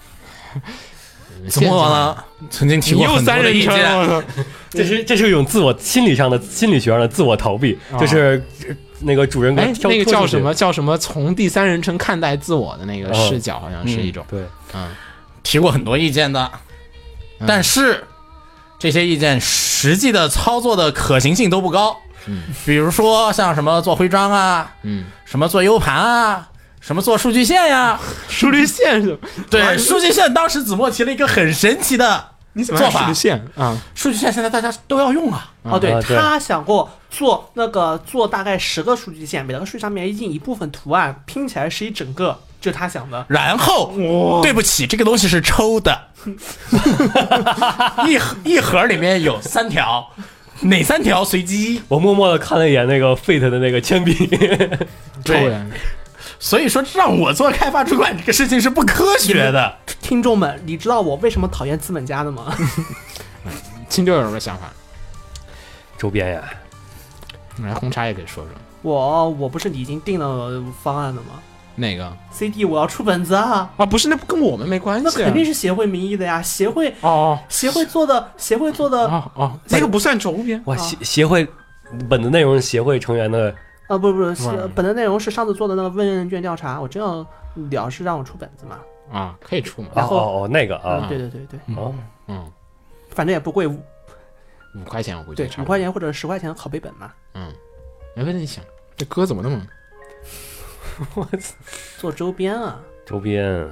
子墨呢？曾经提
你
过
又
很多
三
的
人
意
称
见，
了，
嗯
这是这是一种自我心理上的心理学上的自我逃避，
啊
就是呃那个主人格
哎，
跳
那个
脱
叫
出去
什么？叫什么？从第三人称看待自我的那个
哦
视角，好像是一种。
对，
提过很多意见的。
嗯
但是这些意见实际的操作的可行性都不高。
嗯，
比如说像什么做徽章啊，
嗯， *laughs*
什么做 U 盘啊，什么做数据线呀、
数据线是吧？
对，数据线当时子墨提了一个很神奇的
你怎么
做
还 *laughs*
法
数据线啊？
数据线，现在大家都要用啊。
哦，对
啊对
他想过做那个做大概十个数据线，每个数据上面印一部分图案，拼起来是一整个，这是他想的。
然后，对不起，这个东西是抽
*laughs*
的，一盒一盒里面有三条，哪三条随机？
我默默的看了一眼那个 Fate 的那个铅笔， *laughs*
抽
对
人 *laughs*
所以说让我做开发主管这个事情是不科学的。
听众们，你知道我为什么讨厌资本家的吗？ *laughs*
青六有什么想法？
周边呀，
来，红茶也可以说说
我我不是已经定了方案了吗
哪个
？CD 我要出本子啊，
啊？不是，那跟我们没关系、
那
啊。
肯定是协会名义的呀，协会
哦
协会做的协会做
哦
的
哦哦，这个不算周边。
哇，协协会本的内容是协会成员的，哦
啊，不不是
嗯
本的内容是上次做的那个问卷调查，我真要聊是让我出本子嘛？
啊，可以出嘛？
哦
然后
哦哦，那个啊
嗯，对对对对，
哦，
嗯，
反正也不贵，五
五块钱我估计
对
差不
五
多
块。钱或者十块钱拷贝本嘛，
嗯，哎，问你想，这歌怎么那么
做周边啊。
周边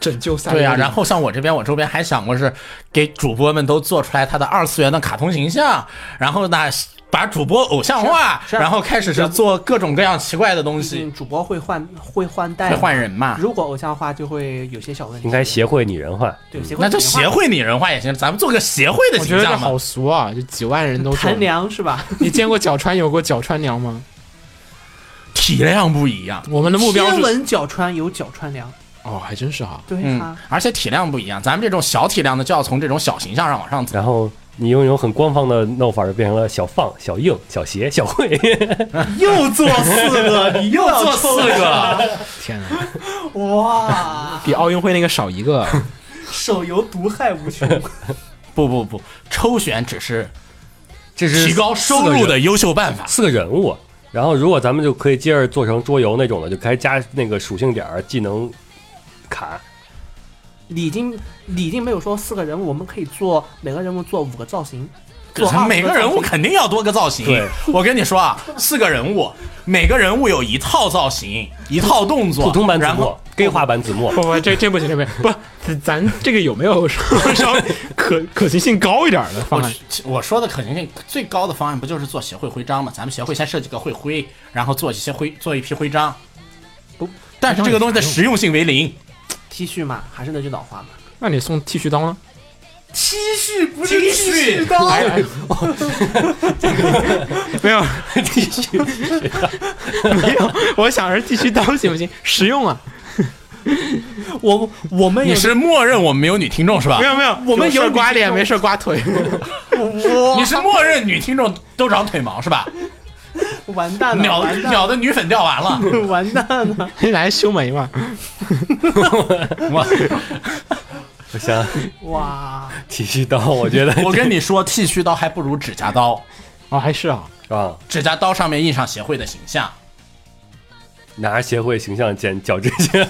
拯救三
对呀、
呀、
然后像我这边，我周边还想过是给主播们都做出来他的二次元的卡通形象，然后呢把主播偶像化，
是啊
然后开始是做各种各样奇怪的东
毕
嗯
西，
竟主播会换会换
哎
代，
会换人啊嘛。
如果偶像化就会有些小问题。
应该协会拟人化，
对协会
那就
拟人化
协会拟人化也行，咱们做个协会的
我觉
形
得这
象嘛
好。俗啊！就几万人都做
谭娘是
*laughs*
吧？
你见过角川有过角川娘吗？
体量不一样，
我们的目标
天
是
文角川有角川凉，
哦，还真是哈。
对
嗯
啊，，
而且体量不一样，咱们这种小体量的就要从这种小形象上往
*laughs*
上走。
然后你用一种很官方的弄法，就变成了小放、小硬、小协、小会，
又做四
*laughs*
个，
嗯
你又要抽
个，
天哪，
*laughs* 哇，
比奥运会那个少一 *laughs* 个。
手游毒害无穷。 *laughs*
不不不，抽选只是
这是
提高收入的优秀办法。
四个人物。然后，如果咱们就可以接着做成桌游那种的，就开始加那个属性点儿、技能卡。
你已经你已经没有说四个人物，我们可以做每个人物做五个造型，做
咱
二
们每
个
个人物
造型
肯定要多个造型。
对，
我跟你说啊，四个人物，每个人物有一套造型，一套动作，
普通版子
然后
墨、黑化版子墨，
不不，这这不行， *laughs* 这不行，不，咱这个有没有稍稍微 *laughs* 可可行性高一点的方
我
案？
啊我说的可行性最高的方案不就是做协会徽章吗？咱们协会先设计个会徽，然后做一些徽，做一批徽章。
不，
但是这个东西的实用性为零。
T 恤嘛，还是那句老话嘛，
那你送剃须刀呢？
T 恤不是 T 恤，
没有剃须刀，没有。我想着剃须刀行不行？实用啊！
我我们
你
有
是默认我们没有女听众是吧
*laughs* 没？有没有，我
们有
事儿刮
女
脸，没事儿刮腿。
你是默认女听众都长腿毛是吧？
完蛋了，
秒
完蛋
秒的女粉掉
*laughs*
完了，
了，完蛋了，
*laughs* 你来修眉嘛？
我
我想
哇，
剃须刀，我觉得
*laughs* 我跟你说，剃须刀还不如指甲刀，
哦，还是啊，
啊，
指甲刀上面印上协会的形象。
拿着协会形象剪脚趾甲，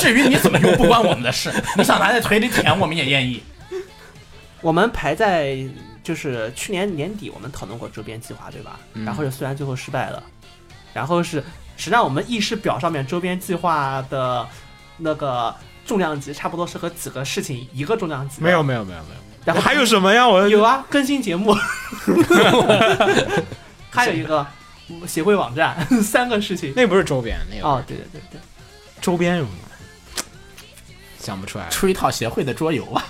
至于你怎么用，不关我们的事。你想拿在腿里舔，我们也愿意。
*laughs* 我们排在就是去年年底我们讨论过周边计划，对吧？然后就虽然最后失败了，然后是实际上我们议事表上面周边计划的那个重量级差不多是和几个事情一个重量级，
没有，没有没有没有。
然后
还有什么呀？我
有啊，更新
*laughs*
节目，还有一个协会网站， *laughs* 三个
*laughs*
事情。
那不是周边，那个
哦，对对对对，
周边有什么？想不出来。
出一套协会的桌游吧。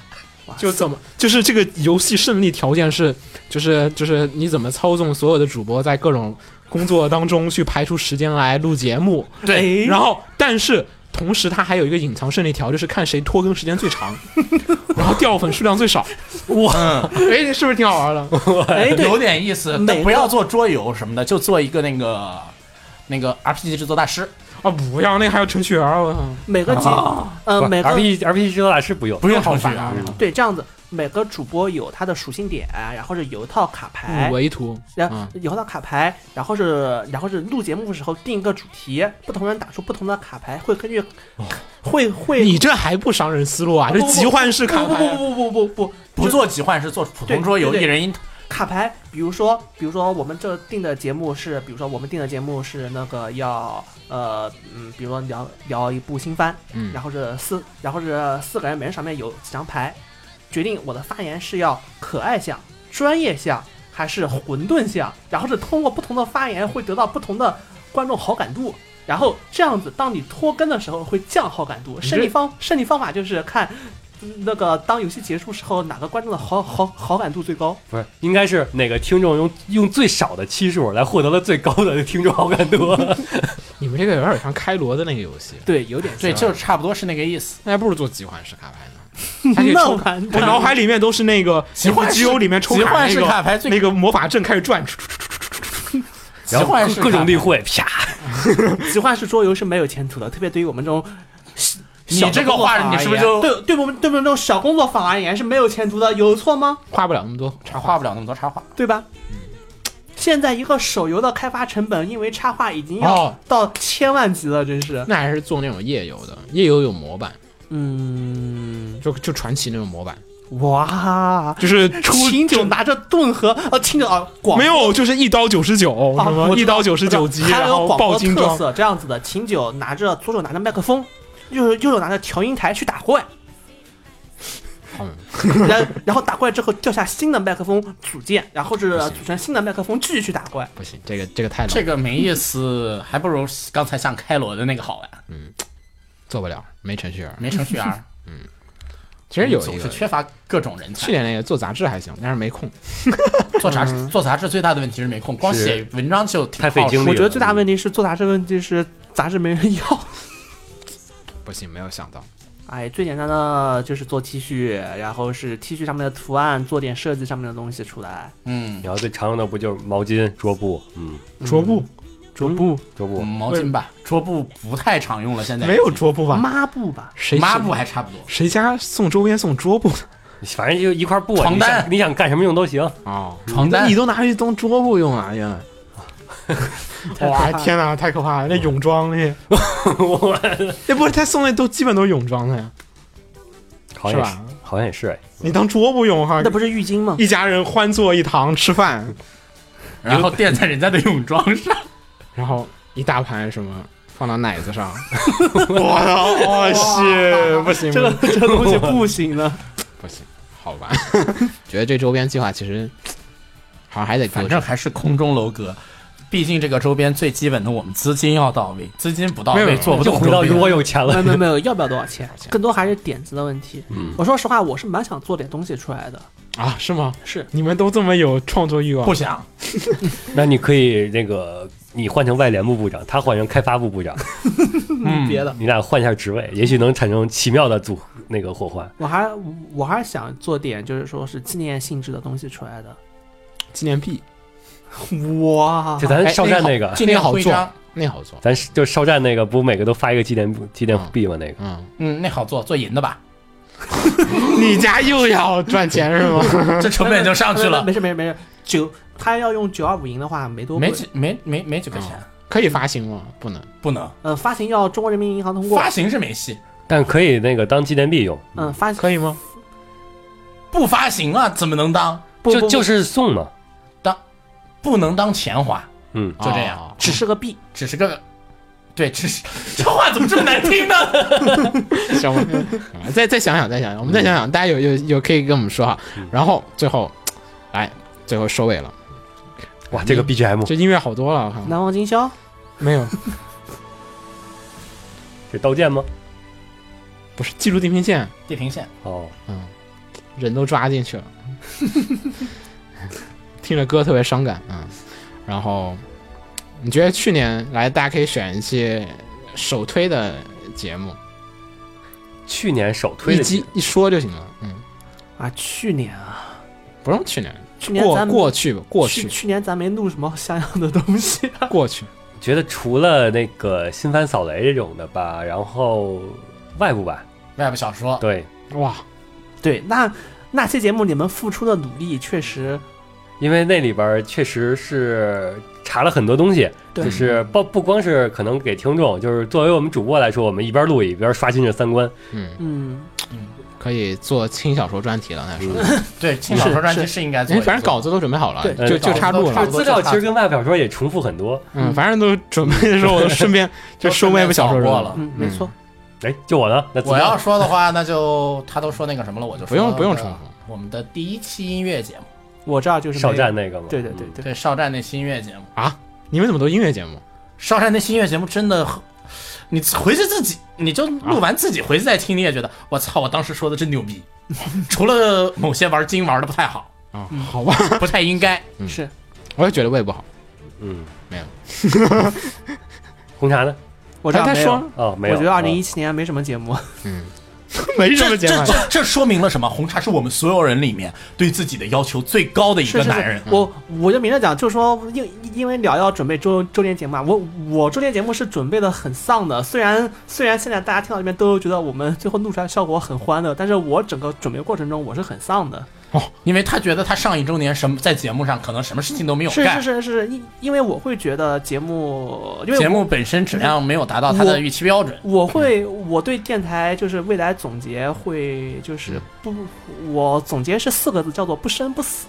就怎么就是这个游戏胜利条件是，就是就是你怎么操纵所有的主播在各种工作当中去排出时间来录节目，
对
然后但是同时它还有一个隐藏胜利条，就是看谁拖更时间最长， *laughs* 然后掉粉数量最少。 *laughs*
嗯，
哎，是不是挺好玩的？
哎对
有点意思，
每
但
个
不要做桌游什么的，就做一个那个那个 RPG 制作大师，
啊，不要，那个还有程序员，我操！ *laughs* 哦
每个节，呃，每个
RPG RPG 制作大师不用，
不用
好
程序
烦
员
啊。
对这样子，每个主播有他的属性点，然后是有一套卡牌
嗯，维图，
然
嗯
有一套卡牌，然后是然后是录节目的时候定一个主题，不同人打出不同的卡牌，会根据会会
你这还不伤人思路啊？这
不
集幻式卡
不
牌
不
啊，
不不不不不
不做集幻是做普通桌游，
对对对
一人一
卡牌，比如说，比如说我们这定的节目是，比如说我们定的节目是那个要呃嗯，比如说聊聊一部新番，
嗯
然后是四，然后是四个人每人上面有几张牌，决定我的发言是要可爱向、专业向还是混沌向，然后是通过不同的发言会得到不同的观众好感度。然后这样子，当你拖更的时候会降好感度。
这
胜利方胜利方法就是看嗯那个当游戏结束时候哪个观众的好好好感度最高。
不是，应该是哪个听众用用最少的期数来获得了最高的听众好感
*laughs*
度？
你们这个有点像开罗的那个游戏，
对，有点
对，就差不多是那个意思。
那还不如做集幻式卡牌
*laughs*
呢。还可以抽
那完蛋
我脑海里面都是那个
集幻式
G O 里面抽
集
卡
幻式卡
那
牌
个
最
那个魔法阵开始转，
然后
奇幻
各
是
各
卡
种
牌
例会，啪！
奇幻式桌游是没有前途的，特别对于我们这种
你
小的
这个
工作
话，
坊
你
而
是不
言
是就
对对我们对我们这种小工作坊而言是没有前途的？有错吗？
花不了那么多
插
插
画
画。
不了那么多插画？
对吧？现在一个手游的开发成本，因为插画已经要
哦
到千万级了，真是。
那还是做那种页游的，页游有模板，
嗯，
就就传奇那种模板，
哇，
就是
*laughs*
出
秦九拿着盾和哦，秦九啊，广
没有，就是一刀九十九，
啊
什么
我
一
知道
刀九十九级，
还
然
有
后
广
爆
播
金
特
装，
色这样子的。秦九拿着左手拿着麦克风，右手右手拿着调音台去打怪，
*laughs* 嗯
然 *laughs* 然后打怪之后掉下新的麦克风组件，然后是
不行
组成新的麦克风继续去打怪。
不行，这个这个太老
这，个没意思，还不如刚才像开罗的那个好玩。
做不了，没程序员。
没程序员，
*laughs* 其实有一
总是
个，
缺乏各种人
去
才。
年嗯那个做杂志还行，但是没空。
做杂志做杂志最大的问题是没空，光
是
写文章就挺
太费
耗时
精力
我觉得
了
最大问题是做杂志问题是杂志没人要。
不行，没有想到，
哎，最简单的就是做 T 恤，然后是 T 恤上面的图案，做点设计上面的东西出来。
嗯，
然后最常用的不就是毛巾、桌布？嗯，
桌布
桌布、
桌布。
毛巾吧，桌布不太常用了，现在
没有桌布吧？
抹布吧，
谁
抹布还差不多。
谁家送周边送桌布呢
反正就一块布啊，
床
你想
单
你想干什么用都行。
*laughs* 哦，
床单
你都拿去当桌布用啊？原来，
太 *laughs* 可怕了
天哪，太可怕了！那泳装 *laughs* 那， *laughs* 那不是他送的都基本都是泳装的呀，
好
是
像也
吧？
好像也是哎，
你当桌布用哈
那，不是浴巾吗？
*laughs* 一家人欢坐一堂吃饭，
然后垫在人家的泳装上，
然后一大盘什么放到奶子上， *laughs* 我操！我去，不行，
这个这个东西不行 *laughs* 的。
不行，好吧。 *laughs* 觉得这周边计划其实好像还得搁
*laughs* 反
着
正还是空中楼阁。毕竟这个周边最基本的，我们资金要到位，资金不到
没有没
位
有
哦做不
就
动
回到如
周边。
果有钱
没
了
有没有没 *laughs* 有，要不了多少钱
钱，
更多还是点子的问题。
*laughs* 嗯
我说实话，我是蛮想做点东西出来的。
啊？是吗？
是，
你们都这么有创作欲望？
不想，
那你可以那个，你换成外联部部长，他换成开发部部长，
嗯，
别的，
你俩换一下职位，也许能产生奇妙的组合那个火花。
我还我还是想做点就是说是纪念性质的东西出来的。
纪念币，
哇
就，咱
哎
少战那个，
纪
那
念
个好
徽章
做，，那个好做。
咱就少战那个，不每个都发一个纪念纪念币吗？那个
嗯，
嗯，那好做，做银的吧，
你家又要赚钱是吗？
*laughs* *laughs* 这成本就上去了
没。事没事没事，九他要用九二五银的话，没多贵
没几没没没几个钱，
可以发行吗？不能。
哦不能
呃，发行要中国人民银行通过
发。行是没戏，
但可以那个当纪念币用，
嗯，，发
可以吗？
不发行啊，怎么能当
不
就
不
就是是送嘛，
不能当钱花？
嗯，
就这样
哦
只是个币，
只是个，对，只是 *laughs* 这话怎么这么难听呢？ *laughs*
行吧，嗯再再想想，再想想，我们再想
嗯
想，大家有有有可以跟我们说哈。然后最后，来最后收尾了，
哇，这个 BGM
哦
这音乐好多了，我看
难忘今宵。
没有，
是刀剑吗？
不是记录地平线，
地平线，
哦，
嗯，人都抓进去了， *laughs* 听着歌特别伤感，嗯。然后你觉得去年来，大家可以选一期首推的节目，
去年首推
一
的
集一说就行了，嗯，
啊，去年啊，
不用去年，
去年
过
咱们
过去吧，过
去
去
去年咱没录什么像样的东西、啊，
过去，
觉得除了那个新番扫雷这种的吧，然后外部吧，
外部小说，
对，
哇，
对，那那期节目你们付出的努力确实
因为那里边儿确实是查了很多东西，
对
就是不不光是可能给听众，就是作为我们主播来说，我们一边录一边刷新着三观。
嗯，
嗯，
可以做轻小说专题了，那是，
对，轻小说专辑
是
是应该
因
做一
为
做，
反正稿子都准备好了，
对
就
稿
就
子
差
都
录
差
了
不。多
资料其实跟外部小说也重复很多。
嗯，反正都准备的时候，我都顺便就收卖部小说
都
人
准备好过了
嗯，没错，
哎，就我呢，那资料
我要说的话，那就他都说那个什么了，我就
不用
说
不用
那个
重复
我们的第一期音乐节目，
我知道就是没有
少战，那个嘛。
对对对
嗯，
对，
对少战那期音乐节目，
啊！你们怎么都音乐节目？
少战那期音乐节目真的很，你回去自己你就录完自己回去再听，你也觉得我操，我当时说的真牛逼， *laughs* 除了某些玩金玩的不太好， *laughs*
啊，好吧，
不太
*laughs*
应该，
嗯
是
我也觉得胃不好。
嗯，
没有。
红茶呢？
我知道
他
没有
说了，
哦，没有。
我觉得二零一
哦
七
嗯
年没什么节目，
*laughs* 没什
这
么节
这
啊
目。
这这说明了什么？红茶是我们所有人里面对自己的要求最高的一
是
个
是
男人
是，。我我就明着讲，就说因因为聊要准备周周年节目嘛，啊我我周年节目是准备的很丧的，虽然虽然现在大家听到这边都觉得我们最后录出来效果很欢乐，但是我整个准备过程中我是很丧的。
因为他觉得他上一周年什么在节目上可能什么事情都没有
是
干
是，是是，因因为我会觉得节目，因为
节目本身质量没有达到他的预期标准。
我会，我对电台就是未来总结会就是不，我总结是四个字，叫做不生不死，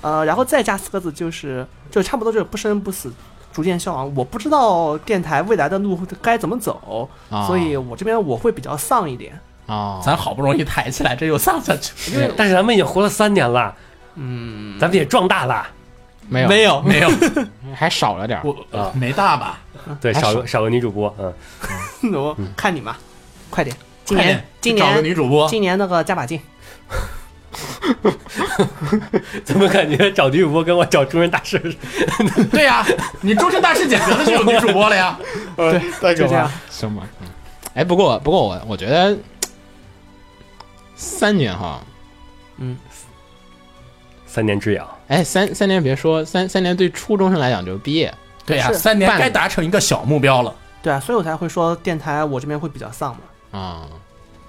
呃，然后再加四个字就是就差不多就是不生不死，逐渐消亡。我不知道电台未来的路该怎么走，
啊
所以我这边我会比较丧一点。
啊，
咱好不容易抬起来，这又丧下去。
因为
嗯但是咱们已经活了三年了，
嗯，
咱们也壮大了。
没有
没有
没有，
还少了点儿。
我、
啊
没大吧？
嗯
对，
还
少
啊
少
个少个女主播，嗯， *laughs*
*laughs* 我看你嘛，快点，今
快
年
点
今
找个
年
女主播，
今年那个加把劲，
怎么感觉找女主播跟我找中人大师似的？
对呀、你终身大事简直了就有女主播了呀。
对
就这样。
行吧。嗯哎，不过不过我我觉得三年哈，
三年之痒，
哎三三年别说三三年对初中生来讲就是毕业，
对呀、
是
三年
办
该达成一个小目标了。
对啊，所以我才会说电台我这边会比较丧嘛。
啊，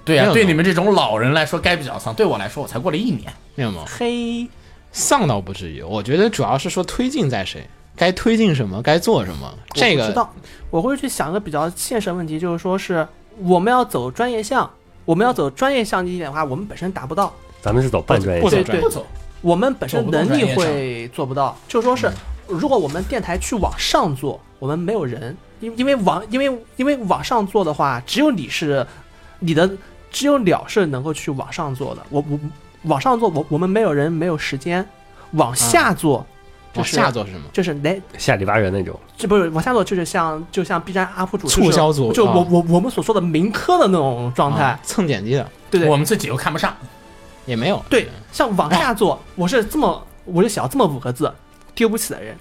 对呀、
没有
对
呢
你们这种老人来说该比较丧，对我来说我才过了一年。
明白吗？
嘿，
丧倒不至于，我觉得主要是说推进在谁，该推进什么，该做什么，这
我不知
个
道，我会去想一个比较现实的问题，就是说是我们要走专业项，我们要走专业项这一点的话，我们本身达不到，
咱们是走半专业
不
项，
走
对
专
对
业
不，走，
我们本身
走不动
能
专业
力会做不到。就说是如果我们电台去往上做，我们没有人，因因为往因为因为往上做的话，只有你是你的只有了是能够去往上做的，我我往上做我我们没有人没有时间，往下做、就
往
是
下做是什么？
就是哪
下里巴人那种。
这不是往下走，就是像就像 B 站 UP 主就是
促销组
就我
啊
我我们所说的民科的那种状态
啊，蹭点击的
对不
我
对
们自己又看不上。
也没有，
对，像往下做，我是这么我就想这么五个字，丢不起的人。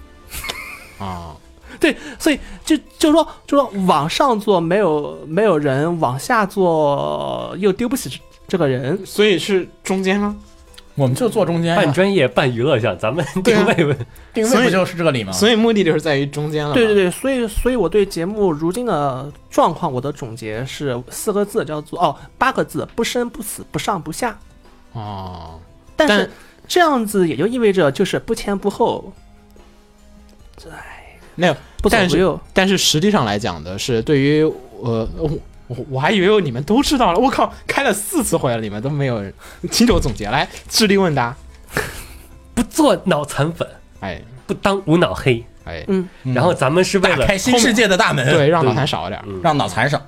啊，
对，所以就就说就说往上做没有没有人，往下做又丢不起这这个人。
所以是中间吗？
我哎们就坐中间、
半
呀，
专业半娱乐项，
*laughs*
咱们
哎对啊
定位
定
所以
位不就是这个理吗？
所以目的就是在于中间了嘛。
对对对，所以所以我对节目如今的状况，我的总结是四个字，叫做哦八个字：不生不死，不上不下。
哦，
但
但
是这样子也就意味着就是不前不后，
没有，
不左
但
不
是
右。
但是实际上来讲的是，对于呃我我我还以为你们都知道了，我靠，开了四次会了，你们都没有人亲手总结来智力问答，
不做脑残粉，
哎
不当无脑黑。
哎，
嗯，
嗯
然后咱们是为
打
了
开新世界的大门，
对，让脑残少一点，
让脑残少。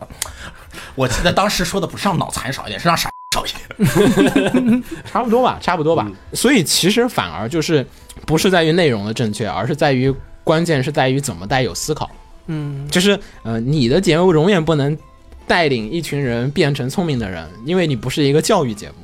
我记得当时说的不是让脑残少一点，是让傻少一点。
差不多吧，差不多吧。所以其实反而就是不是在于内容的正确，而是在于关键是在于怎么带有思考，
嗯，
就是呃你的节目永远不能带领一群人变成聪明的人，因为你不是一个教育节目。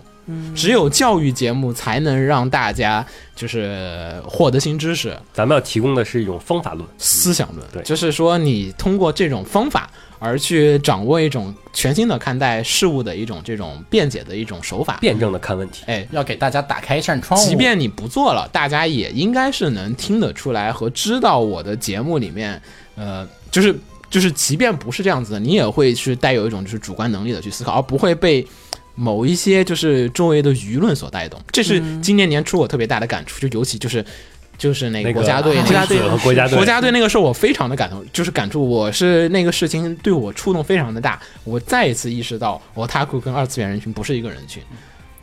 只有教育节目才能让大家就是获得新知识，
咱们要提供的是一种方法论。
思想论，
对
就是说你通过这种方法而去掌握一种全新的看待事物的一种这种辩解的一种手法。
辩证的看问题。
哎，
要给大家打开一扇窗户。
即便你不做了，大家也应该是能听得出来和知道我的节目里面，呃，就是就是，即便不是这样子的，你也会去带有一种就是主观能力的去思考，而不会被某一些就是周围的舆论所带动。这是今年年初我特别大的感触，就尤其就是就是那
那
个
个
国家队
啊
那
国家
个
队
和国家队，
国家队那个事儿，我非常的感动，就是感触我是那个事情对我触动非常的大，我再一次意识到，我 t a k 跟二次元人群不是一个人群，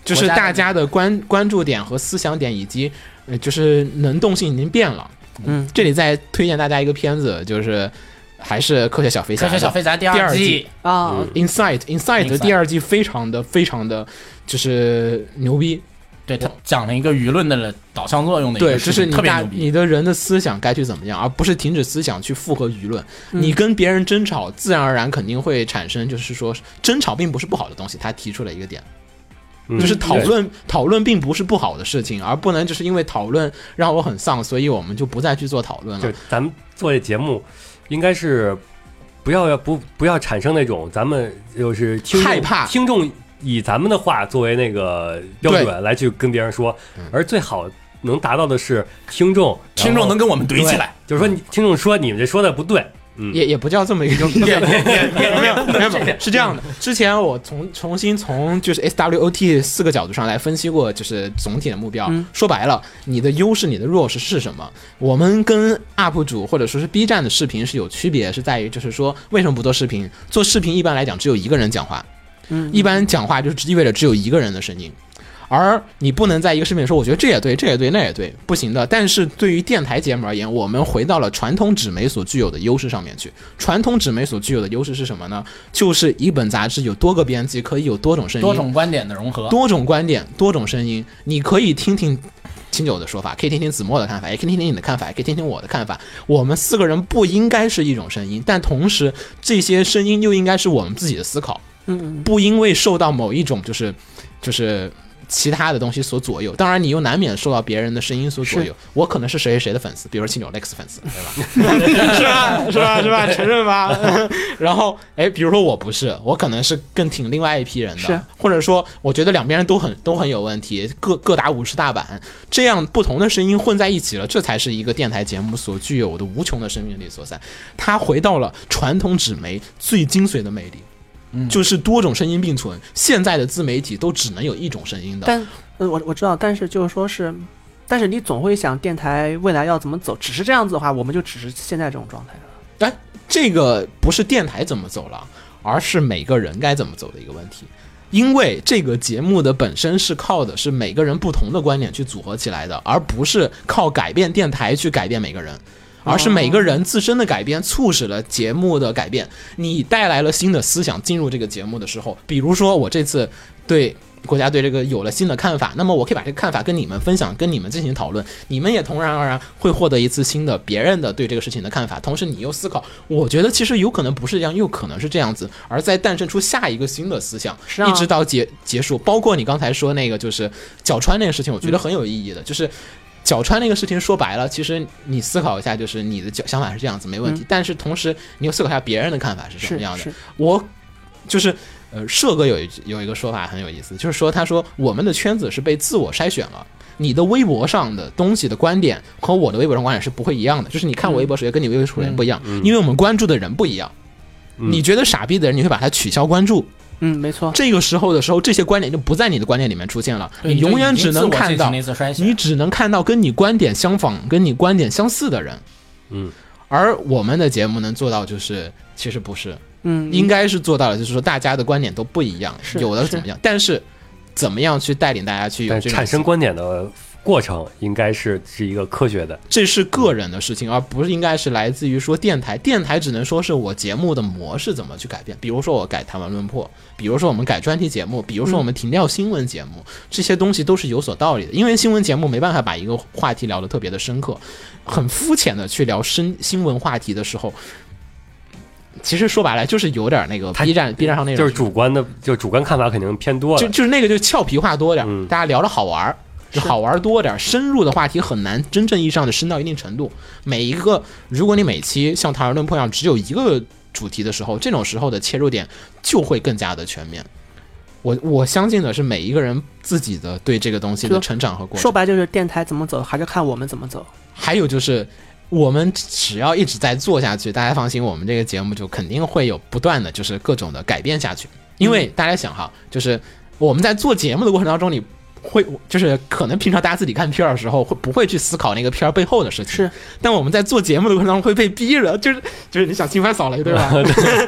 就是
嗯国家队
大家的关关注点和思想点以及呃就是能动性已经变了。
嗯，
这里再推荐大家一个片子，就是还是科学小飞侠
科
的，
学小飞侠第
第
二
二
季
季，
啊，
Inside Inside 的
Inside
第二季非常的非常的就是牛逼，
对他讲了一个舆论的导向作用的一
对，
个
就
事
是
情，
你
特别
大
牛逼。
你的人的思想该去怎么样，而不是停止思想去附和舆论。
嗯
你跟别人争吵，自然而然肯定会产生，就是说争吵并不是不好的东西。他提出了一个点，
嗯
就是讨
对
论讨论并不是不好的事情，而不能就是因为讨论让我很丧，所以我们就不再去做讨论
就
了。
咱们做这节目，应该是不要不不要产生那种咱们就是听众
害怕
听众以咱们的话作为那个标准来去跟别人说
嗯，
而最好能达到的是听众
听众能
跟
跟我们怼起来，，
就是说你听众说你们这说的不对，嗯，
也也不叫这么一个
也
*laughs*
也也
没
也
有没有，没有是这样的。之前我从重新从就是 S W O T 四个角度上来分析过，就是总体的目标。说白了，你的优势、你的弱势是什么？我们跟 UP 主或者说是 B 站的视频是有区别，是在于就是说为什么不做视频？做视频一般来讲只有一个人讲话，
嗯
一般讲话就是意味着只有一个人的声音。而你不能在一个视频里说，我觉得这也对，这也对，那也对，不行的。但是对于电台节目而言，我们回到了传统纸媒所具有的优势上面去。传统纸媒所具有的优势是什么呢？就是一本杂志有多个编辑，可以有多种声音，
多种观点的融合。
多种观点，多种声音，你可以听听秦九的说法，可以听听子墨的看法，也可以听听你的看法，也可以听听我的看法。我们四个人不应该是一种声音，但同时这些声音又应该是我们自己的思考，
嗯
不因为受到某一种就是就是。其他的东西所左右，当然你又难免受到别人的声音所左右。我可能是谁谁谁的粉丝，比如说秦九 Lex 粉丝，是吧？是吧？是 *laughs* 吧？承认吧。然后，哎，比如说我不是，我可能是更挺另外一批人的，
是
或者说我觉得两边人都很都很有问题，各各打五十大板，这样不同的声音混在一起了，这才是一个电台节目所具有的无穷的生命力所在。它回到了传统纸媒最精髓的魅力。就是多种声音并存，现在的自媒体都只能有一种声音的。
但呃我我知道，但是就是说是，但是你总会想电台未来要怎么走。只是这样子的话，我们就只是现在这种状态了。
这个不是电台怎么走了，而是每个人该怎么走的一个问题。因为这个节目的本身是靠的是每个人不同的观点去组合起来的，而不是靠改变电台去改变每个人，而是每个人自身的改变促使了节目的改变。你带来了新的思想进入这个节目的时候，比如说我这次对国家队这个有了新的看法，那么我可以把这个看法跟你们分享，跟你们进行讨论，你们也同然而然会获得一次新的别人的对这个事情的看法，同时你又思考，我觉得其实有可能不是这样，又可能是这样子，而再诞生出下一个新的思想，
是啊
一直到结结束。包括你刚才说那个就是脚穿那个事情，我觉得很有意义
嗯
的，就是。脚穿那个事情说白了，其实你思考一下，就是你的脚想法是这样子没问题，但是同时你又思考一下别人的看法是什
嗯是
么样的
是。，
我就是呃，社哥有一句有一个说法很有意思，就是说他说我们的圈子是被自我筛选了。你的微博上的东西的观点和我的微博上观点是不会一样的，就是你看我微博首页跟你微博首页不一样，
嗯
因为我们关注的人不一样。
嗯
你觉得傻逼的人，你会把他取消关注。
嗯，没错。
这个时候的时候，这些观点就不在你的观点里面出现了，
对
你永远
就
只
已经
能
自我
看
进
到
行了一次筛选
你只能看到跟你观点相仿、跟你观点相似的人。
嗯，
而我们的节目能做到，就是其实不是，
嗯，
应该是做到了，就是说大家的观点都不一样，
是
有的怎么样，但是怎么样去带领大家去有
但
这
是
种
产生观点的过程应该是是一个科学的，
这是个人的事情，而不是应该是来自于说电台。电台只能说是我节目的模式怎么去改变，比如说我改谈完论破，比如说我们改专题节目，比如说我们
嗯
停掉新闻节目，这些东西都是有所道理的。因为新闻节目没办法把一个话题聊得特别的深刻，很肤浅的去聊深新闻话题的时候。其实说白了就是有点那个
它
B 站 B 站上那种
就是主观的，就是主观看法肯定偏多
就
了。
就是那个就俏皮话多点儿，
嗯
大家聊的好玩儿，就好玩儿多点儿。深入的话题很难真正意义上的深到一定程度。每一个，如果你每期像《唐人论破》一样只有一个主题的时候，这种时候的切入点就会更加的全面。我我相信的是每一个人自己的对这个东西的
就
成长和过
说
程，
白就是电台怎么走，还是看我们怎么走。
还有就是。我们只要一直在做下去，大家放心，我们这个
嗯
节目就肯定会有不断的就是各种的改变下去。因为大家想哈，就是我们在做节目的过程当中，你会就是可能平常大家自己看片儿的时候，会不会去思考那个片儿背后的事情？
是，
但我们在做节目的过程当中会被逼着，就是就是你想侵犯扫雷对
*laughs*
吧？就是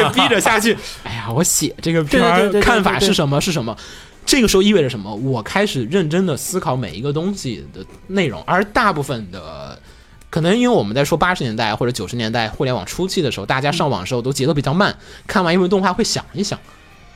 被逼着下去。哎呀，我写这个片
对对
儿
对对对
看法
对
是什么是什么？这个时候意味着什么？我开始认真的思考每一个东西的内容，而大部分的。可能因为我们在说八十年代或者九十年代互联网初期的时候，大家上网的时候都节奏比较慢，看完一部动画会想一想，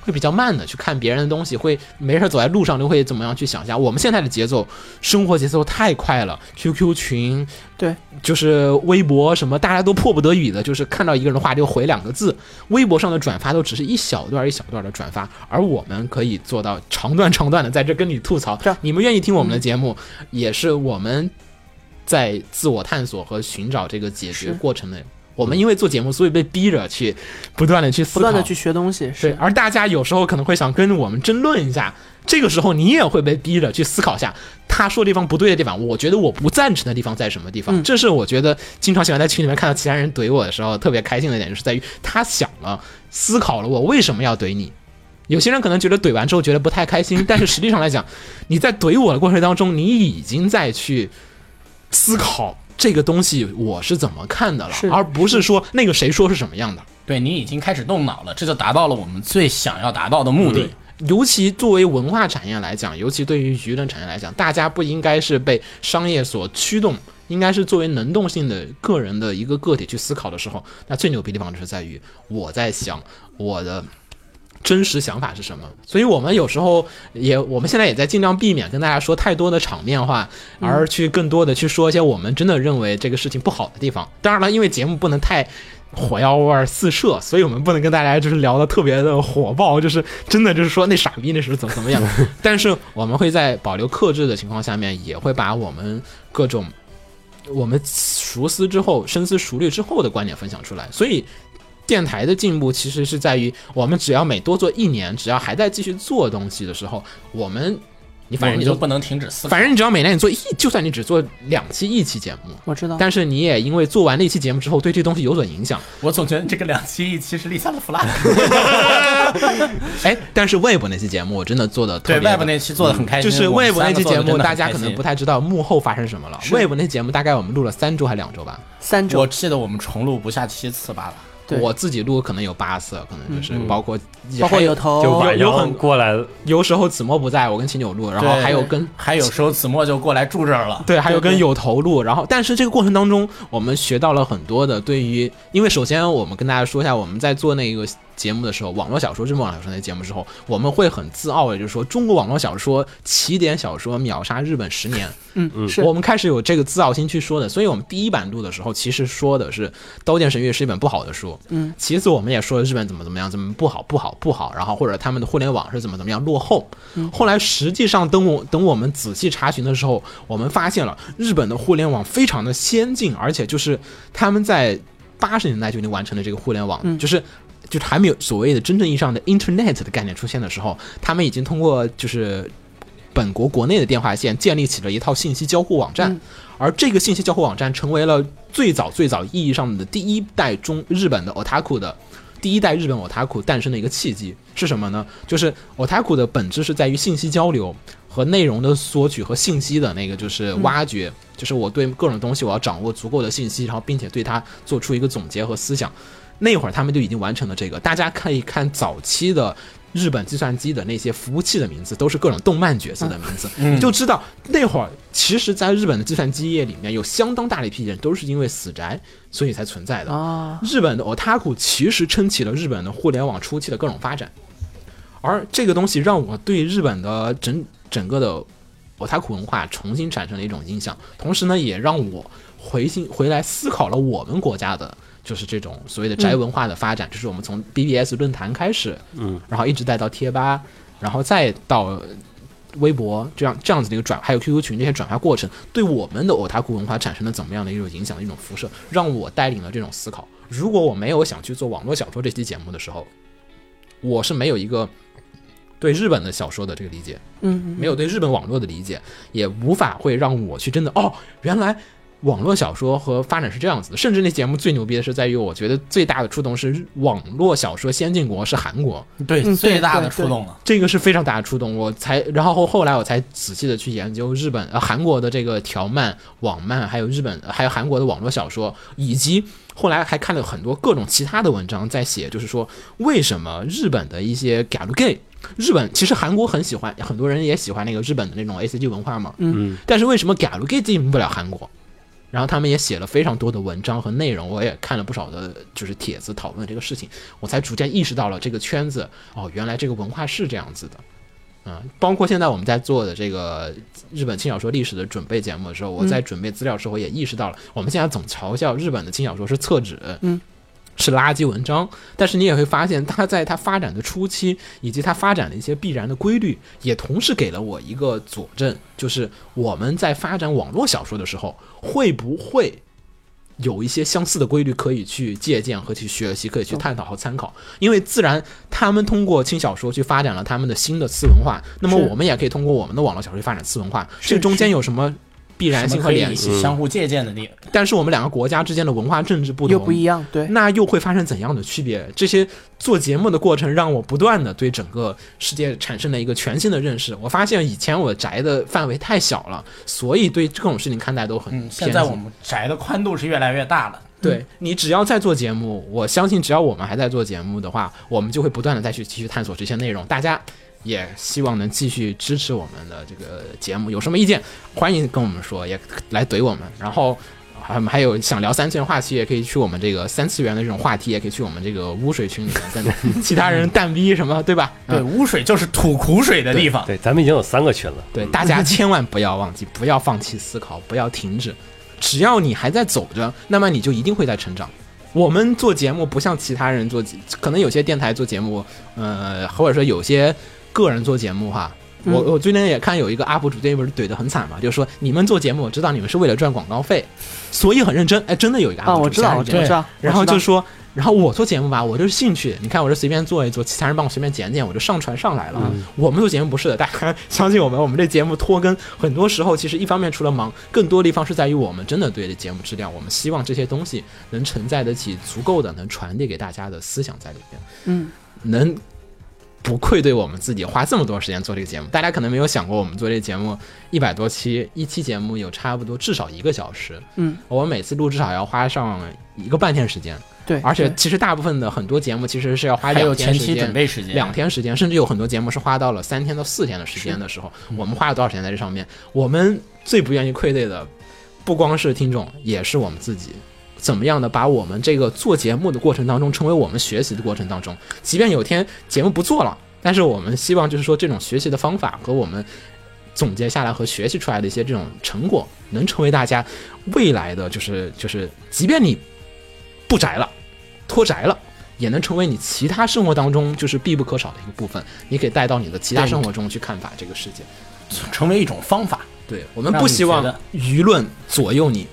会比较慢的去看别人的东西，会没事走在路上就会怎么样去想一下。我们现在的节奏，生活节奏太快了，QQ 群，
对，
就是微博什么，大家都迫不得已的，就是看到一个人的话就回两个字。微博上的转发都只是一小段一小段的转发，而我们可以做到长段长段的在这跟你吐槽
对啊。
你们愿意听我们的节目，也是我们在自我探索和寻找这个解决
是
过程的。我们因为做节目，所以被逼着去不断的去思
不
考，
断的去学东西，
对
是，
而大家有时候可能会想跟我们争论一下，这个时候你也会被逼着去思考一下，他说地方不对的地方，我觉得我不赞成的地方在什么地方？
嗯
这是我觉得经常喜欢在群里面看到其他人怼我的时候特别开心的点，就是在于他想了，思考了我为什么要怼你。有些人可能觉得怼完之后觉得不太开心，但是实际上来讲，你在怼我的过程当中，你已经在去思考这个东西我是怎么看的了，
是
而不是说那个谁说是什么样的。
对你已经开始动脑了，这就达到了我们最想要达到的目的。
尤其作为文化产业来讲，尤其对于舆论产业来讲，大家不应该是被商业所驱动，应该是作为能动性的个人的一个个体去思考的时候，那最牛逼的地方就是在于我在想我的。真实想法是什么？所以我们有时候也，我们现在也在尽量避免跟大家说太多的场面话，而去更多的去说一些我们真的认为这个事情不好的地方。当然了，因为节目不能太火药味儿四射，所以我们不能跟大家就是聊的特别的火爆，就是真的就是说那傻逼那时候怎么怎么样。但是我们会在保留克制的情况下面，也会把我们各种我们熟思之后、深思熟虑之后的观点分享出来。所以，电台的进步其实是在于，我们只要每多做一年，只要还在继续做东西的时候，我们你反
反
正你
正你
就
就不能停止思考。
反正你只要每年你做一，就算你只做两期一期节目，
我知道。
但是你也因为做完那期节目之后，对这东西有所影响。
我总觉得这个两期一期是立下了 flag。
哎，但是 Web 那期节目我真的做 *laughs* 的特
对
别嗯
外部那期做的很开
就
心，
是
我们
Web 那期节
三个
目，
做得真的
大
很
家可
开心
能不太知道幕后发生什么了。Web 那期节目大概我们录了三周还两周吧，
三
我
种，
记得我们重录不下七次吧了。
对
我自己录可能有八次，啊可能就是嗯包括
包括
还
有
有
头，
就晚
哦有
上
很
过来了，
有时候子墨不在，我跟秦九录，然后
对
还有跟
还有时候子墨就过来住这儿了，
对，还有
对
跟有头录，然后但是这个过程当中，我们学到了很多的对于，因为首先我们跟大家说一下，我们在做那个节目的时候，网络小说这本网络小说那节目的时候，我们会很自傲的，就是说中国网络小说起点小说秒杀日本十年，
嗯，是
我们开始有这个自傲心去说的，所以我们第一版录的时候，其实说的是《刀剑神域》是一本不好的书，
嗯，
其次我们也说了日本怎么怎么样，怎么不好不好不好，然后或者他们的互联网是怎么怎么样落后，
嗯
后来实际上等我等我们仔细查询的时候，我们发现了日本的互联网非常的先进，而且就是他们在八十年代就已经完成了这个互联网，
嗯
就是。就是还没有所谓的真正意义上的 Internet 的概念出现的时候，他们已经通过就是本国国内的电话线建立起了一套信息交互网站，
嗯
而这个信息交互网站成为了最早最早意义上的第一代中日本的 otaku 的第一代日本 otaku 诞生的一个契机是什么呢？就是 otaku 的本质是在于信息交流和内容的索取和信息的那个就是挖掘，就是我对各种东西我要掌握足够的信息，然后并且对它做出一个总结和思想。那会儿他们就已经完成了这个，大家可以看早期的日本计算机的那些服务器的名字，都是各种动漫角色的名字，你就知道那会儿其实，在日本的计算机业里面有相当大的一批人都是因为死宅所以才存在的。
啊，
日本的 otaku 其实撑起了日本的互联网初期的各种发展，而这个东西让我对日本的整整个的 otaku 文化重新产生了一种印象，同时呢，也让我回心回来思考了我们国家的。就是这种所谓的宅文化的发展，就是我们从 BBS 论坛开始，
嗯，
然后一直带到贴吧，然后再到微博，这样这样子的一个转，还有 QQ 群这些转发过程，对我们的 otaku 文化产生了怎么样的一种影响、一种辐射，让我带领了这种思考。如果我没有想去做网络小说这期节目的时候，我是没有一个对日本的小说的这个理解，
嗯，
没有对日本网络的理解，也无法会让我去真的哦，原来网络小说和发展是这样子的，甚至那节目最牛逼的是在于，我觉得最大的触动是网络小说先进国是韩国，
嗯
对
对
最大
对
的
对
触动了。
这个是非常大的触动。我才，然后后来我才仔细的去研究日本、呃韩国的这个条漫、网漫，还有日本、还有韩国的网络小说，以及后来还看了很多各种其他的文章在写，就是说为什么日本的一些 g a l gay。日本其实韩国很喜欢，很多人也喜欢那个日本的那种 A C G 文化嘛。
嗯，
但是为什么 g a l gay 进不了韩国？然后他们也写了非常多的文章和内容，我也看了不少的，就是帖子讨论这个事情，我才逐渐意识到了这个圈子哦，原来这个文化是这样子的。嗯，包括现在我们在做的这个日本轻小说历史的准备节目的时候，我在准备资料的时候也意识到了，我们现在总嘲笑日本的轻小说是厕纸，
嗯，
是垃圾文章，但是你也会发现，它在它发展的初期，以及它发展的一些必然的规律，也同时给了我一个佐证，就是我们在发展网络小说的时候，会不会有一些相似的规律可以去借鉴和去学习，可以去探讨和参考？因为自然他们通过轻小说去发展了他们的新的次文化，那么
是
我们也可以通过我们的网络小说去发展次文化，
是
这中间有什么必然
什
性
么
和
可以
联系？
相互借鉴的地，
但是我们两个国家之间的文化政治不
又
同，
不一样，对，
那又会发生怎样的区别？这些做节目的过程让我不断的对整个世界产生了一个全新的认识。我发现以前我宅的范围太小了，所以对这种事情看待都很
嗯，
偏
现在
激
我们宅的宽度是越来越大了。
对你只要在做节目，我相信只要我们还在做节目的话，我们就会不断的再去继续探索这些内容。大家也希望能继续支持我们的这个节目，有什么意见欢迎跟我们说，也来怼我们。然后。还还有想聊三次元话题，也可以去我们这个三次元的这种话题，也可以去我们这个污水群里面跟 *laughs* 其他人蛋逼什么，对吧？
对，
嗯
污水就是吐苦水的地方。
对，咱们已经有三个群了，
嗯
对，大家千万不要忘记，不要放弃思考，不要停止。只要你还在走着，那么你就一定会在成长。我们做节目不像其他人做节，可能有些电台做节目，呃，或者说有些个人做节目哈。我
嗯
我最近也看有一个 UP 主，最近不是怼得很惨嘛，就是说你们做节目，我知道你们是为了赚广告费，所以很认真。哎，真的有一个 UP 主、
啊，我知道，我
这
知
样
道，
讲
我知道
然后就
我知道
说，然后我做节目吧，我就是兴趣，你看我这随便做一做，其他人帮我随便剪剪，我就上传上来了。
嗯
我们做节目不是的，大家相信我们，我们这节目拖更，很多时候其实一方面除了忙，更多的地方是在于我们真的对这节目质量，我们希望这些东西能承载得起足够的能传递给大家的思想在里边，
嗯，
能。不愧对我们自己花这么多时间做这个节目，大家可能没有想过，我们做这个节目一百多期，一期节目有差不多至少一个小时，
嗯，
我每次录至少要花上一个半天时间，
对，
而且
对
其实大部分的很多节目其实是要花
还有
两
前
天时
期准
间。
备时间，
两天时间，甚至有很多节目是花到了三天到四天的时间的时候，我们花了多少时间在这上面？我们最不愿意愧对的，不光是听众，也是我们自己。怎么样的把我们这个做节目的过程当中，成为我们学习的过程当中，即便有天节目不做了，但是我们希望就是说这种学习的方法和我们总结下来和学习出来的一些这种成果，能成为大家未来的就是就是，即便你不宅了，脱宅了。也能成为你其他生活当中就是必不可少的一个部分，你可以带到你的其他
对
生活中去看法这个世界。
成为一种方法。 *laughs*
对我们
让
不
你
希
觉
望
得
舆论左右你，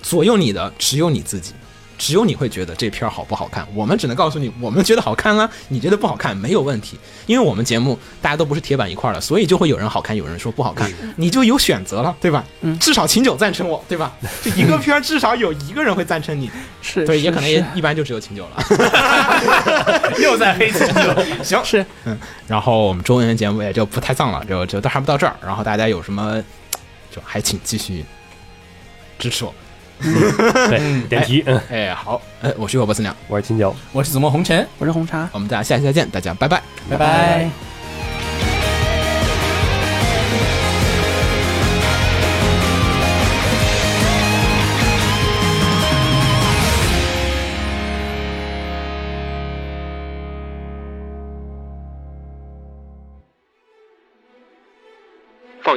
左右你的只有你自己，只有你会觉得这片儿好不好看。我们只能告诉你，我们觉得好看啊，你觉得不好看没有问题，因为我们节目大家都不是铁板一块儿的，所以就会有人好看，有人说不好看，你就有选择了，对吧？
嗯
至少秦九赞成我，对吧？就一个片儿至少有一个人会赞成你，
是，
对，
是
也可能
是
也一般就只有秦九了。
又在黑自己了。
行，是，嗯，然后我们中文节目也就不太丧了，就就都还不到这儿。然后大家有什么，就还请继续支持我。 *laughs*
对，点题，嗯， *laughs*
哎，好，哎，我是我波斯娘，
我是金角。
我是子墨红尘，
我是红茶。
我们大家下期再见，大家拜拜。
拜拜
放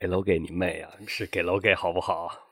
给楼给你妹啊，是给楼给好不好？